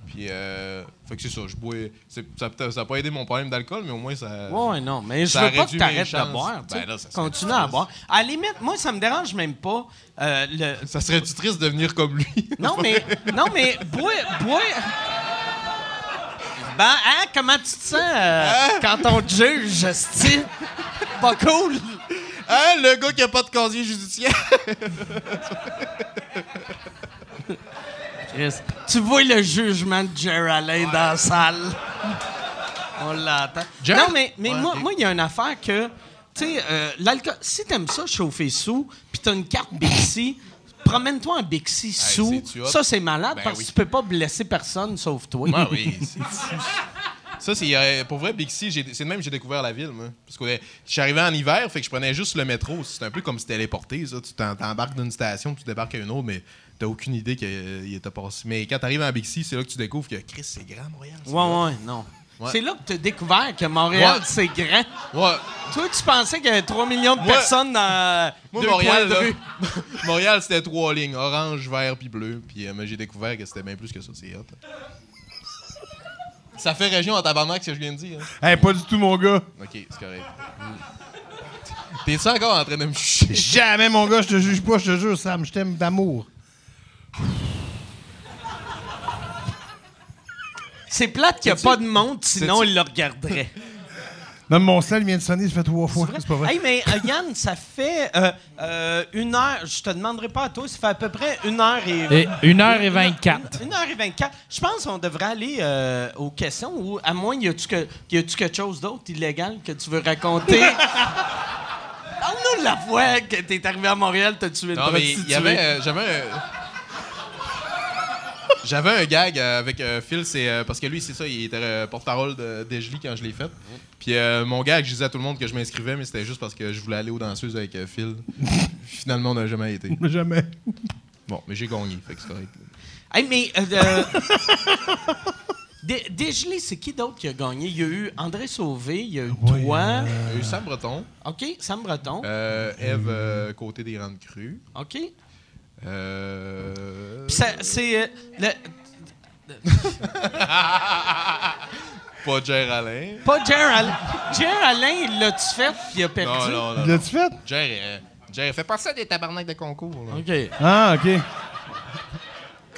S6: Puis, euh, fait que c'est ça, je bois. c'est- Ça peut- ça a pas aidé mon problème d'alcool, mais au moins ça.
S5: Ouais, non, mais je
S6: ça
S5: veux pas que
S6: réduit mes
S5: t'arrêtes de
S6: chances.
S5: boire. tu sais.
S6: Ben là, ça serait
S5: Continue
S6: triste.
S5: à boire. À la limite, moi, ça me dérange même pas. euh, le...
S6: Ça serait du triste de devenir comme lui.
S5: Non, mais, non, mais, bois, bois. Ben, hein, comment tu te sens euh,
S6: Hein?
S5: quand on te juge, esti? Pas cool.
S6: Hein, le gars qui a pas de casier judiciaire.
S5: Chris, Tu vois le jugement de Geraldine dans la salle. On l'entend. Non, mais, mais moi, moi, il y a une affaire que, tu sais, euh, l'alcool, si t'aimes ça chauffer sous, puis t'as une carte Bixi, promène-toi en Bixi sous.
S6: c'est-tu hot?
S5: Ça, c'est malade
S6: Ben
S5: parce que
S6: oui.
S5: tu peux pas blesser personne sauf toi.
S6: Ah oui, c'est fou. Ça, c'est. euh, pour vrai, Bixi, j'ai- c'est de même que j'ai découvert la ville, moi. Parce que euh, je suis arrivé en hiver, fait que je prenais juste le métro. C'est un peu comme se téléporter, ça. Tu t'en- t'embarques d'une station, tu débarques à une autre, mais t'as aucune idée euh, qu'il était passé. Mais quand t'arrives en Bixi, c'est là que tu découvres que Chris, c'est grand, Montréal. ça.
S5: Ouais, ouais, non.
S6: Ouais.
S5: C'est là que t'as découvert que Montréal,
S6: Ouais.
S5: c'est grand.
S6: Ouais.
S5: Toi, tu pensais qu'il y avait 3 millions de
S6: Moi-
S5: personnes dans
S6: Moi,
S5: deux
S6: Montréal,
S5: coins de
S6: là,
S5: rue.
S6: Montréal, c'était trois lignes orange, vert, puis bleu. Puis euh, mais j'ai découvert que c'était bien plus que ça. C'est hot. Ça fait région en tabarnak, ce que je viens de dire. hein.
S4: hey, pas du tout, mon gars.
S6: Ok, c'est correct. T'es-tu encore en train de me chier?
S4: Jamais, mon gars, je te juge pas, je te jure, Sam, je t'aime d'amour.
S5: C'est plate qu'il n'y a pas de monde, sinon ils le regarderaient.
S4: Non, mais mon sel vient de sonner, ça fait trois fois. C'est pas vrai.
S5: Hey, mais euh, Yann, ça fait euh, euh, une heure. Je te demanderai pas à toi, ça fait à peu près une heure et.
S3: Et 1h24.
S5: Une heure et vingt-quatre. Je pense qu'on devrait aller euh, aux questions ou à moins y a-tu que y a-tu quelque chose d'autre illégal que tu veux raconter Parle-nous de la fois que t'es arrivé à Montréal, t'as tué le
S6: Non, mais il y
S5: prostitué.
S6: avait. euh, J'avais un. J'avais un gag euh, avec euh, Phil, c'est euh, parce que lui, c'est ça, il était euh, porte-parole de- d'Egely quand je l'ai fait. Puis euh, mon gag, je disais à tout le monde que je m'inscrivais, mais c'était juste parce que je voulais aller aux danseuses avec euh, Phil. Finalement, on n'a jamais été.
S4: Jamais.
S6: Bon, mais j'ai gagné, fait que c'est correct.
S5: Hey, mais. euh, euh, Dé- Dégelé, c'est qui d'autre qui a gagné Il y a eu André Sauvé, il y a eu toi,
S6: Il y a eu Sam Breton,
S5: OK, Sam Breton,
S6: euh, Eve euh, Côté des Grandes Crues.
S5: OK.
S6: Euh...
S5: Puis ça- c'est. euh, le-
S6: Pas Jer Alain.
S5: Pas Jer Alain. Jer Alain, il l'a-tu fait puis il a
S6: Non,
S5: perdu?
S6: non, non. non.
S4: L'as-tu fait?
S6: Jer, euh, Jer, fais pas ça des tabarnak de concours. là.
S5: OK.
S4: Ah, OK.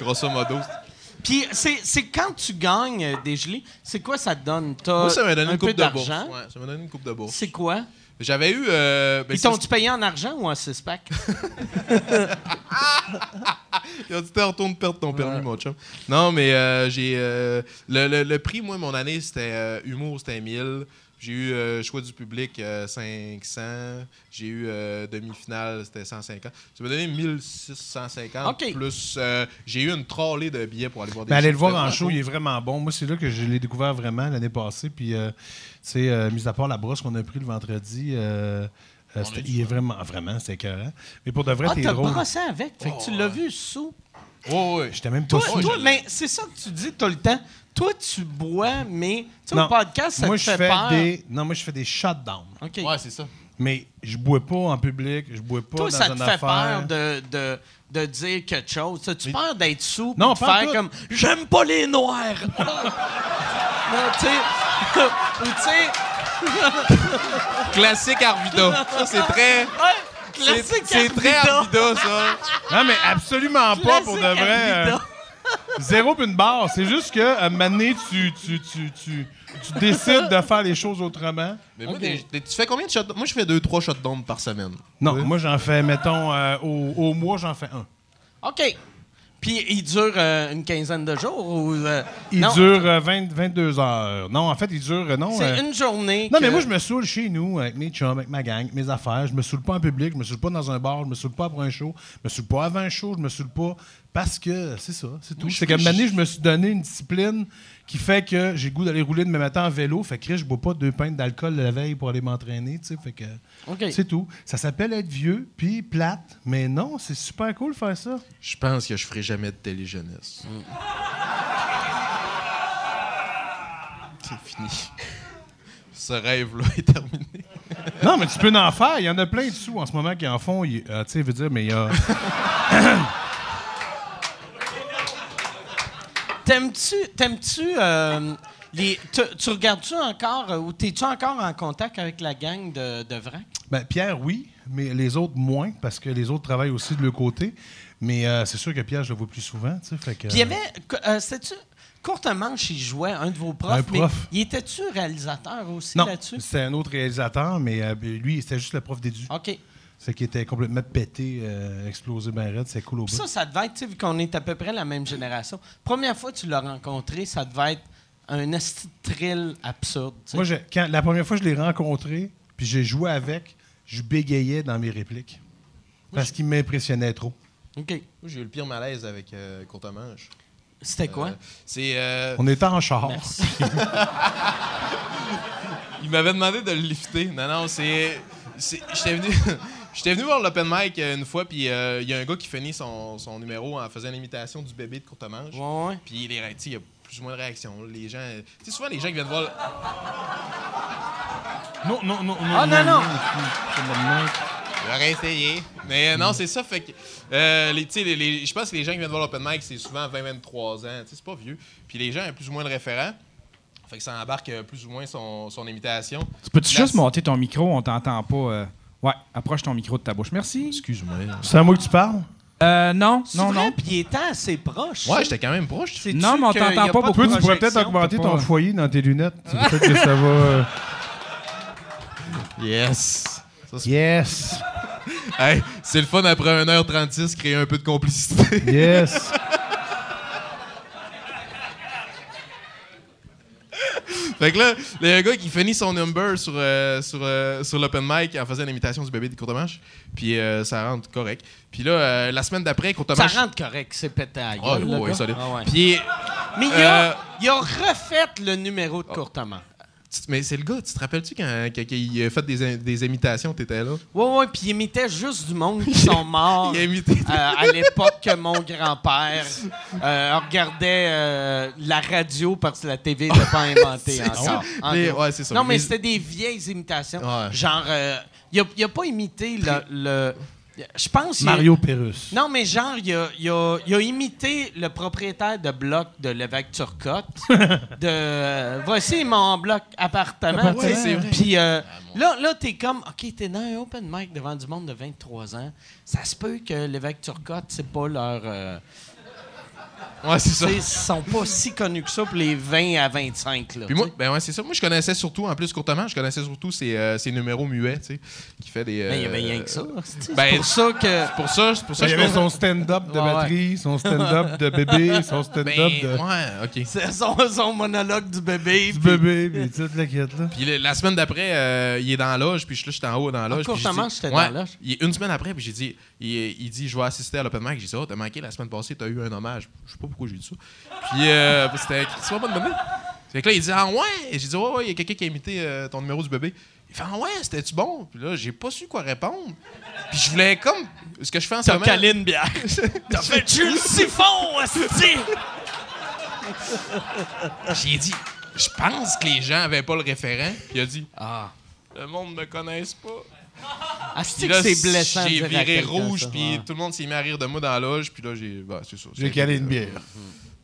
S6: Grosso modo.
S5: Ah, Puis c'est c'est quand tu gagnes euh, des gelées, c'est quoi ça te donne? T'as
S6: Moi, ça m'a donné
S5: un
S6: une
S5: peu
S6: coupe de bourse.
S5: d'argent.
S6: Ouais, ça m'a donné une coupe de bourse.
S5: C'est quoi?
S6: J'avais eu. euh, ben,
S5: Ils
S6: c'est-
S5: t'ont-tu payé en argent ou en six-pack?
S6: Ils ont dit, t'es en retourne perdre ton permis, mon chum. Non, mais euh, j'ai. euh, le, le- le prix, moi, mon année, c'était euh, humour, c'était 1000. J'ai eu euh, choix du public, euh, 500. J'ai eu euh, demi-finale, c'était 150. Ça m'a donné 1650.
S5: Ok.
S6: Plus, euh, j'ai eu une trollée de billets pour aller voir des
S4: Ben, allez le
S6: shows.
S4: voir en show, il est vraiment bon. Moi, c'est là que je l'ai découvert vraiment l'année passée. Puis, euh, tu sais, euh, mis à part la brosse qu'on a pris le vendredi, euh, euh, c'était- il est vraiment, vraiment, c'est écœurant. Mais pour de vrai,
S5: Ah,
S4: t'es
S5: t'as
S4: drôle.
S5: brossé avec. Fait que tu l'as vu sous.
S6: Oh, ouais.
S4: J'étais même pas
S5: Toi,
S4: sûr.
S5: toi, mais c'est ça que tu dis tout le temps. Toi, tu bois, mais tu sais, au
S4: Non.
S5: podcast, ça
S4: moi,
S5: te
S4: je
S5: fait
S4: fais
S5: peur.
S4: des. Non, moi, je fais des shutdowns.
S5: OK.
S6: Ouais, c'est ça.
S4: Mais je bois pas en public, je bois pas
S5: Toi,
S4: dans
S5: ça te
S4: une
S5: fait
S4: affaire.
S5: peur de, de, de dire quelque chose. Tu tu peur d'être sous
S4: Non,
S5: puis de
S4: pas en
S5: faire
S4: tout.
S5: comme « J'aime pas les Noirs! » Non, tu sais... Ou tu sais...
S10: Classique Arvida. Ça, c'est très.
S5: ouais,
S10: c'est-
S5: classique
S10: C'est très
S5: Arvida.
S10: Arvida, ça.
S4: Non, mais absolument pas pour de
S5: Classique
S4: vrai.
S5: Arvida.
S4: euh, zéro puis une barre. C'est juste que, à un moment donné, tu, tu, tu, tu, tu décides de faire les choses autrement.
S6: Mais moi,
S5: Ok.
S6: des- des- tu fais combien de shots? Moi, je fais 2-3 shots d'ombre par semaine.
S4: Non, moi, j'en fais, mettons, euh, au, au mois, j'en fais un.
S5: OK. Puis, il dure euh, une quinzaine de jours ou... euh,
S4: Il
S5: non,
S4: dure euh, 20, 22 heures. Non, en fait, il dure. euh, Non,
S5: C'est
S4: euh,
S5: une journée
S4: non
S5: que-
S4: mais moi, je me saoule chez nous avec mes chums, avec ma gang, avec mes affaires. Je me saoule pas en public, je me saoule pas dans un bar, je me saoule pas après un show, je me saoule pas avant un show, je me saoule pas parce que c'est ça, c'est tout. C'est qu'à un moment donné, je me suis donné une discipline qui fait que j'ai le goût d'aller rouler demain matin en vélo. Fait que Chris, je bois pas deux pintes d'alcool la veille pour aller m'entraîner. tu sais, Fait que
S5: OK.
S4: c'est tout. Ça s'appelle être vieux puis plate. Mais non, c'est super cool de faire ça.
S6: Je pense que je ferai jamais de télé-jeunesse. C'est fini. Ce rêve-là est terminé.
S4: Non, mais tu peux en faire. Il y en a plein de sous en ce moment qui en font. Il- euh, tu sais, je veux dire, mais il y a.
S5: T'aimes-tu... T'aimes-tu... euh, les- tu, tu regardes-tu encore euh, ou t'es-tu encore en contact avec la gang de, de Vrac?
S4: Ben, Pierre, oui, mais les autres, moins, parce que les autres travaillent aussi de leur côté. Mais euh, c'est sûr que Pierre, je le vois plus souvent. tu sais, fait que,
S5: Puis il y avait, euh, sais-tu, Courte Manche, il jouait, un de vos profs.
S4: Un prof.
S5: Mais il était-tu réalisateur aussi
S4: Non,
S5: là-dessus? Ah.
S4: c'était un autre réalisateur, mais euh, lui, c'était juste le prof d'édu.
S5: OK. Puis
S4: C'est qui était complètement pété, euh, explosé ben raide, c'est cool au bout.
S5: ça, ça devait être, tu sais, vu qu'on est à peu près la même génération. Première fois que tu l'as rencontré, ça devait être un esti de thrill absurde. tu sais.
S4: Moi, je- quand, la première fois que je l'ai rencontré, puis j'ai joué avec, je bégayais dans mes répliques. Parce qu'il m'impressionnait trop.
S5: OK.
S6: Moi, j'ai eu le pire malaise avec euh, Courtemanche.
S5: C'était quoi?
S6: Euh, c'est. euh,
S4: On était en char.
S5: Merci.
S6: Il m'avait demandé de le lifter. Non, non, c'est. c'est- J'étais venu. J'étais venu voir l'open mic euh, une fois, puis euh, il y a un gars qui finit son, son numéro en faisant l'imitation du bébé de Courtemanche.
S4: euh,
S5: Ouais, ouais.
S6: Puis les ré- tu sais, il y a plus ou moins de réactions. Les gens. Tu sais, souvent, les gens qui viennent voir. le-
S4: Non, non, non, non.
S5: Ah, non, non.
S6: J'aurais essayé. Mais euh, non, c'est ça. Fait que. euh, les, tu sais, les- les- je pense que les gens qui viennent voir l'open mic, c'est souvent 20-23 ans. Tu sais, c'est pas vieux. Puis les gens ont plus ou moins de référents. Fait que ça embarque euh, plus ou moins son, son imitation.
S3: Tu peux-tu
S6: La-
S3: juste monter ton micro? On t'entend pas. euh. Ouais, approche ton micro de ta bouche. Merci.
S6: Excuse-moi.
S4: C'est à moi que tu parles?
S3: Euh, non,
S5: C'est
S3: non,
S5: vrai,
S3: non.
S5: Puis il était assez proche.
S6: Ouais, j'étais quand même proche.
S5: Sais-tu
S3: Non, mais on
S5: qu'il y a
S3: t'entend pas
S5: de
S3: beaucoup.
S4: Toi, tu pourrais peut-être
S5: projection?
S4: augmenter
S3: t'as
S4: ton
S3: pas-
S4: foyer dans tes lunettes. Peut-être que ça va. euh,
S6: Yes.
S4: Yes!
S6: Hey, c'est le fun après 1h36, créer un peu de complicité.
S4: Yes!
S6: fait que là, il y a un gars qui finit son number sur, euh, sur, euh, sur l'open mic en faisant l'imitation du bébé de Courtemanche. Puis euh, ça rentre correct. Puis là, euh, la semaine d'après,
S5: Ça
S6: Courtemanche.
S5: rentre correct, c'est pété à la
S6: Ah,
S5: gueule, le
S6: ouais,
S5: gars.
S6: solide.
S5: Ah ouais.
S6: Puis,
S5: Mais il a,
S6: Euh, Oh.
S5: il a refait le numéro de Courte Manche.
S6: tu- mais c'est le gars, tu te rappelles-tu quand, quand il a fait des, im- des imitations, t'étais là?
S5: Ouais, ouais, puis il imitait juste du monde qui sont morts.
S6: Il a imité.
S5: Euh, à l'époque que mon grand-père euh, regardait euh, la radio parce que la TV n'était pas inventée
S6: C'est
S5: encore.
S6: ça.
S5: En
S6: Les-
S5: gros.
S6: ouais, c'est ça.
S5: ah, Non, mais
S6: Les-
S5: c'était des vieilles imitations.
S6: Ouais.
S5: Genre, euh, il n'a a pas imité le. le- je pense. il a-
S4: Mario Pérus.
S5: Non, mais genre, il a, il a- il a imité le propriétaire de bloc de l'évêque Turcotte. de euh, Voici mon bloc appartement.
S4: Ouais, c'est
S6: vrai.
S5: Puis euh, là, là t'es comme, OK, t'es dans un open mic devant du monde de 23 ans. Ça se peut que l'évêque Turcotte, c'est pas leur. euh,
S6: Ouais, c'est ça.
S5: tu sais, ils sont pas si connus que ça pour les 20 à 25. Là,
S6: Puis moi, ben ouais, c'est ça. Moi, je connaissais surtout, en plus, Courtemanche, je connaissais surtout ses, euh, ses numéros muets, tu sais, qui fait des.
S5: Ben, il y avait
S6: euh,
S5: rien que ça. c'est-tu?
S6: ben,
S5: c'est pour ça que.
S6: Pour ça, c'est pour ça
S4: Ben, Il y
S6: que je
S4: avait
S6: pense-
S4: son stand-up de
S5: Ouais, ouais.
S4: batterie, son stand-up de bébé, son stand-up
S6: Ben,
S4: de
S6: ouais, OK.
S5: C'est son, son monologue du bébé.
S4: du
S5: puis-
S4: bébé, puis toute la quête, là.
S6: Puis le- la semaine d'après, euh, il est dans la loge, puis je suis là, j'étais en haut dans la loge. puis j'ai
S5: courtement,
S6: dit-
S5: j'étais dans
S6: Ouais,
S5: la loge.
S6: il est une semaine après, puis j'ai dit, il, il dit, je vais assister à l'open mic. J'ai dit, oh, t'as manqué la semaine passée, t'as eu un hommage. Je sais pas pourquoi j'ai dit ça. Puis euh, c'était, c'est pas bonne bonne. Fait que là, il dit Ah ouais J'ai dit Ouais, ouais, il y a quelqu'un qui a imité euh, ton numéro du bébé. Il fait Ah ouais, c'était-tu bon Puis là, j'ai pas su quoi répondre. Puis je voulais comme. Ce que je fais en ce
S5: T'as
S6: moment.
S5: calé une bière. T'as fait tu le siphon, hostie!
S6: J'ai dit Je pense que les gens avaient pas le référent. Puis il a dit Ah. Le monde me connaisse pas.
S5: Asti
S6: Puis
S5: Ah, que
S6: là,
S5: c'est blessant. de
S6: J'ai
S5: dire à
S6: viré
S5: quelqu'un
S6: rouge,
S5: ça.
S6: puis
S5: Ouais.
S6: tout le monde s'est mis à rire de moi dans la loge, puis là, j'ai. Bah, c'est ça.
S4: J'ai
S6: c'est-
S4: calé une bière.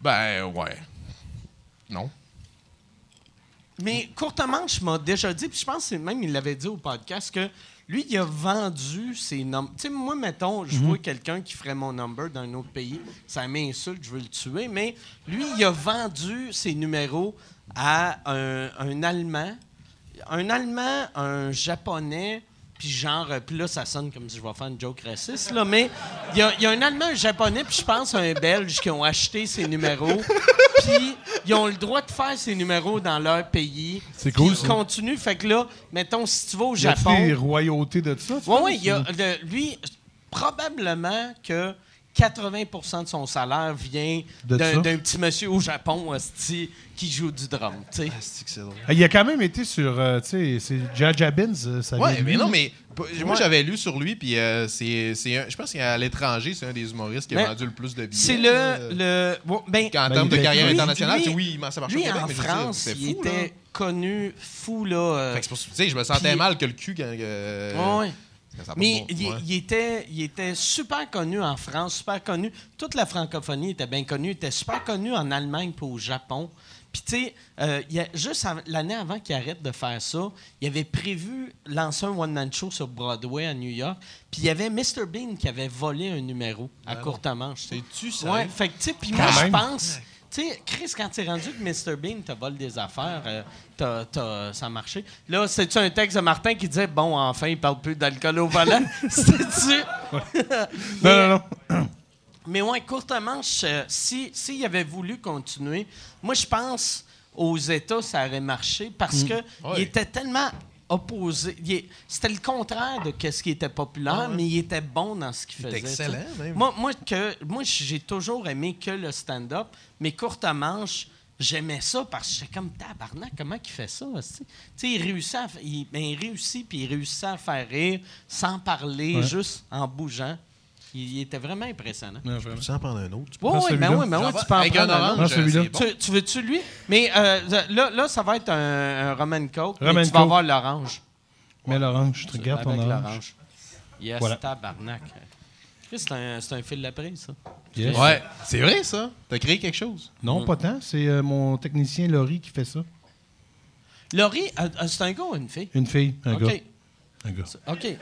S6: Ben, ouais. Non.
S5: Mais Courtemanche m'a déjà dit, puis je pense que même il l'avait dit au podcast, que lui, il a vendu ses noms. Tu sais, moi, mettons, je vois quelqu'un qui ferait mon number dans un autre pays, ça m'insulte, je veux le tuer, mais lui, il a vendu ses numéros à un, un Allemand, un Allemand, un Japonais, puis genre, euh, puis là, ça sonne comme si je vais faire une joke raciste, là, mais il y, a- il y a un Allemand, un Japonais, puis je pense un Belge qui ont acheté ces numéros, puis ils ont le droit de faire ces numéros dans leur pays.
S4: C'est cool,
S5: Puis
S4: ça.
S5: Ils continuent, fait que là, mettons, si tu vas au
S4: Y a des
S5: Japon...
S4: royautés de ça? tu
S5: Oui,
S4: penses,
S5: oui, il y a,
S4: ou-
S5: le- lui, probablement que 80 de son salaire vient
S4: De ça.
S5: d'un d'un petit monsieur au Japon, hostie, qui joue du drum, tu sais.
S6: Ah, C'est que c'est drôle.
S4: Ah, Il a quand même été sur. euh, tu sais, c'est Jaja Bins, euh, ça vient
S6: Ouais,
S4: de
S6: mais
S4: lui.
S6: non, mais p- moi j'avais lu sur lui, puis euh, c'est, c'est un- je pense qu'à l'étranger, c'est un des humoristes qui a
S5: Mais
S6: vendu le plus de billets.
S5: C'est
S6: euh,
S5: le... le bon, ben,
S6: En
S4: Ben,
S6: termes de
S4: il-
S6: carrière
S5: lui-
S6: internationale,
S5: lui-
S6: tu sais, oui, mais ça marchait
S5: Lui,
S6: au Québec,
S5: en
S6: mais je veux dire,
S5: France,
S6: c'est
S5: il
S6: fou,
S5: était
S6: là.
S5: connu fou, là. euh,
S6: Fait que c'est pour ça, tu sais, je me sentais
S5: Puis-
S6: mal que le cul quand. euh,
S5: ouais, ouais.
S6: quand ça a pas
S5: Mais
S6: de bon-
S5: il,
S6: ouais.
S5: il était, il était super connu en France, super connu. Toute la francophonie était bien connue. Il était super connu en Allemagne puis au Japon. Puis, tu sais, euh, il y a- juste av- l'année avant qu'il arrête de faire ça, il avait prévu lancer un one-man show sur Broadway à New York. Puis, il y avait Mr. Bean qui avait volé un numéro à courte manche.
S6: Ben C'est-tu ça?
S5: Ouais, fait que, tu sais, puis moi, je
S4: même.
S5: pense. Tu sais, Chris, quand t'es rendu que Mr. Bean te vole des affaires, euh, t'as- t'as- ça a marché. Là, c'est-tu un texte de Martin qui disait Bon, enfin, il parle plus d'alcool au volant C'est-tu
S4: Non, non, non.
S5: mais ouais, courtement, s'il si, s'il avait voulu continuer, moi, je pense aux États, ça aurait marché parce que il était tellement opposé. Il est- C'était le contraire de ce qui était populaire, mais il était bon dans ce qu'il faisait.
S6: excellent,
S5: tu sais.
S6: même.
S5: Moi, moi, que, moi j'ai toujours aimé que le stand-up, mais courte manche, j'aimais ça parce que j'étais comme tabarnak, comment il fait ça? hostie? Tu sais, il réussit, à, f- il, ben, il réussit, puis il réussit à faire rire sans parler, juste en bougeant. Il, il était vraiment impressionnant. ben
S4: Non, vraiment.
S6: Tu en prendre un autre.
S5: Oui,
S4: Prends
S5: oui, mais
S4: celui-là.
S5: oui, mais oui, Ah tu peux en
S6: Avec un
S5: prendre un
S6: orange,
S5: autre.
S4: Non, Ah, celui-là.
S6: c'est bon.
S5: Tu, tu veux-tu lui? Mais euh, là, là, ça va être un, un Roman Coke. mais
S4: Roman
S5: tu vas
S4: Coke.
S5: avoir l'orange.
S4: Mais l'orange, je te regarde
S5: Avec
S4: ton orange.
S5: l'orange. Yes,
S4: Voilà.
S5: tabarnak. Chris, C'est un, c'est un fil de la prise, ça.
S4: Yes.
S6: Ouais, c'est vrai ça. T'as créé quelque chose.
S4: Non, pas tant. C'est euh, mon technicien Laurie qui fait ça.
S5: Laurie, euh, euh, c'est un gars ou une fille?
S4: Une fille, un gars.
S5: OK.
S4: Un gars.
S5: OK.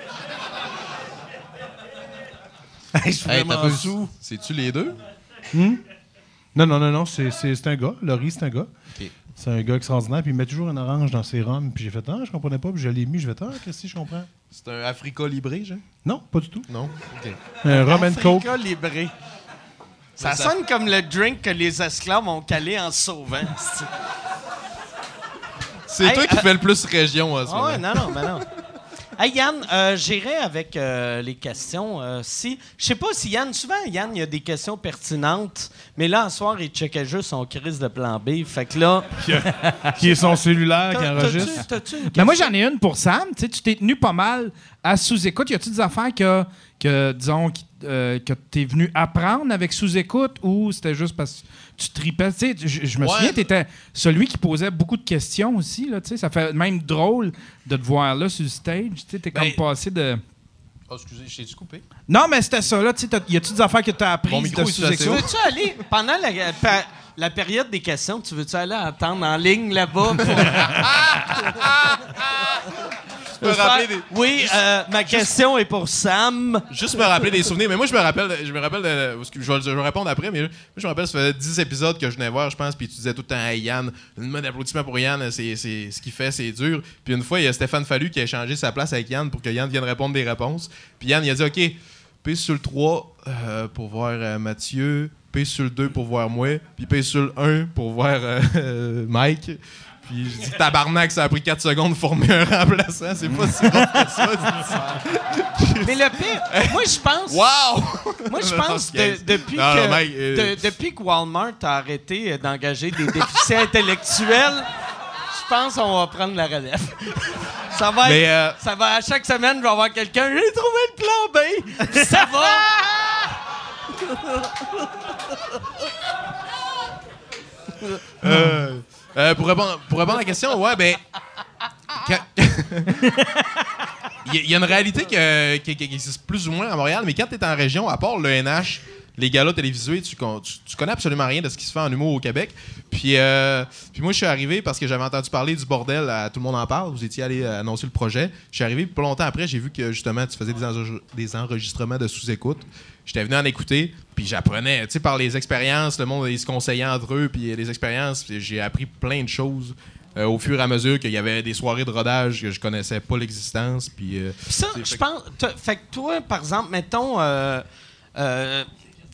S6: Hey, t'as pas sous. C'est-tu les deux?
S4: Non, non, non, non, c'est- c'est c'est un gars. Laurie, c'est un gars.
S6: Ok.
S4: C'est un gars extraordinaire. Puis il met toujours un orange dans ses rums. Puis j'ai fait, ah, je comprenais pas. Puis je l'ai mis. Je vais, ah, Christy, je comprends.
S6: C'est un Africa Libré, genre?
S4: Non, pas du tout.
S6: Non? OK.
S4: Un rum Euh, and coke.
S5: Africa Libre. Ben, Ça, sonne comme le drink que les esclaves ont calé en se sauvant. c'est-
S6: C'est
S5: Hey,
S6: toi qui
S5: euh,
S6: fais le plus région à ce
S5: Ah ouais,
S6: moment.
S5: non, non, ben non. Hey Yann, euh, j'irai avec euh, les questions. euh, si, je sais pas si Yann, souvent Yann, il y a des questions pertinentes, mais là, en soir, il checkait juste son crise de plan B. Fait que là,
S4: Qui est son cellulaire qui
S5: t'as-
S4: enregistre.
S5: t'as-tu- t'as-tu une
S3: Mais moi,
S5: question?
S3: j'en ai une pour Sam. Tu sais, tu t'es tenu pas mal à sous-écoute. Y a-tu des affaires que, que disons, qui- euh, que t'es venu apprendre avec sous-écoute ou c'était juste parce que tu tripais? Tu sais, je je me
S6: Ouais.
S3: souviens, t'étais celui qui posait beaucoup de questions aussi. Là, tu sais. ça fait même drôle de te voir là sur le stage. Tu sais, t'es
S6: Ben-
S3: comme passé de...
S6: Oh, excusez, je t'ai-tu coupé?
S3: Non, mais c'était ça. Là, tu sais, t'as- y a-tu des affaires que t'as
S6: Mon
S3: apprises
S6: micro
S3: de
S6: est assez
S5: Tu
S3: sous-écoute?
S5: veux-tu aller, pendant la, pa- la période des questions, tu veux-tu aller attendre en ligne là-bas pour-
S6: Je me rappeler des...
S5: Oui, euh, ma question est pour Sam.
S6: Juste me rappeler des souvenirs. Mais moi, je me rappelle, je me rappelle, de- parce que je vais, je vais répondre après, mais moi, je me rappelle, ça faisait 10 épisodes que je venais voir, je pense, puis tu disais tout le temps, hey Yann, une main d'applaudissement pour Yann, c'est, c'est- ce qu'il fait, c'est dur. Puis une fois, il y a Stéphane Fallu qui a échangé sa place avec Yann pour que Yann vienne répondre des réponses. Puis Yann, il a dit, OK, P sur le 3 euh, pour voir euh, Mathieu, P sur le 2 pour voir moi, puis P sur le 1 pour voir euh, Mike. Puis je dis, tabarnak, ça a pris 4 secondes de former un remplaçant. C'est pas si bon que ça.
S5: Mais le pire, moi, je pense.
S6: Wow!
S5: Moi, je pense
S6: Non,
S5: de- depuis,
S6: non,
S5: que,
S6: mec, euh,
S5: de- depuis que Walmart a arrêté euh, d'engager des déficients intellectuels, je pense qu'on va prendre la relève. Ça va, être-
S6: Mais, euh,
S5: ça va à chaque semaine, je vais avoir quelqu'un. J'ai trouvé le plan B. puis Ça va.
S6: Euh, pour, répondre, pour répondre à la question, ouais, ben. quand- Il y a- il y a une réalité que- qui, qui- qui existe plus ou moins à Montréal, mais quand tu es en région, à part le NH, les galas télévisués, tu, con- tu, tu connais absolument rien de ce qui se fait en humour au Québec. Puis, euh, puis moi, je suis arrivé parce que j'avais entendu parler du bordel à Tout le monde en parle. Vous étiez allé euh, annoncer le projet. Je suis arrivé, puis pas longtemps après, j'ai vu que justement, tu faisais des, enre- des enregistrements de sous-écoute. J'étais venu en écouter, puis j'apprenais, tu sais, par les expériences, le monde, ils se conseillaient entre eux, puis euh, les expériences, puis j'ai appris plein de choses. euh, au fur et à mesure qu'il y avait des soirées de rodage que je connaissais pas l'existence, puis euh,
S5: Puis ça, je pense. t'as- Fait que toi, par exemple, mettons. euh, euh,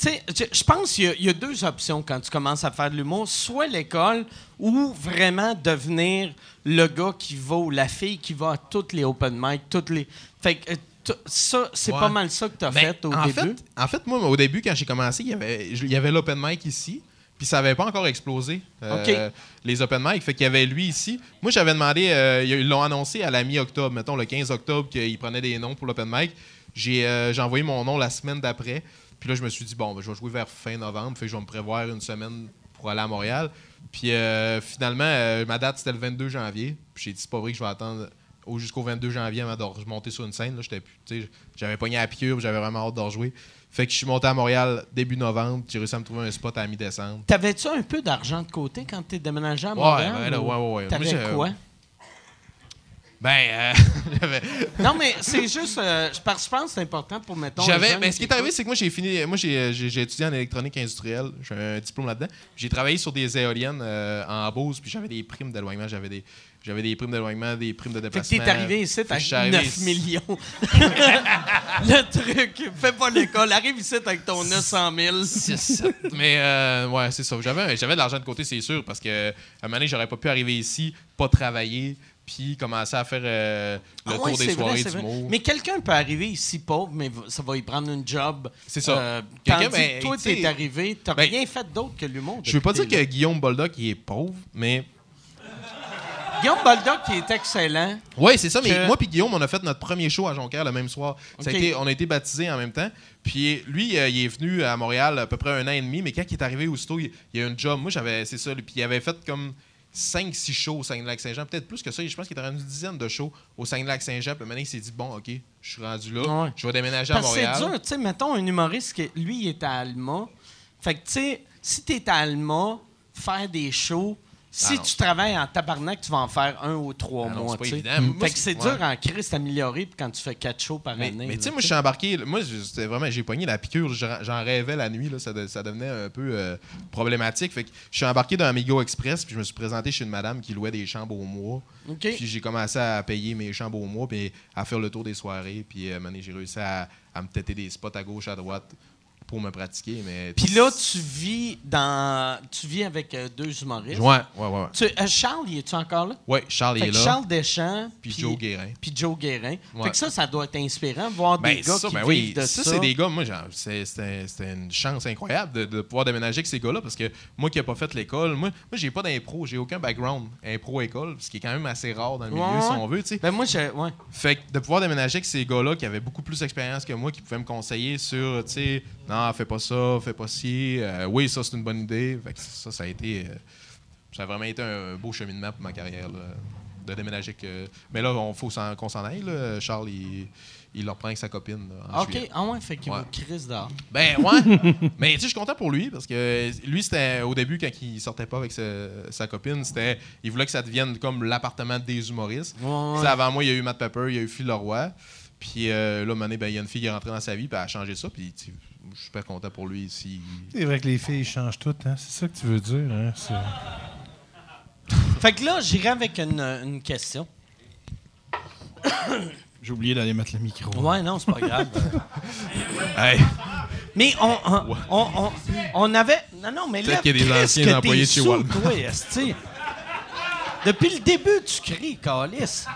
S5: tu sais, je- je pense qu'il y a- il y, a deux options quand tu commences à faire de l'humour. Soit l'école ou vraiment devenir le gars qui va ou la fille qui va à toutes les open mic, toutes les. Fait que euh, t- ça, c'est
S6: Ouais.
S5: pas mal ça que tu as
S6: Ben,
S5: fait au
S6: en
S5: début.
S6: Fait, en fait, moi, au début, quand j'ai commencé, il y avait, je- il y avait l'open mic ici, puis ça n'avait pas encore explosé, euh, les open mic. Fait qu'il y avait lui ici. Moi, j'avais demandé, euh, ils l'ont annoncé à la mi-octobre, mettons le 15 octobre, qu'ils prenaient des noms pour l'open mic. J'ai euh, j'ai envoyé mon nom la semaine d'après. Puis là, je me suis dit, bon, ben, je vais jouer vers fin novembre, fait que je vais me prévoir une semaine pour aller à Montréal. Puis euh, finalement, euh, ma date, c'était le 22 janvier. Puis j'ai dit, c'est pas vrai que je vais attendre au- jusqu'au 22 janvier avant de re- monter sur une scène. Là, j'étais plus, tu sais, j'avais pogné à la piqûre, j'avais vraiment hâte d'en rejouer. Fait que je suis monté à Montréal début novembre. J'ai réussi à me trouver un spot à mi-décembre.
S5: T'avais-tu un peu d'argent de côté quand t'es déménagé à
S6: Ouais,
S5: Montréal?
S6: ouais, là,
S5: ou
S6: ouais, ouais, ouais.
S5: T'avais
S6: Moi, j'ai- euh,
S5: quoi?
S6: Ben, euh, j'avais-
S5: Non, mais c'est juste... euh, je pense je pense que c'est important pour, mettons... les
S6: J'avais.
S5: jeunes
S6: Mais ce qui est
S5: écoutent.
S6: arrivé, c'est que moi, j'ai fini. Moi, j'ai, j'ai- j'ai étudié en électronique industrielle. J'ai un diplôme là-dedans. J'ai travaillé sur des éoliennes euh, en Beauce, puis j'avais des primes d'éloignement. J'avais des, j'avais des primes d'éloignement, des primes de
S5: euh, Fait que
S6: déplacement.
S5: t'es arrivé ici,
S6: Fait que je suis
S5: t'as
S6: arrivé
S5: 9
S6: ici.
S5: millions. le truc, fais pas l'école, arrive ici avec ton 900 000.
S6: Mais euh, ouais, c'est ça. J'avais, j'avais de l'argent de côté, c'est sûr, parce que à un moment donné, j'aurais pas pu arriver ici, pas travailler, puis commencer à faire euh, le
S5: Ah
S6: tour
S5: ouais,
S6: des
S5: c'est vrai,
S6: soirées
S5: c'est
S6: du
S5: vrai.
S6: mot.
S5: Mais quelqu'un peut arriver ici pauvre, mais va- ça va y prendre une job.
S6: C'est ça.
S5: Euh,
S6: Quelqu'un,
S5: tandis
S6: ben,
S5: que toi,
S6: tu sais,
S5: t'es arrivé, t'as
S6: ben,
S5: rien fait d'autre que l'humour.
S6: Je veux pas dire
S5: depuis
S6: que Guillaume Boldoc il est pauvre, mais
S5: t'es là. Guillaume Baldock, qui est excellent.
S6: Oui, c'est ça. Mais
S5: Que-
S6: moi puis Guillaume, on a fait notre premier show à Jonquière le même soir. Ça a
S5: Ok.
S6: été- on a été baptisés en même temps. Puis lui, euh, il est venu à Montréal à peu près un an et demi. Mais quand il est arrivé aussitôt, il, il a eu une job. Moi, j'avais, c'est ça. Puis il avait fait comme 5-6 shows au Saguenay-Lac-Saint-Jean. Peut-être plus que ça. Je pense qu'il était rendu une dizaine de shows au Saguenay-Lac-Saint-Jean. Puis maintenant, il s'est dit, bon, OK, je suis rendu là.
S5: Ouais.
S6: Je vais déménager à
S5: Parce que
S6: Montréal.
S5: c'est dur, tu sais, mettons un humoriste qui, lui, il est à Alma. Fait que, tu sais, si t'es à Alma, faire des shows, si
S6: Ah non.
S5: tu travailles en tabarnak, tu vas en faire un ou trois
S6: Ah non,
S5: mois,
S6: c'est pas
S5: tu sais.
S6: évident. Moi,
S5: Fait que c'est
S6: c'est-
S5: dur en crise d'améliorer puis quand tu fais quatre shows par
S6: Mais,
S5: année.
S6: mais
S5: là,
S6: tu sais, moi, je suis embarqué. Moi, je- c'était vraiment, j'ai pogné la piqûre. J'en j'en rêvais la nuit. Là, ça, de- ça devenait un peu euh, problématique. Fait que je suis embarqué dans Amigo Express. Puis je me suis présenté chez une madame qui louait des chambres au mois.
S5: OK.
S6: Puis j'ai commencé à payer mes chambres au mois. Puis à faire le tour des soirées. Puis euh, à un moment donné, j'ai réussi à, à me têter des spots à gauche, à droite pour me pratiquer. Mais
S5: Puis là, tu vis dans, tu vis avec euh, deux humoristes.
S6: Ouais, ouais, ouais. ouais.
S5: Tu- euh, Charles, il est tu encore là?
S6: Ouais, Charles
S5: Fait
S6: est
S5: que
S6: là.
S5: Charles Deschamps,
S6: Puis Joe Guérin.
S5: Puis Joe Guérin.
S6: Ouais.
S5: Fait que ça, ça doit être inspirant, voir
S6: Ben,
S5: des gars
S6: ça,
S5: qui
S6: ben
S5: vivent
S6: oui,
S5: de ça.
S6: ça, c'est des gars. Moi, j'en- c'est- c'était c'était une chance incroyable de, de pouvoir déménager avec ces gars-là parce que moi qui n'ai pas fait l'école, moi, moi j'ai pas d'impro, j'ai aucun background impro-école, ce qui est quand même assez rare dans le milieu,
S5: Ouais,
S6: si
S5: ouais.
S6: on veut. tu sais.
S5: Ben moi, je, ouais.
S6: Fait que de pouvoir déménager avec ces gars-là qui avaient beaucoup plus d'expérience que moi, qui pouvaient me conseiller sur, tu sais, non, fais pas ça, fais pas ci, euh, oui, ça, c'est une bonne idée. Fait que ça, ça a été. euh, ça a vraiment été un beau cheminement pour ma carrière, là, de déménager avec. euh, mais là, on faut s'en- qu'on s'en aille, là. Charles, il, il leur prend avec sa copine. là, en
S5: OK,
S6: juillet.
S5: ah ouais, fait qu'il
S6: Ouais.
S5: vous crisse dehors.
S6: Ben ouais. Mais tu sais, je suis content pour lui parce que lui, c'était au début, quand il sortait pas avec ce- sa copine, c'était. Il voulait que ça devienne comme l'appartement des humoristes.
S5: Ouais, ouais.
S6: Tu sais, avant moi, il y a eu Matt Pepper, il y a eu Phil Leroy. Puis euh, là, à un moment donné, ben, il y a une fille qui est rentrée dans sa vie, puis elle a changé ça. Puis tu sais, je suis pas content pour lui ici.
S4: C'est vrai que les filles changent toutes, hein? C'est ça que tu veux dire, hein? C'est-
S5: Fait que là, j'irai avec une, une question.
S11: J'ai oublié d'aller mettre le micro.
S5: Ouais, non, c'est pas grave. Mais on, on, on, on- on avait. Non, non, mais là,
S6: Peut-être qu'il y a des
S5: Chris,
S6: anciens
S5: que t'es
S6: employés de chez
S5: sous,
S6: Walmart.
S5: toi, esti.
S2: Depuis le début, tu cries, Calice.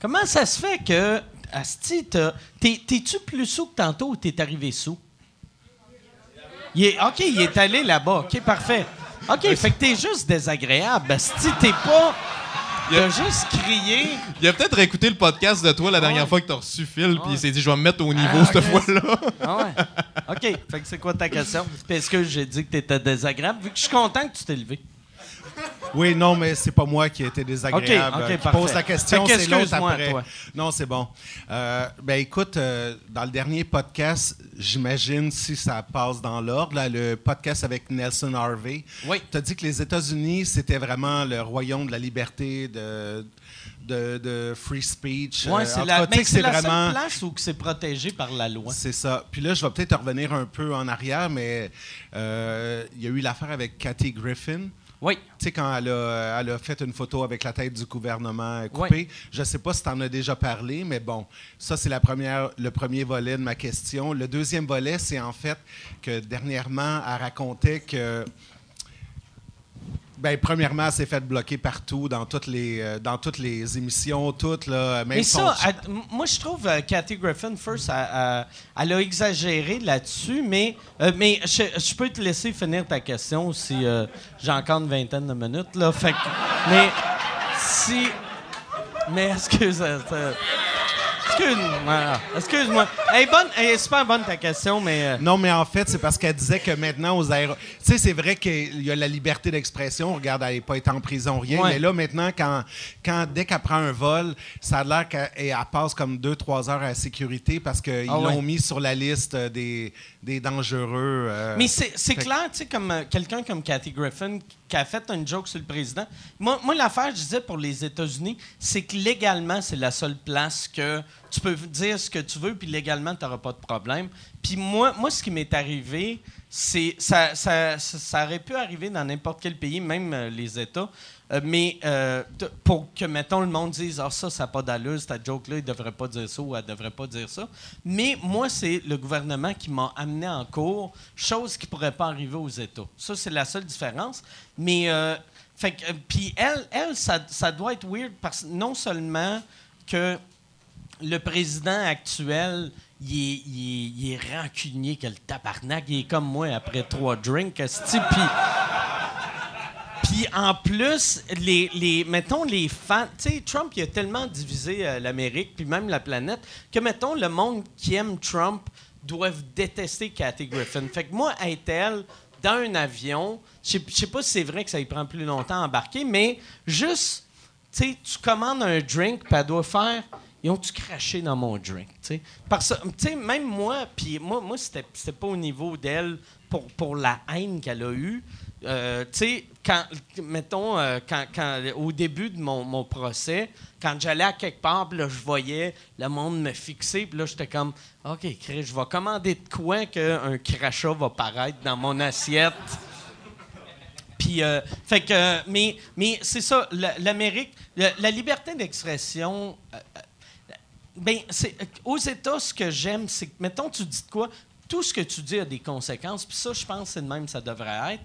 S2: Comment ça se fait que, Asti, t'as- t'es- t'es-tu plus sous que tantôt ou t'es arrivé sous? Il est- OK, il est allé là-bas. OK, parfait. OK, fait que t'es juste désagréable. Asti, t'es pas. Il a juste crié.
S6: Il a peut-être écouté le podcast de toi la dernière
S2: Ouais.
S6: fois que t'as reçu Phil, puis
S2: Ouais.
S6: il s'est dit je vais me mettre au niveau cette fois-là.
S2: Ah ouais. OK, fait que c'est quoi ta question? Parce que j'ai dit que t'étais désagréable, vu que je suis content que tu t'es levé.
S12: Oui, non, mais c'est pas moi qui ai été désagréable.
S2: Ok, ok,
S12: Euh, qui
S2: parfait.
S12: pose la question,
S2: Fait
S12: c'est l'autre
S2: qu'excuse-moi,
S12: après.
S2: toi.
S12: Non, c'est bon. Euh, ben écoute, euh, dans le dernier podcast, j'imagine si ça passe dans l'ordre, là, le podcast avec Nelson Harvey.
S2: Oui.
S12: Tu as dit que les États-Unis, c'était vraiment le royaume de la liberté, de, de, de free speech.
S2: Ouais,
S12: Euh, en
S2: c'est
S12: tout
S2: la,
S12: cas, tu sais
S2: mais
S12: que
S2: c'est la seule place où que c'est protégé par la loi.
S12: c'est ça. Puis là, je vais peut-être revenir un peu en arrière, mais euh, il y a eu l'affaire avec Cathy Griffin.
S2: Oui.
S12: Tu sais, quand elle a, elle a fait une photo avec la tête du gouvernement coupée, je ne sais pas si tu en as déjà parlé, mais bon, ça, c'est la première, le premier volet de ma question. Le deuxième volet, c'est en fait que dernièrement, elle racontait que. Ben, premièrement, elle s'est faite bloquer partout, dans toutes les, euh, dans toutes les émissions, toutes, là, même
S2: Mais ça,
S12: son-
S2: à- m- moi, je trouve euh, Kathy Griffin, first, elle, elle- elle a exagéré là-dessus, mais, euh, mais je, je peux te laisser finir ta question si euh, j'ai encore une vingtaine de minutes. Là, fait que- mais si. Mais excuse. euh, euh, Excuse-moi. Excuse-moi. Elle est bonne, elle est super bonne ta question, mais. euh,
S12: Non, mais en fait, c'est parce qu'elle disait que maintenant, aux aéroports. Tu sais, c'est vrai qu'il y a la liberté d'expression. Regarde, elle n'est pas été en prison, rien.
S2: Ouais.
S12: Mais là, maintenant, quand, quand, dès qu'elle prend un vol, ça a l'air qu'elle elle passe comme deux, trois heures à la sécurité parce qu'ils
S2: Ah ouais.
S12: l'ont mis sur la liste des, des dangereux. euh,
S2: Mais c'est c'est
S12: Fait-
S2: clair, tu sais, comme euh, quelqu'un comme Kathy Griffin qui a fait une joke sur le président. Moi, moi l'affaire, je disais pour les États-Unis, c'est que légalement, c'est la seule place que tu peux dire ce que tu veux, puis légalement, tu n'auras pas de problème. Puis moi, moi, ce qui m'est arrivé, c'est ça, ça, ça, ça aurait pu arriver dans n'importe quel pays, même euh, les États. Euh, mais euh, de- pour que, mettons, le monde dise Ah, ça, ça n'a pas d'allure, cette joke-là, il devrait pas dire ça ou elle devrait pas dire ça. Mais moi, c'est le gouvernement qui m'a amené en cours, chose qui pourrait pas arriver aux États. Ça, c'est la seule différence. Mais, euh, fait que, euh, puis elle, elle ça, ça doit être weird parce que non seulement que le président actuel, il est, il est- il est rancunier que le tabarnak. Il est comme moi après trois drinks. esti, Puis, puis en plus, les, les, mettons, les fans... Tu sais, Trump, il a tellement divisé euh, l'Amérique, puis même la planète, que, mettons, le monde qui aime Trump doivent détester Kathy Griffin. Fait que moi, est-elle dans un avion... Je sais- je sais pas si c'est vrai que ça y prend plus longtemps à embarquer, mais juste tu sais, tu commandes un drink, puis elle doit faire. Ils ont-tu craché dans mon drink? tu sais? Parce que, tu sais, même moi, puis moi, moi c'était c'était pas au niveau d'elle pour, pour la haine qu'elle a eue. Euh, tu sais, quand, mettons, euh, quand, quand- au début de mon, mon procès, quand j'allais à quelque part, puis là, je voyais le monde me fixer, puis là, j'étais comme, OK, Chris, je vais commander de quoi qu'un crachat va paraître dans mon assiette. Puis, euh, fait que, euh, mais, mais c'est ça, la- l'Amérique, la, la liberté d'expression. euh, euh, ben, c'est euh, aux États, ce que j'aime, c'est que, mettons, tu dis de quoi, tout ce que tu dis a des conséquences. Puis ça, je pense, que c'est de même, que ça devrait être.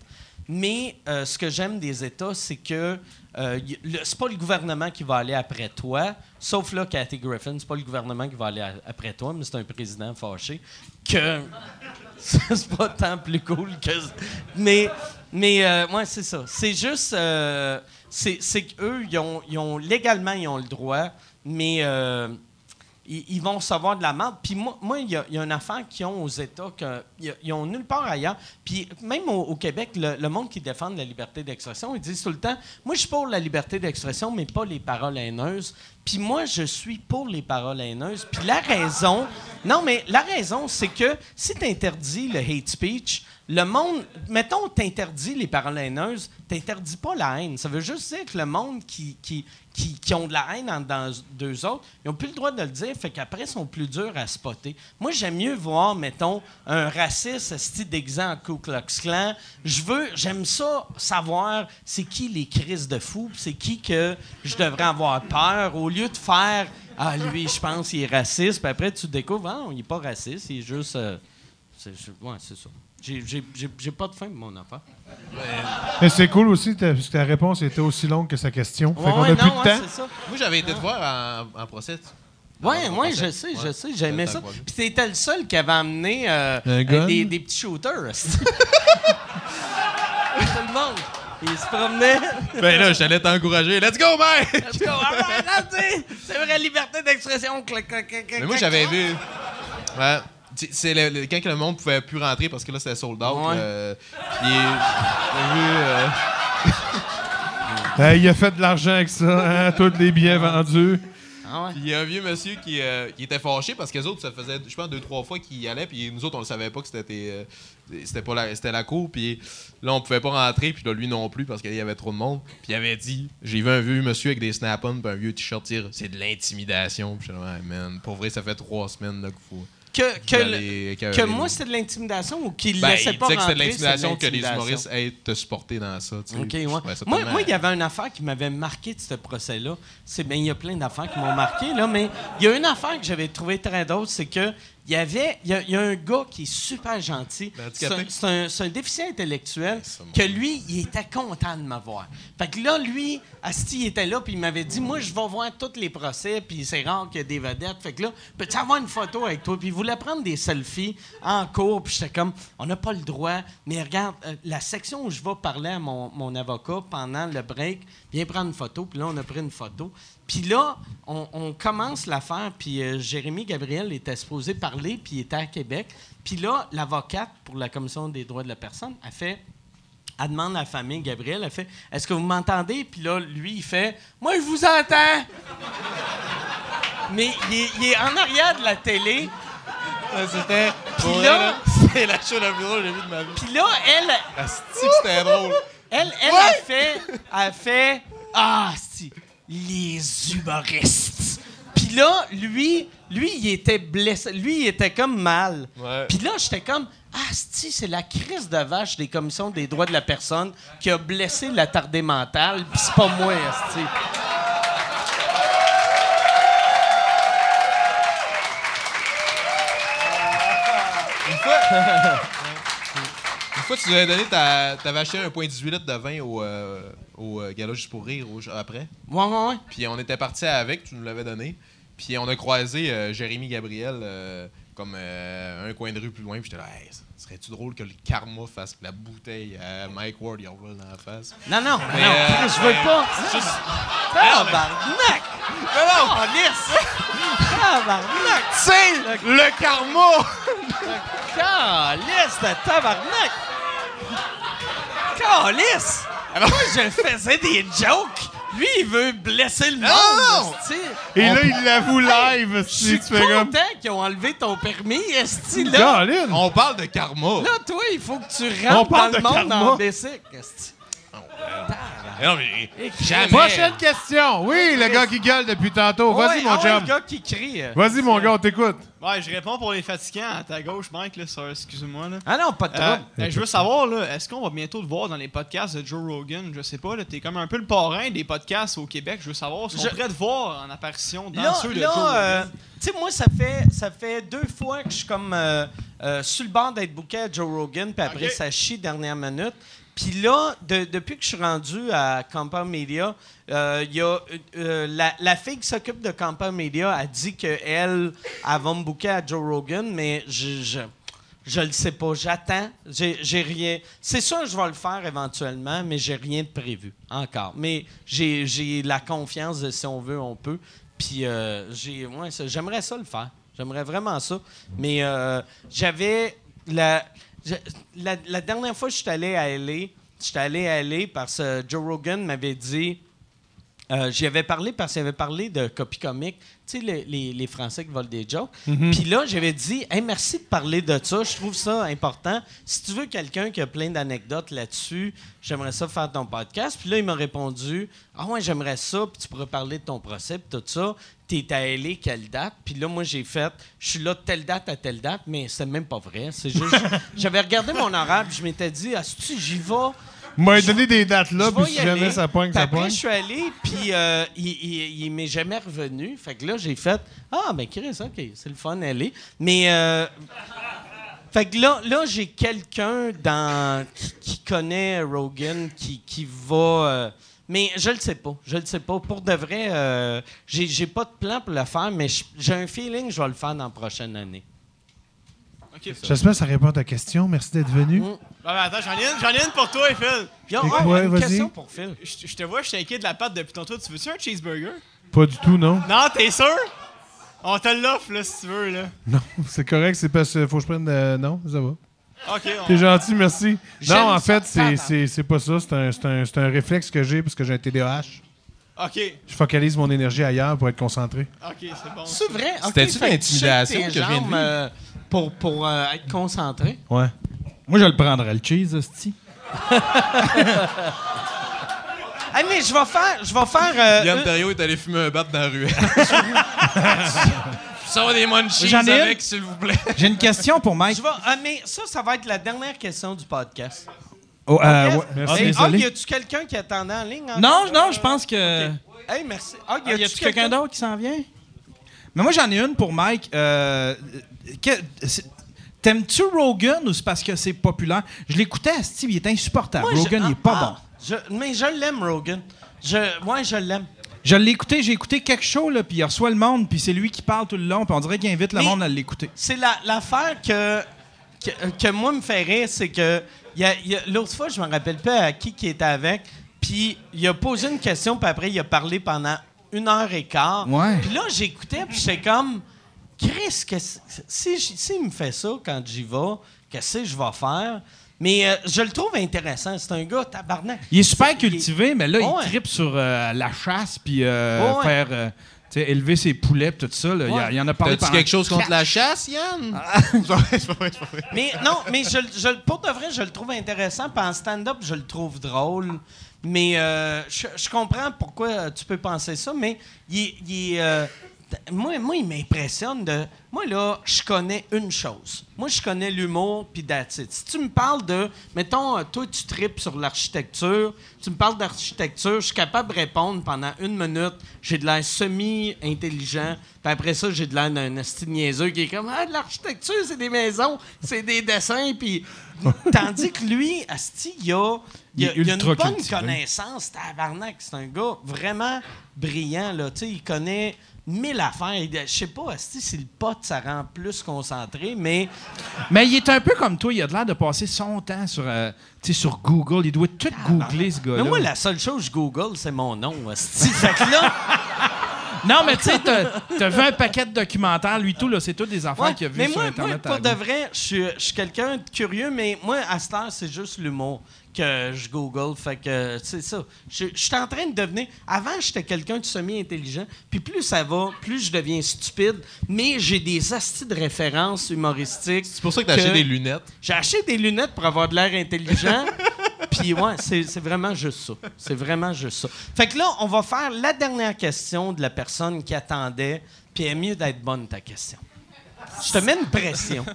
S2: Mais euh, ce que j'aime des États, c'est que euh, y- le- c'est pas le gouvernement qui va aller après toi, sauf là, Cathy Griffin, c'est pas le gouvernement qui va aller a- après toi, mais c'est un président fâché, que c'est pas tant plus cool que mais mais euh, ouais, c'est ça c'est juste euh, c'est c'est qu'eux, ils ont, ils ont- légalement ils ont le droit mais euh, ils, ils vont recevoir de la merde. Puis moi, moi, il y, a- il y a une affaire qu'ils ont aux États qu'ils ont nulle part ailleurs. Puis même au, au Québec, le, le monde qui défend la liberté d'expression, ils disent tout le temps Moi, je suis pour la liberté d'expression, mais pas les paroles haineuses. Puis moi, je suis pour les paroles haineuses. Puis la raison, non, mais la raison, c'est que si tu interdis le hate speech, le monde, mettons, t'interdis les paroles haineuses, t'interdis pas la haine. Ça veut juste dire que le monde qui, qui, qui, qui ont de la haine en, dans deux autres, ils n'ont plus le droit de le dire, fait qu'après, ils sont plus durs à spotter. Moi, j'aime mieux voir, mettons, un raciste esti déguisé en Ku Klux Klan. Je veux, j'aime ça, savoir c'est qui les crises de fou, c'est qui que je devrais avoir peur, au lieu de faire « Ah, lui, je pense qu'il est raciste », puis après, tu découvres « Ah, il n'est pas raciste, il est juste... euh, c'est, je- ouais, c'est ça. J'ai- J'ai j'ai- j'ai pas de fin pour mon affaire.
S4: Mais c'est cool aussi, ta- parce que ta réponse était aussi longue que sa question. Fait
S2: Ouais,
S4: qu'on a
S2: ouais,
S4: plus
S2: non,
S4: de
S2: ouais,
S4: temps.
S2: c'est ça.
S6: Moi, j'avais été te voir en, en procès.
S2: Ouais, ouais, je
S6: pensais.
S2: sais, je
S6: Ouais.
S2: sais, j'aimais
S6: T'as-
S2: ça.
S6: t'as pas vu.
S2: Puis c'était le seul qui avait amené euh,
S4: Un gun?
S2: des, des petits shooters. Tout le monde. Il se promenait.
S6: Ben là, j'allais t'encourager. Let's go, mec!
S2: Let's go. All right, let's go. C'est vrai, liberté d'expression. Clac, clac, clac, clac,
S6: Mais moi,
S2: clac.
S6: j'avais vu. Ouais. Tu- C'est le, le- quand que le monde pouvait plus rentrer parce que là, c'était sold out.
S2: Ouais.
S6: euh, puis, j'ai vu. euh,
S4: Euh, il a fait de l'argent avec ça, hein, tous les billets vendus.
S2: Ah ouais.
S6: puis il y a un vieux monsieur qui, euh, qui était fâché parce que les autres, ça faisait, je pense, deux, trois fois qu'ils y allaient. Puis nous autres, on le savait pas que c'était tes, euh, c'était pas la, c'était la cour. Puis là, on pouvait pas rentrer. Puis là, lui non plus parce qu'il y avait trop de monde. Puis il avait dit J'ai vu un vieux monsieur avec des snap-ons. Puis un vieux t-shirt dire C'est de l'intimidation. Puis je suis là, Ouais, man, pour vrai, ça fait trois semaines là, qu'il faut.
S2: Que, que,
S6: qu'il
S2: le-
S6: allait- qu'il
S2: que
S6: allait-
S2: moi, c'était de l'intimidation ou qu'il
S6: euh, Ben,
S2: laissait
S6: il
S2: pas
S6: disait que c'était de
S2: rentrer,
S6: l'intimidation que les
S2: l'intimidation.
S6: humoristes aient te supporter dans ça. tu sais. Ben,
S2: OK,
S6: Puis je
S2: ouais.
S6: trouvais ça
S2: Moi,
S6: tellement-
S2: moi, il y avait une affaire qui m'avait marqué de ce procès-là. C'est bien, il y a plein d'affaires qui m'ont marqué, là, mais il y a une affaire que j'avais trouvé très drôle, c'est que il y avait, il y, a- il y a un gars qui est super gentil.
S6: Le
S2: C'est un,
S6: Ben, handicapé.
S2: c'est un- c'est un déficient intellectuel
S6: ça, mon
S2: que lui, il était content de m'avoir. Fait que là, lui, Asti, il était là, puis il m'avait dit, moi, je vais voir tous les procès, puis c'est rare qu'il y ait des vedettes. Fait que là, peux-tu avoir une photo avec toi? Puis il voulait prendre des selfies en cours, puis j'étais comme, on n'a pas le droit, mais regarde, euh, la section où je vais parler à mon, mon avocat pendant le break, viens prendre une photo, puis là, on a pris une photo. Puis là, on, on commence l'affaire, puis euh, Jérémy Gabriel était supposé parler, puis il était à Québec. Puis là, l'avocate pour la Commission des droits de la personne a fait elle demande à la famille, Gabriel, elle fait Est-ce que vous m'entendez Puis là, lui, il fait Moi, je vous entends Mais il est, il est en arrière de la télé.
S6: Ouais, C'était.
S2: Puis
S6: pour
S2: là-
S6: vrai, c'est la chose la plus drôle que j'ai vue de ma vie.
S2: Puis là, elle,
S6: Asti Ah, que c'était drôle.
S2: elle, elle a fait Elle fait Ah, si, les humoristes Puis là, lui, lui, il était blessé. Lui, il était comme mal.
S6: Ouais.
S2: Puis là, j'étais comme Ah, si, c'est la crise de vache des commissions des droits de la personne qui a blessé l'attardé mental, puis c'est pas moi, Asti.
S6: Une fois, tu lui avais donné, ta- t'avais acheté un point 18 litres de vin au, euh, au euh, gala juste pour rire au- après.
S2: Ouais, ouais, ouais.
S6: Puis on était parti avec, tu nous l'avais donné. Puis on a croisé euh, Jérémy Gabriel euh, comme euh, un coin de rue plus loin. Puis j'étais là, Hey, ça- serait-tu drôle que le karma fasse la bouteille à Mike Ward, il envole dans la face.
S2: Non, non,
S6: Mais,
S2: Ah, non,
S6: euh,
S2: Chris, je veux
S6: mais
S2: pas.
S6: c'est juste-
S2: Tabarnak! Non, non! Tabarnak!
S6: C'est le karma!
S2: Calice de tabarnak! Calice!
S4: Ah
S2: Moi, je faisais des jokes! Lui, il veut blesser le
S6: non,
S2: monde!
S6: non.
S2: esti.
S4: Et là, il l'avoue live.
S2: Je suis
S4: si Ah tu fais comme.
S2: content qu'ils ont enlevé ton permis, esti, là! Oh,
S4: Caroline!
S6: On parle de karma!
S2: Là, toi, il faut que tu
S4: On
S2: rentres dans
S4: parle
S2: le
S4: de
S2: monde
S4: karma.
S2: en bicycle, esti.
S6: Eh Non, mais jamais!
S4: Prochaine question. Oui, le gars qui gueule depuis tantôt. Oh, Vas-y,
S2: Ouais,
S4: mon
S2: ah ouais,
S4: chum.
S2: le gars qui crie. euh.
S4: Vas-y, mon gars, on t'écoute.
S13: Ouais, je réponds pour les fatigants à ta gauche, Mike, là, ça, excuse-moi, là.
S2: Ah non, pas de
S13: Euh,
S2: trouble.
S13: ben, je veux savoir, là, est-ce qu'on va bientôt te voir dans les podcasts de Joe Rogan? Je sais pas, là, t'es comme un peu le parrain des podcasts au Québec. Je veux savoir, si on
S2: Je-
S13: pourrait te voir en apparition dans
S2: Là,
S13: ceux de
S2: là,
S13: Joe
S2: euh,
S13: Rogan?
S2: tu sais, moi, ça fait, ça fait deux fois que je suis comme euh, euh, sur le bord d'être booké à Joe Rogan, puis après,
S13: Ok.
S2: ça chie dernière minute. Puis là, de- depuis que je suis rendu à Campa Media, euh, il y a, euh, euh, la, la fille qui s'occupe de Campa Media a dit qu'elle, elle va me booker à Joe Rogan, mais je... je je le sais pas, j'attends. J'ai j'ai rien. C'est sûr, je vais le faire éventuellement, mais j'ai rien de prévu encore. Mais j'ai j'ai la confiance de si on veut, on peut. Puis euh, j'ai- ouais, ça- j'aimerais ça le faire. J'aimerais vraiment ça. Mais euh, j'avais la, je- la la dernière fois que je suis allé à LA, je suis allé à LA parce que Joe Rogan m'avait dit euh, j'y avais parlé parce qu'il avait parlé de copie comique. Tu sais, les, les- les Français qui volent des jokes. Puis là, j'avais dit, Hey, merci de parler de ça. Je trouve ça important. Si tu veux quelqu'un qui a plein d'anecdotes là-dessus, j'aimerais ça faire ton podcast. Puis là, il m'a répondu, ah ouais, j'aimerais ça. Puis tu pourrais parler de ton procès, puis tout ça. T'es à LA, quelle date? Puis là, moi, j'ai fait, je suis là de telle date à telle date, mais c'est même pas vrai. C'est juste, j'avais regardé mon horaire, puis je m'étais dit, ah, si j'y vais,
S4: M'a donné des dates là,
S2: je
S4: puis
S2: vais
S4: si
S2: y
S4: jamais
S2: aller.
S4: ça pogne,
S2: Puis
S4: ça
S2: après,
S4: pogne.
S2: je suis allé, puis euh, il, il- il m'est jamais revenu. Fait que là, j'ai fait Ah, ben Chris, OK, c'est le fun d'aller. Mais euh, Fait que là, là j'ai quelqu'un dans qui, qui connaît Rogan qui, qui va. euh, mais je le sais pas. Je le sais pas. Pour de vrai, euh, j'ai j'ai pas de plan pour le faire, mais je- j'ai un feeling que je vais le faire dans la prochaine année.
S13: Ok.
S4: J'espère que ça répond à ta question. Merci d'être venu.
S13: Ah, ben, attends, j'en ai une, j'en ai une pour toi, Phil.
S2: Yo,
S4: C'est
S2: ah,
S4: quoi,
S2: une
S4: vas-y?
S2: question pour Phil.
S13: Je je te vois, je t'inquiète de la pâte depuis tantôt. Tu veux-tu un cheeseburger?
S4: Pas du tout, non?
S13: Non, t'es sûr? On te l'offre, là, si tu veux, là.
S4: Non, c'est correct. C'est parce que faut que je prenne. euh, non, ça va.
S13: OK, on-
S4: T'es gentil, merci.
S2: J'aime
S4: Non, en
S2: ça,
S4: fait, c'est-
S2: papa.
S4: c'est c'est pas ça. C'est un, c'est un- c'est un réflexe que j'ai parce que j'ai un TDAH.
S13: OK,
S4: Je focalise mon énergie ailleurs pour être concentré.
S13: OK, c'est bon.
S2: C'est vrai. Ok,
S6: C'était-tu
S2: fait
S6: de l'intimidation
S2: shake tes
S6: que je viens de
S2: jambes,
S6: vivre?
S2: euh, pour pour euh, être concentré.
S4: Ouais.
S3: Moi, je le prendrais, le cheese, hostie.
S2: Ah mais je vais faire, je vais faire. euh,
S6: Yann
S2: une-
S6: Terriot est allé fumer un bat dans la rue. Sors des munchies
S3: J'en ai une.
S6: avec, s'il vous plaît.
S3: J'ai une question pour Mike.
S2: je vais- ah, mais ça, ça va être la dernière question du podcast.
S3: Oh, euh, ouais,
S4: Merci.
S3: ah,
S2: Hey, Hog,
S3: désolé.
S2: y a-tu quelqu'un qui attendait en ligne? hein?
S3: Non, non, je pense que.
S2: Hey, merci. Hog,
S3: Ah, y a-tu quelqu'un d'autre qui s'en vient? Mais moi, j'en ai une pour Mike. Euh, que- c'est- T'aimes-tu Rogan ou c'est parce que c'est populaire? Je l'écoutais, Steve, il est insupportable.
S2: Moi, je-
S3: Rogan, il est
S2: ah,
S3: pas
S2: ah, je- mais je l'aime, Rogan. Je, moi, je l'aime.
S3: bon. Je l'ai écouté, j'ai écouté quelque chose, là, puis il reçoit le monde, puis c'est lui qui parle tout le long, puis on dirait qu'il invite le
S2: Mais-
S3: monde à l'écouter.
S2: C'est la- l'affaire que, que, que moi me fait rire, c'est que y a- y a- l'autre fois, je me rappelle pas à qui qui était avec, puis il a posé une question, puis après, il a parlé pendant une heure et quart.
S3: Ouais.
S2: Puis là, j'écoutais, puis j'étais comme, Chris, que c- si, j- s'il me fait ça quand j'y vais, qu'est-ce que je vais faire? Mais euh, je le trouve intéressant. C'est un gars tabarnak.
S3: Il est super
S2: il est-
S3: cultivé, mais là,
S2: Ouais.
S3: il tripe sur euh, la chasse, puis euh,
S2: Ouais.
S3: faire. euh, tu sais, élever ses poulets, puis tout ça. là. Il, y a-
S2: Ouais.
S3: il y en a parlé
S6: T'as-tu
S3: pendant...
S6: quelque chose contre la chasse, Yann?
S2: Mais non, mais je, je, pour de vrai, je le trouve intéressant. Puis en stand-up, je le trouve drôle. Mais euh, je, je comprends pourquoi euh, tu peux penser ça, mais il, est- il est, euh, t- moi, moi, il m'impressionne de. Moi, là, je connais une chose. Moi, je connais l'humour, puis that's it. Si tu me parles de. Mettons, euh, toi, tu tripes sur l'architecture, tu me parles d'architecture, je suis capable de répondre pendant une minute, j'ai de l'air semi-intelligent, puis après ça, j'ai de l'air d'un esti de niaiseux qui est comme Ah, de l'architecture, c'est des maisons, c'est des dessins, puis. Tandis que lui, Asti, il a, il a-
S3: Il est
S2: il a une
S3: ultra
S2: bonne
S3: cultivé.
S2: connaissance, tabarnak. C'est un gars vraiment brillant, là. Tu sais, il connaît mille affaires. Il- Je sais pas, Asti, si le pote, ça rend plus concentré, mais
S3: Mais il est un peu comme toi, il a de l'air de passer son temps sur, euh, tu sais, sur Google. Il doit tout googler, ce gars-là.
S2: Ah, ben, Mais moi, la seule chose que je google, c'est mon nom, esti. Fait que là,
S3: Non, mais tu sais, t'as t'as vu un paquet de documentaires, lui tout, là, c'est tout des affaires
S2: ouais,
S3: qu'il a vues
S2: mais
S3: sur
S2: moi,
S3: Internet.
S2: moi,
S3: à
S2: pour de
S3: la-
S2: vrai, je suis- je suis quelqu'un de curieux, mais moi, à cette heure, c'est juste l'humour que je google. Fait que, euh, c'est ça. Je je suis en train de devenir... Avant, j'étais quelqu'un de semi-intelligent, puis plus ça va, plus je deviens stupide, mais j'ai des astis de références humoristiques.
S6: C'est pour ça que t'as acheté des lunettes.
S2: J'ai acheté des lunettes pour avoir de l'air intelligent. Puis ouais, c'est c'est vraiment juste ça. C'est vraiment juste ça. Fait que là, on va faire la dernière question de la personne qui attendait. Puis elle est mieux d'être bonne, ta question. Je te mets une pression.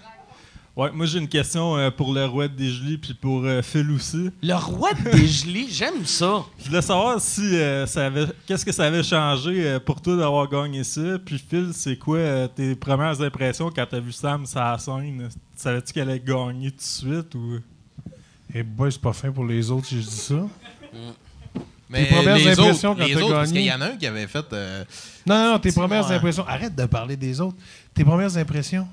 S14: Ouais, moi j'ai une question euh, pour le roi des Julis puis pour euh, Phil aussi.
S2: Le roi des gelées, j'aime ça.
S14: Je voulais savoir si euh, ça avait qu'est-ce que ça avait changé euh, pour toi d'avoir gagné ça. Puis Phil, c'est quoi euh, tes premières impressions quand t'as vu Sam sur la scène? Savais-tu qu'elle allait gagner tout de suite ou
S4: Et Eh boy, c'est pas fin pour les autres si je dis ça. Non,
S6: Mais
S4: premières
S6: les
S4: impressions
S6: autres,
S4: quand
S6: les
S4: t'as
S6: autres, parce
S4: gagné.
S6: qu'il y en a un qui avait fait... euh,
S4: non, non, tes
S6: Dis-moi,
S4: premières
S6: hein.
S4: impressions. Arrête de parler des autres. Tes premières impressions.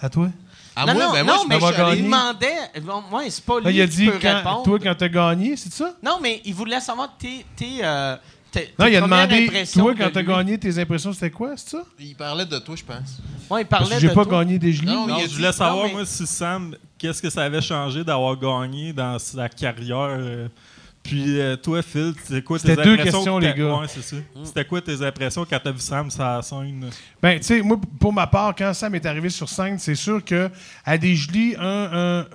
S4: À toi?
S6: À
S2: non,
S6: moi,
S2: non,
S6: ben moi,
S2: non,
S6: je
S2: mais
S6: me
S4: d'avoir
S2: je lui
S4: gagné.
S2: demandais. Bon, moi, c'est pas lui
S4: Là, il a
S2: qui
S4: dit,
S2: peut
S4: quand-
S2: répondre.
S4: toi, quand t'as gagné, c'est ça?
S2: Non, mais il voulait savoir tes. tes, euh, tes-
S4: Non,
S2: tes
S4: il a
S2: premières
S4: demandé,
S2: impressions
S4: toi,
S2: de
S4: quand t'as
S2: lui.
S4: gagné, tes impressions, c'était quoi, c'est ça?
S6: Il parlait de toi, je pense.
S2: Ouais, il
S4: Parce que
S2: parlait
S4: j'ai
S2: de
S4: pas
S2: toi.
S4: gagné des gelées.
S6: Non, mais il a
S14: Non,
S6: dit-
S14: je voulais savoir
S2: non, mais-
S14: moi si Sam qu'est-ce que ça avait changé d'avoir gagné dans sa carrière. euh, puis euh, toi, Phil, c'est quoi tes
S4: C'était deux
S14: impressions?
S4: questions,
S14: que
S4: les
S14: t'as-
S4: gars.
S14: Ouais, c'est ça. C'était quoi tes impressions quand t'as vu Sam sur la scène?
S4: Ben, tu sais, moi, p- pour ma part, quand Sam est arrivé sur scène, c'est sûr que à des gelis, un- un-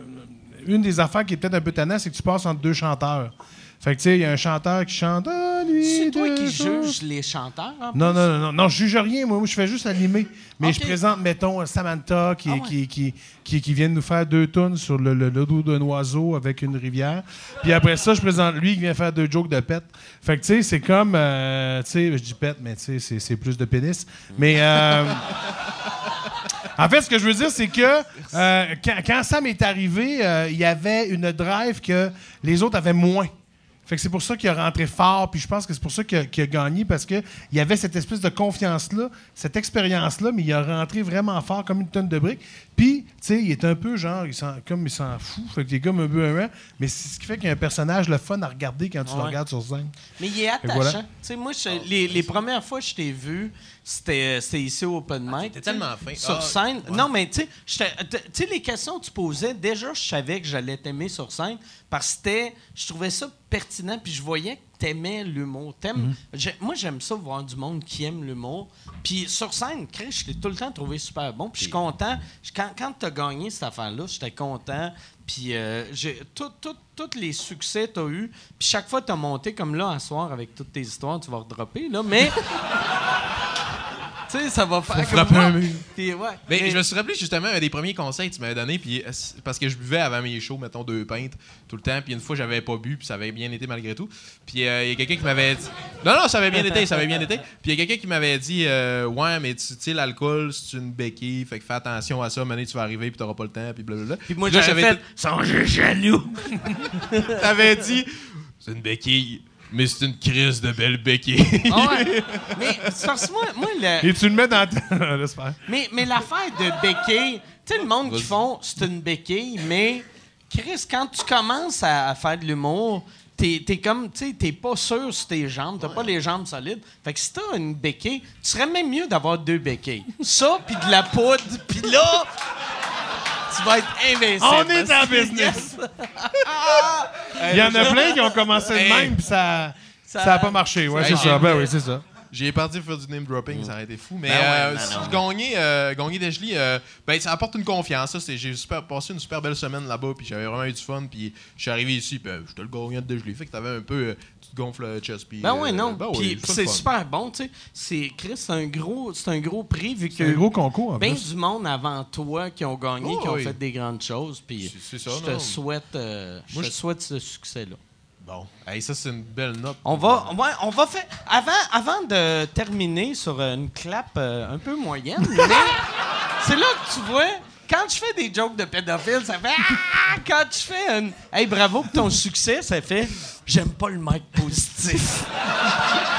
S4: une des affaires qui est peut-être un peu tannante, c'est que tu passes entre deux chanteurs. Fait que, tu sais, il y a un chanteur qui chante. Ah, lui,
S2: C'est toi
S4: deux
S2: qui
S4: jours.
S2: juges les chanteurs. hein? en
S4: Non, non, non, non, non, je juge rien, moi, Moi, je fais juste animer. Mais
S2: Ok.
S4: je présente, mettons, Samantha qui,
S2: Ah ouais.
S4: qui, qui, qui, qui vient de nous faire deux tonnes sur le, le- le dos d'un oiseau avec une rivière. Puis après ça, je présente lui qui vient faire deux jokes de pète. Fait que, tu sais, c'est comme, euh, tu sais, je dis pète, mais tu sais, c'est- c'est plus de pénis. Mais, euh, En fait, ce que je veux dire, c'est que euh, quand, quand Sam est arrivé, euh, il y avait une drive que les autres avaient moins. Fait que c'est pour ça qu'il a rentré fort, puis je pense que c'est pour ça qu'il a, qu'il a gagné, parce qu'il y avait cette espèce de confiance-là, cette expérience-là, mais il a rentré vraiment fort comme une tonne de briques. Puis, tu sais, il est un peu genre, il s'en- comme il s'en fout, fait qu'il est comme un peu un, mais c'est ce qui fait qu'il y a un personnage le fun à regarder quand tu le
S2: Ouais.
S4: regardes sur scène.
S2: Mais il est attachant.
S4: voilà.
S2: Tu sais, moi, je- les, les premières fois que je t'ai vu, c'était euh, c'était ici au Open Mic.
S6: t'étais tellement fin.
S2: Sur
S6: Ah,
S2: scène. Non, mais tu sais, j'étais- tu sais, les questions que tu posais, déjà, je savais que j'allais t'aimer sur scène parce que c'était- je trouvais ça pertinent puis je voyais que t'aimais l'humour. T'aimes-
S6: Mhm.
S2: j'ai- Moi, j'aime ça voir du monde qui aime l'humour. Puis sur scène, Chris, je l'ai tout le temps trouvé super bon. Puis je suis content. Je- Quand, quand t'as gagné cette affaire-là, j'étais content. Puis euh, j'ai tout- tout- tous les succès que t'as eu. Puis chaque fois, t'as monté comme là, un soir, avec toutes tes histoires, tu vas redropper, là. Mais... Tu sais, ça va faire.
S6: frapper
S2: comme-
S6: un mur.
S2: Puis, ouais.
S6: Mais,
S2: Mais-
S6: je me suis rappelé justement un des premiers conseils que tu m'avais donné, puis euh, c'est- parce que je buvais avant mes shows, mettons deux pintes tout le temps, puis une fois j'avais pas bu, puis ça avait bien été malgré tout. Puis euh, il y a quelqu'un qui m'avait dit, non non ça avait bien été, ça avait bien été. Puis il y a quelqu'un qui m'avait dit, euh, ouais mais tu tu sais l'alcool c'est une béquille, fait que fais attention à ça, maintenant tu vas arriver puis t'auras pas le temps, puis blablabla.
S2: Puis moi,
S6: Puis là,
S2: j'avais fait « Songez jaloux
S6: t'avais dit, c'est une béquille, mais c'est une crise de belle béquille. ».
S2: Ah, Mais c'est parce que moi, moi le-
S4: Et tu le mets dans ta... Laisse faire.
S2: mais, mais l'affaire de béquille, tu sais, le monde qui
S6: Vas-y.
S2: font « c'est une béquille », mais Chris, quand tu commences à, à faire de l'humour, t'es t'es comme, tu sais, t'es pas sûr sur tes jambes, t'as pas les jambes solides. Fait que si t'as une béquille, tu serais même mieux d'avoir deux béquilles. Ça, puis de la poudre, puis là, tu vas être invincible.
S4: On est dans
S2: Parce que-
S4: le business. Il y en a plein qui ont commencé de même, puis ça
S2: Ça-
S4: ça a pas marché. Ouais,
S6: Hey,
S4: c'est
S6: j'ai-
S4: ça. Ben oui, c'est ça.
S6: J'ai parti faire du name dropping, ça aurait été fou. Mais
S2: Ben ouais,
S6: euh,
S2: ben
S6: si
S2: non.
S6: je gagnais, euh, gagner Desjely, euh, ben, ça apporte une confiance. ça, c'est- J'ai super- passé une super belle semaine là-bas, puis j'avais vraiment eu du fun. Puis je suis arrivé ici, puis euh, j'étais le gagnant de Desjely. Fait que t'avais un peu. euh, tu te gonfles le chest. Puis,
S2: Ben
S6: euh,
S2: ouais, non.
S6: ben
S2: Puis-
S6: ouais,
S2: puis
S6: ça,
S2: c'est
S6: le fun.
S2: super bon, tu sais. C'est Chris, c'est un gros, c'est un gros prix vu que
S4: C'est un gros concours, en
S2: ben
S4: plus.
S2: du monde avant toi qui ont gagné,
S6: Oh,
S2: qui ont
S6: Ah, oui.
S2: fait des grandes choses. Puis
S6: C'est- c'est ça,
S2: je te
S6: non.
S2: souhaite, euh, je
S6: Moi,
S2: te
S6: je-
S2: souhaite ce succès-là.
S6: Bon. Hey, ça, c'est une belle note.
S2: On va, ouais, on va faire avant, avant de terminer sur une clap euh, un peu moyenne, mais c'est là que tu vois. Quand je fais des jokes de pédophile, ça fait ah! Quand je fais une hey bravo pour ton succès, ça fait j'aime pas le mic positif.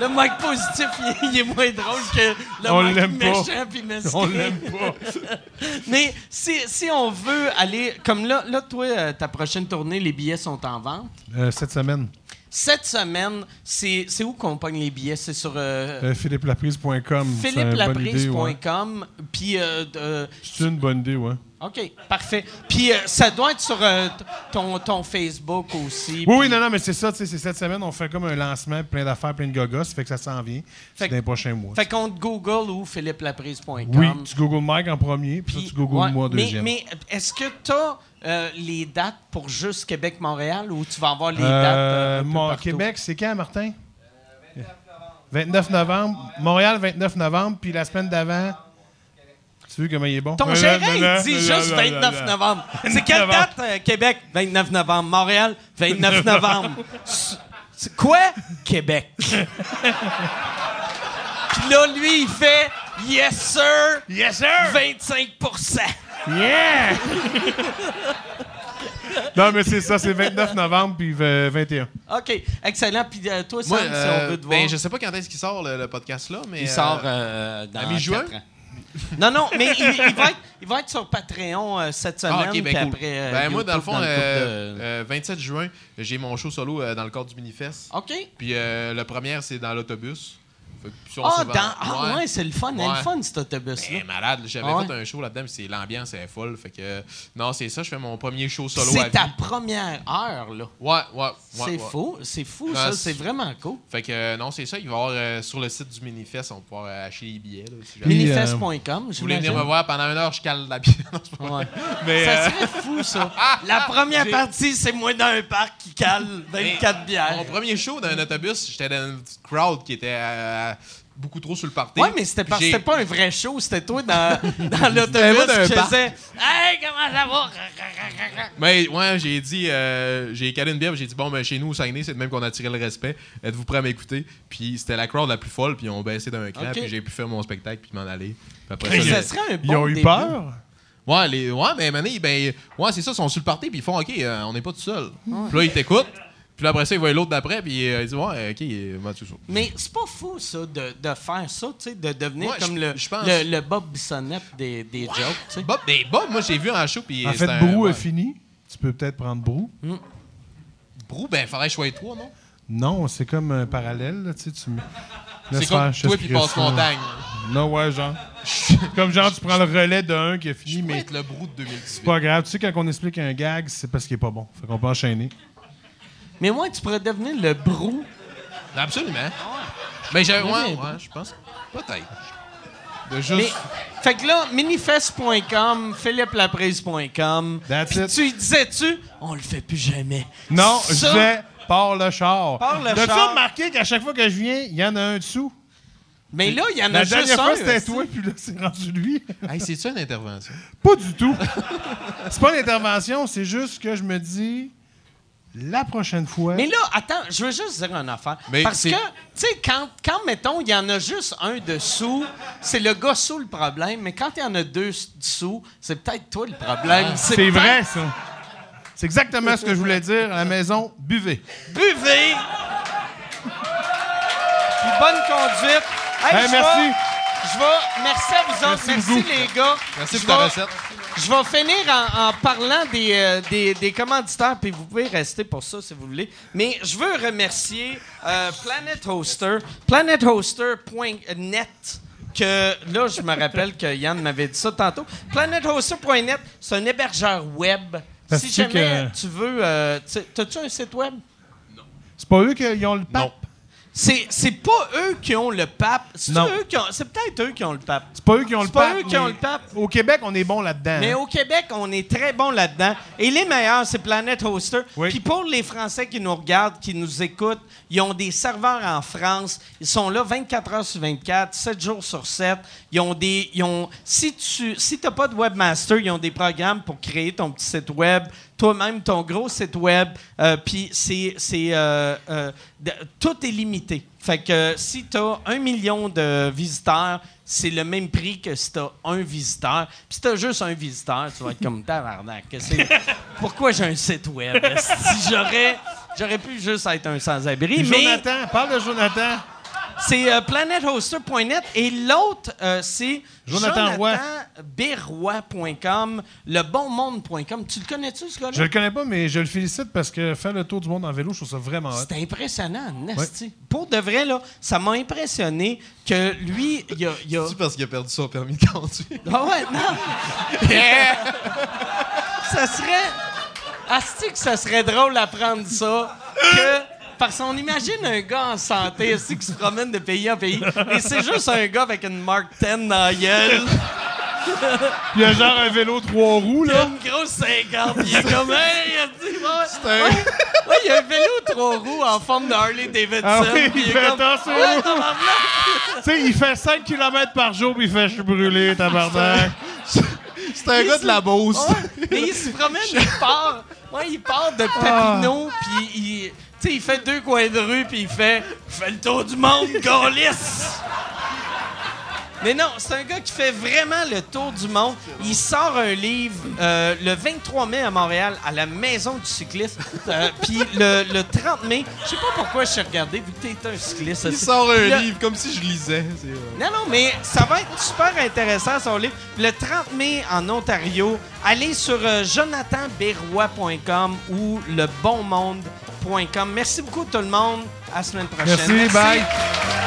S2: le mic positif, il est- il est moins drôle que le
S4: On
S2: mic
S4: l'aime pas.
S2: méchant puis mesquin.
S4: On l'aime pas.
S2: Mais si, si on veut aller comme là, là toi euh, ta prochaine tournée, les billets sont en vente.
S4: Euh, cette semaine,
S2: Cette semaine, c'est c'est où qu'on pogne les billets? C'est sur euh,
S4: euh, philippelaprise.com. c'est une bonne idée, ouais.
S2: philippelaprise.com. Puis, euh, euh,
S4: C'est une bonne idée, ouais.
S2: OK, parfait. Puis, euh, ça doit être sur euh, t- ton, ton Facebook aussi.
S4: Oui,
S2: puis-
S4: oui, non, non, mais c'est ça, tu sais, c'est cette semaine, on fait comme un lancement, plein d'affaires, plein de gogos, fait que ça s'en vient.
S2: Fait
S4: C'est
S2: que-
S4: dans les prochains mois.
S2: Fait qu'on te Google ou philippelaprise.com.
S4: Oui, tu googles Mike en premier,
S2: Puis,
S4: puis toi, tu googles
S2: ouais,
S4: moi en
S2: mais-
S4: deuxième.
S2: Mais, est-ce que tu as les dates pour juste Québec-Montréal ou tu vas avoir les dates? euh,
S4: Euh,
S2: un peu
S4: Mon-
S2: partout?
S4: Québec, c'est quand, Martin? 29 novembre. Montréal, 29 novembre, puis la semaine d'avant. Tu veux comment il est bon?
S2: Ton gérant, il dit juste 29
S4: 29
S2: novembre. C'est quelle
S4: novembre.
S2: date, euh, Québec? 29 novembre. Montréal, 29 novembre. S- c'est Quoi? Québec. Puis là, lui, il fait « Yes, sir!
S4: Yes, sir! »
S2: 25
S4: Yeah! non, mais c'est ça, c'est 29 novembre puis euh, 21.
S2: OK, excellent. Puis euh, toi, Sam,
S6: Moi,
S2: si
S6: euh,
S2: on veut te voir...
S6: ben, je sais pas quand est-ce qu'il sort le, le podcast-là, mais.
S2: Il
S6: euh,
S2: sort euh, dans
S6: à mi-juin?
S2: quatre ans. Non, non, mais il, il va être, il va être sur Patreon euh, cette semaine.
S6: Ah, ok, ben
S2: puis
S6: cool.
S2: après, euh,
S6: Ben, moi, dans le
S2: YouTube,
S6: fond,
S2: couple
S6: euh,
S2: de-
S6: euh, 27 juin, j'ai mon show solo euh, dans le cadre du Minifest.
S2: OK.
S6: Puis euh, la première, c'est dans l'autobus. Fait que si on
S2: Ah,
S6: s'est
S2: dans...
S6: vend-
S2: ah, ouais, c'est le fun. Elle est le
S6: Ouais.
S2: fun, cet autobus-là.
S6: Ben, malade, j'avais
S2: Ah ouais?
S6: fait un show là-dedans, mais c'est l'ambiance elle est folle. Fait que non, c'est ça, je fais mon premier show solo à
S2: C'est
S6: vie.
S2: ta première heure, là.
S6: Ouais, ouais, ouais.
S2: c'est
S6: ouais.
S2: fou, c'est fou,
S6: Non,
S2: ça. C'est
S6: c'est-
S2: vraiment cool.
S6: Fait que euh, non, c'est ça, il va y avoir euh, sur le site du Minifest, on va pouvoir euh, acheter les billets. Là, si jamais.
S4: Puis,
S2: Minifest.com, je
S6: euh, Vous voulez venir me voir pendant une heure, je cale la bière. Non, c'est pas vrai. Mais,
S2: Ça
S6: euh,
S2: serait fou, ça. La première partie, c'est moi dans un parc qui cale 24
S6: Mon
S2: bières.
S6: premier show dans un autobus, j'étais dans une petite crowd qui était à beaucoup trop sur le party.
S2: Ouais, mais c'était pas,
S6: J'ai-
S2: c'était pas un vrai show, c'était toi dans, dans
S6: moi, d'un
S2: l'autobus qui
S6: bar.
S2: faisais Hey, comment ça va?
S6: Mais ouais, j'ai dit, euh, j'ai calé une bière, puis j'ai dit, bon, ben, chez nous, au Saguenay, c'est de même qu'on attirait le respect. Êtes-vous prêts à m'écouter? Puis c'était la crowd la plus folle, puis ils ont baissé d'un cran,
S2: Ok.
S6: puis j'ai pu faire mon spectacle, puis m'en aller. Puis après
S2: Ça,
S6: ça,
S2: ça
S6: le-
S2: serait un bon
S4: Ils ont eu
S2: début.
S4: peur.
S6: Ouais, les, ouais, mais mané, ben, ouais, c'est ça, ils sont sur le party, puis ils font, OK, euh, on n'est pas tout seul. Puis là, ils t'écoutent, puis là, après ça, ils voient l'autre d'après, puis euh, ils disent, ouais, OK, euh, moi, tout ça.
S2: Mais c'est pas fou, ça, de, de faire ça, tu sais, de devenir
S6: Ouais,
S2: comme
S6: je-
S2: le,
S6: je pense-
S2: le, le Bob Bissonnette des, des jokes, tu sais.
S6: Bob, ben, Bob, moi, j'ai vu en show, puis.
S4: En fait,
S6: c'était un-
S4: Brou
S6: ouais.
S4: a fini. Tu peux peut-être prendre Brou.
S6: Brou, ben, faudrait choisir trois, non?
S4: Non, c'est comme un parallèle. Là, tu sais, tu me-
S6: C'est
S4: Laisse
S6: comme
S4: faire,
S6: toi,
S4: Chef
S6: puis
S4: Christ, là.
S6: Passe-Montagne.
S4: Non, ouais, genre. comme genre, tu prends le relais d'un qui a
S6: Je
S4: fini,
S6: pourrais
S4: mais
S6: être le Brou de
S4: c'est
S6: 2018.
S4: pas grave. Tu sais, quand on explique un gag, c'est parce qu'il est pas bon. Fait qu'on peut enchaîner.
S2: Mais moi, tu pourrais devenir le brou.
S6: Absolument. Mais j'ai. Ouais,
S2: Oui, mais
S6: ouais,
S2: bon.
S6: je pense. Peut-être. De juste.
S2: Mais, fait que là, minifest.com, philippelaprise.com.
S4: That's
S2: Puis
S4: it.
S2: tu disais-tu, on le fait plus jamais.
S4: Non,
S2: Ça,
S4: je disais, pars le char.
S2: Pars le
S4: T'as-tu
S2: char.
S4: remarqué qu'à chaque fois que je viens, il y en a un dessous?
S2: Mais là, il y en a
S4: La
S2: juste
S4: dernière fois,
S2: un,
S4: c'était
S2: aussi.
S4: toi, puis là, c'est rendu lui.
S6: Hey, c'est-tu une intervention?
S4: Pas du tout. c'est pas une intervention, c'est juste que je me dis, la prochaine fois.
S2: Mais là, attends, je veux juste dire une affaire.
S6: Mais
S2: Parce que, tu
S6: c'est-
S2: sais, quand, quand, mettons, il y en a juste un dessous, c'est le gars sous le problème, mais quand il y en a deux s- dessous, c'est peut-être toi le problème.
S4: Ah. C'est
S2: peut-être-
S4: vrai, ça. C'est exactement ce que je voulais dire à la maison. Buvez.
S2: Buvez! Puis bonne conduite. Hey,
S4: Hey,
S2: je
S4: Ben, merci.
S2: vais- Je vais... Merci à vous autres. Merci,
S4: beaucoup.
S2: les gars.
S6: Merci
S2: Je
S6: pour ta
S2: vais-
S6: recette.
S2: Je vais finir en, en parlant des, euh, des, des commanditaires, puis vous pouvez rester pour ça si vous voulez. Mais je veux remercier euh, Planet Hoster, planethoster.net, que là, je me rappelle que Yann m'avait dit ça tantôt. Planethoster.net, c'est un hébergeur web.
S4: Parce
S2: si
S4: que-
S2: jamais tu veux... euh, tu sais, T'as-tu un site web?
S4: C'est pas eux qui ont le pape.
S2: C'est c'est pas eux qui ont le pape. C'est
S4: Non.
S2: eux qui ont- c'est peut-être eux qui ont le pape.
S4: C'est pas eux qui ont le
S2: C'est pas
S4: pape.
S2: eux qui ont
S4: mais
S2: le pape.
S4: Au Québec, on est bon là-dedans.
S2: Mais
S4: hein.
S2: au Québec, on est très bon là-dedans. Et les meilleurs, c'est Planet Hoster.
S4: Oui.
S2: Puis pour les Français qui nous regardent, qui nous écoutent, ils ont des serveurs en France. Ils sont là 24 heures sur 24, 7 jours sur 7. Ils ont des. Ils ont, si tu si t'as pas de webmaster, ils ont des programmes pour créer ton petit site web, toi-même ton gros site web. Euh, Puis c'est. c'est, euh, euh, de- tout est limité. Fait que euh, si tu as un million de visiteurs, c'est le même prix que si tu as un visiteur. Puis si tu as juste un visiteur, tu vas être comme tabarnak. que c'est- Pourquoi j'ai un site web? Si j'aurais, j'aurais pu juste être un sans-abri.
S4: Et
S2: Mais
S4: Jonathan, parle de Jonathan.
S2: c'est euh, planethoster.net et l'autre, euh, c'est
S4: Jonathan Roy.
S2: jonathanberroy.com, lebonmonde.com. Tu le connais-tu, ce
S4: Je
S2: gars-là?
S4: le connais pas, mais je le félicite parce que faire le tour du monde en vélo, je trouve ça vraiment hot.
S2: C'est impressionnant, Nasty. Pour de vrai, là, ça m'a impressionné que lui, il a- il a...
S6: C'est parce qu'il a perdu son permis de conduire.
S2: Ah ouais, non! ça serait. Asti que ça serait drôle d'apprendre ça. Que. Parce qu'on imagine un gars en santé asti, qui se promène de pays en pays et c'est juste un gars avec une Mark 10 dans la gueule,
S4: Il y a genre un vélo trois roues,
S2: il a
S4: là.
S2: une grosse 50, puis il est comme Hey! asti, ouais, ouais, ouais, il y a un vélo trois roues en forme de Harley Davidson.
S4: Ah oui,
S2: puis il
S4: il
S2: est
S4: fait
S2: comme,
S4: attention.
S2: Ouais, tabarnak.
S4: tu sais, il fait 5 km par jour, puis il fait je suis brûlé, tabarnak.
S6: C'est un gars de la Beauce.
S2: Ouais, mais il se promène, il part. Ouais, il part de Papineau, puis il. Tu sais, il fait deux coins de rue, puis il fait. Je fais le tour du monde, lisse! Mais non, c'est un gars qui fait vraiment le tour du monde. Il sort un livre euh, le 23 mai à Montréal, à la Maison du cycliste. Euh, Puis le, le 30 mai, je sais pas pourquoi je t'ai regardé, vu que t'es un cycliste.
S6: Il sort un
S2: Le-
S6: livre comme si je lisais. C'est, euh,
S2: non, non, mais ça va être super intéressant son livre. Le 30 mai en Ontario, allez sur euh, jonathanberroy.com ou lebonmonde.com. Merci beaucoup tout le monde. À la semaine prochaine.
S4: Merci, bye.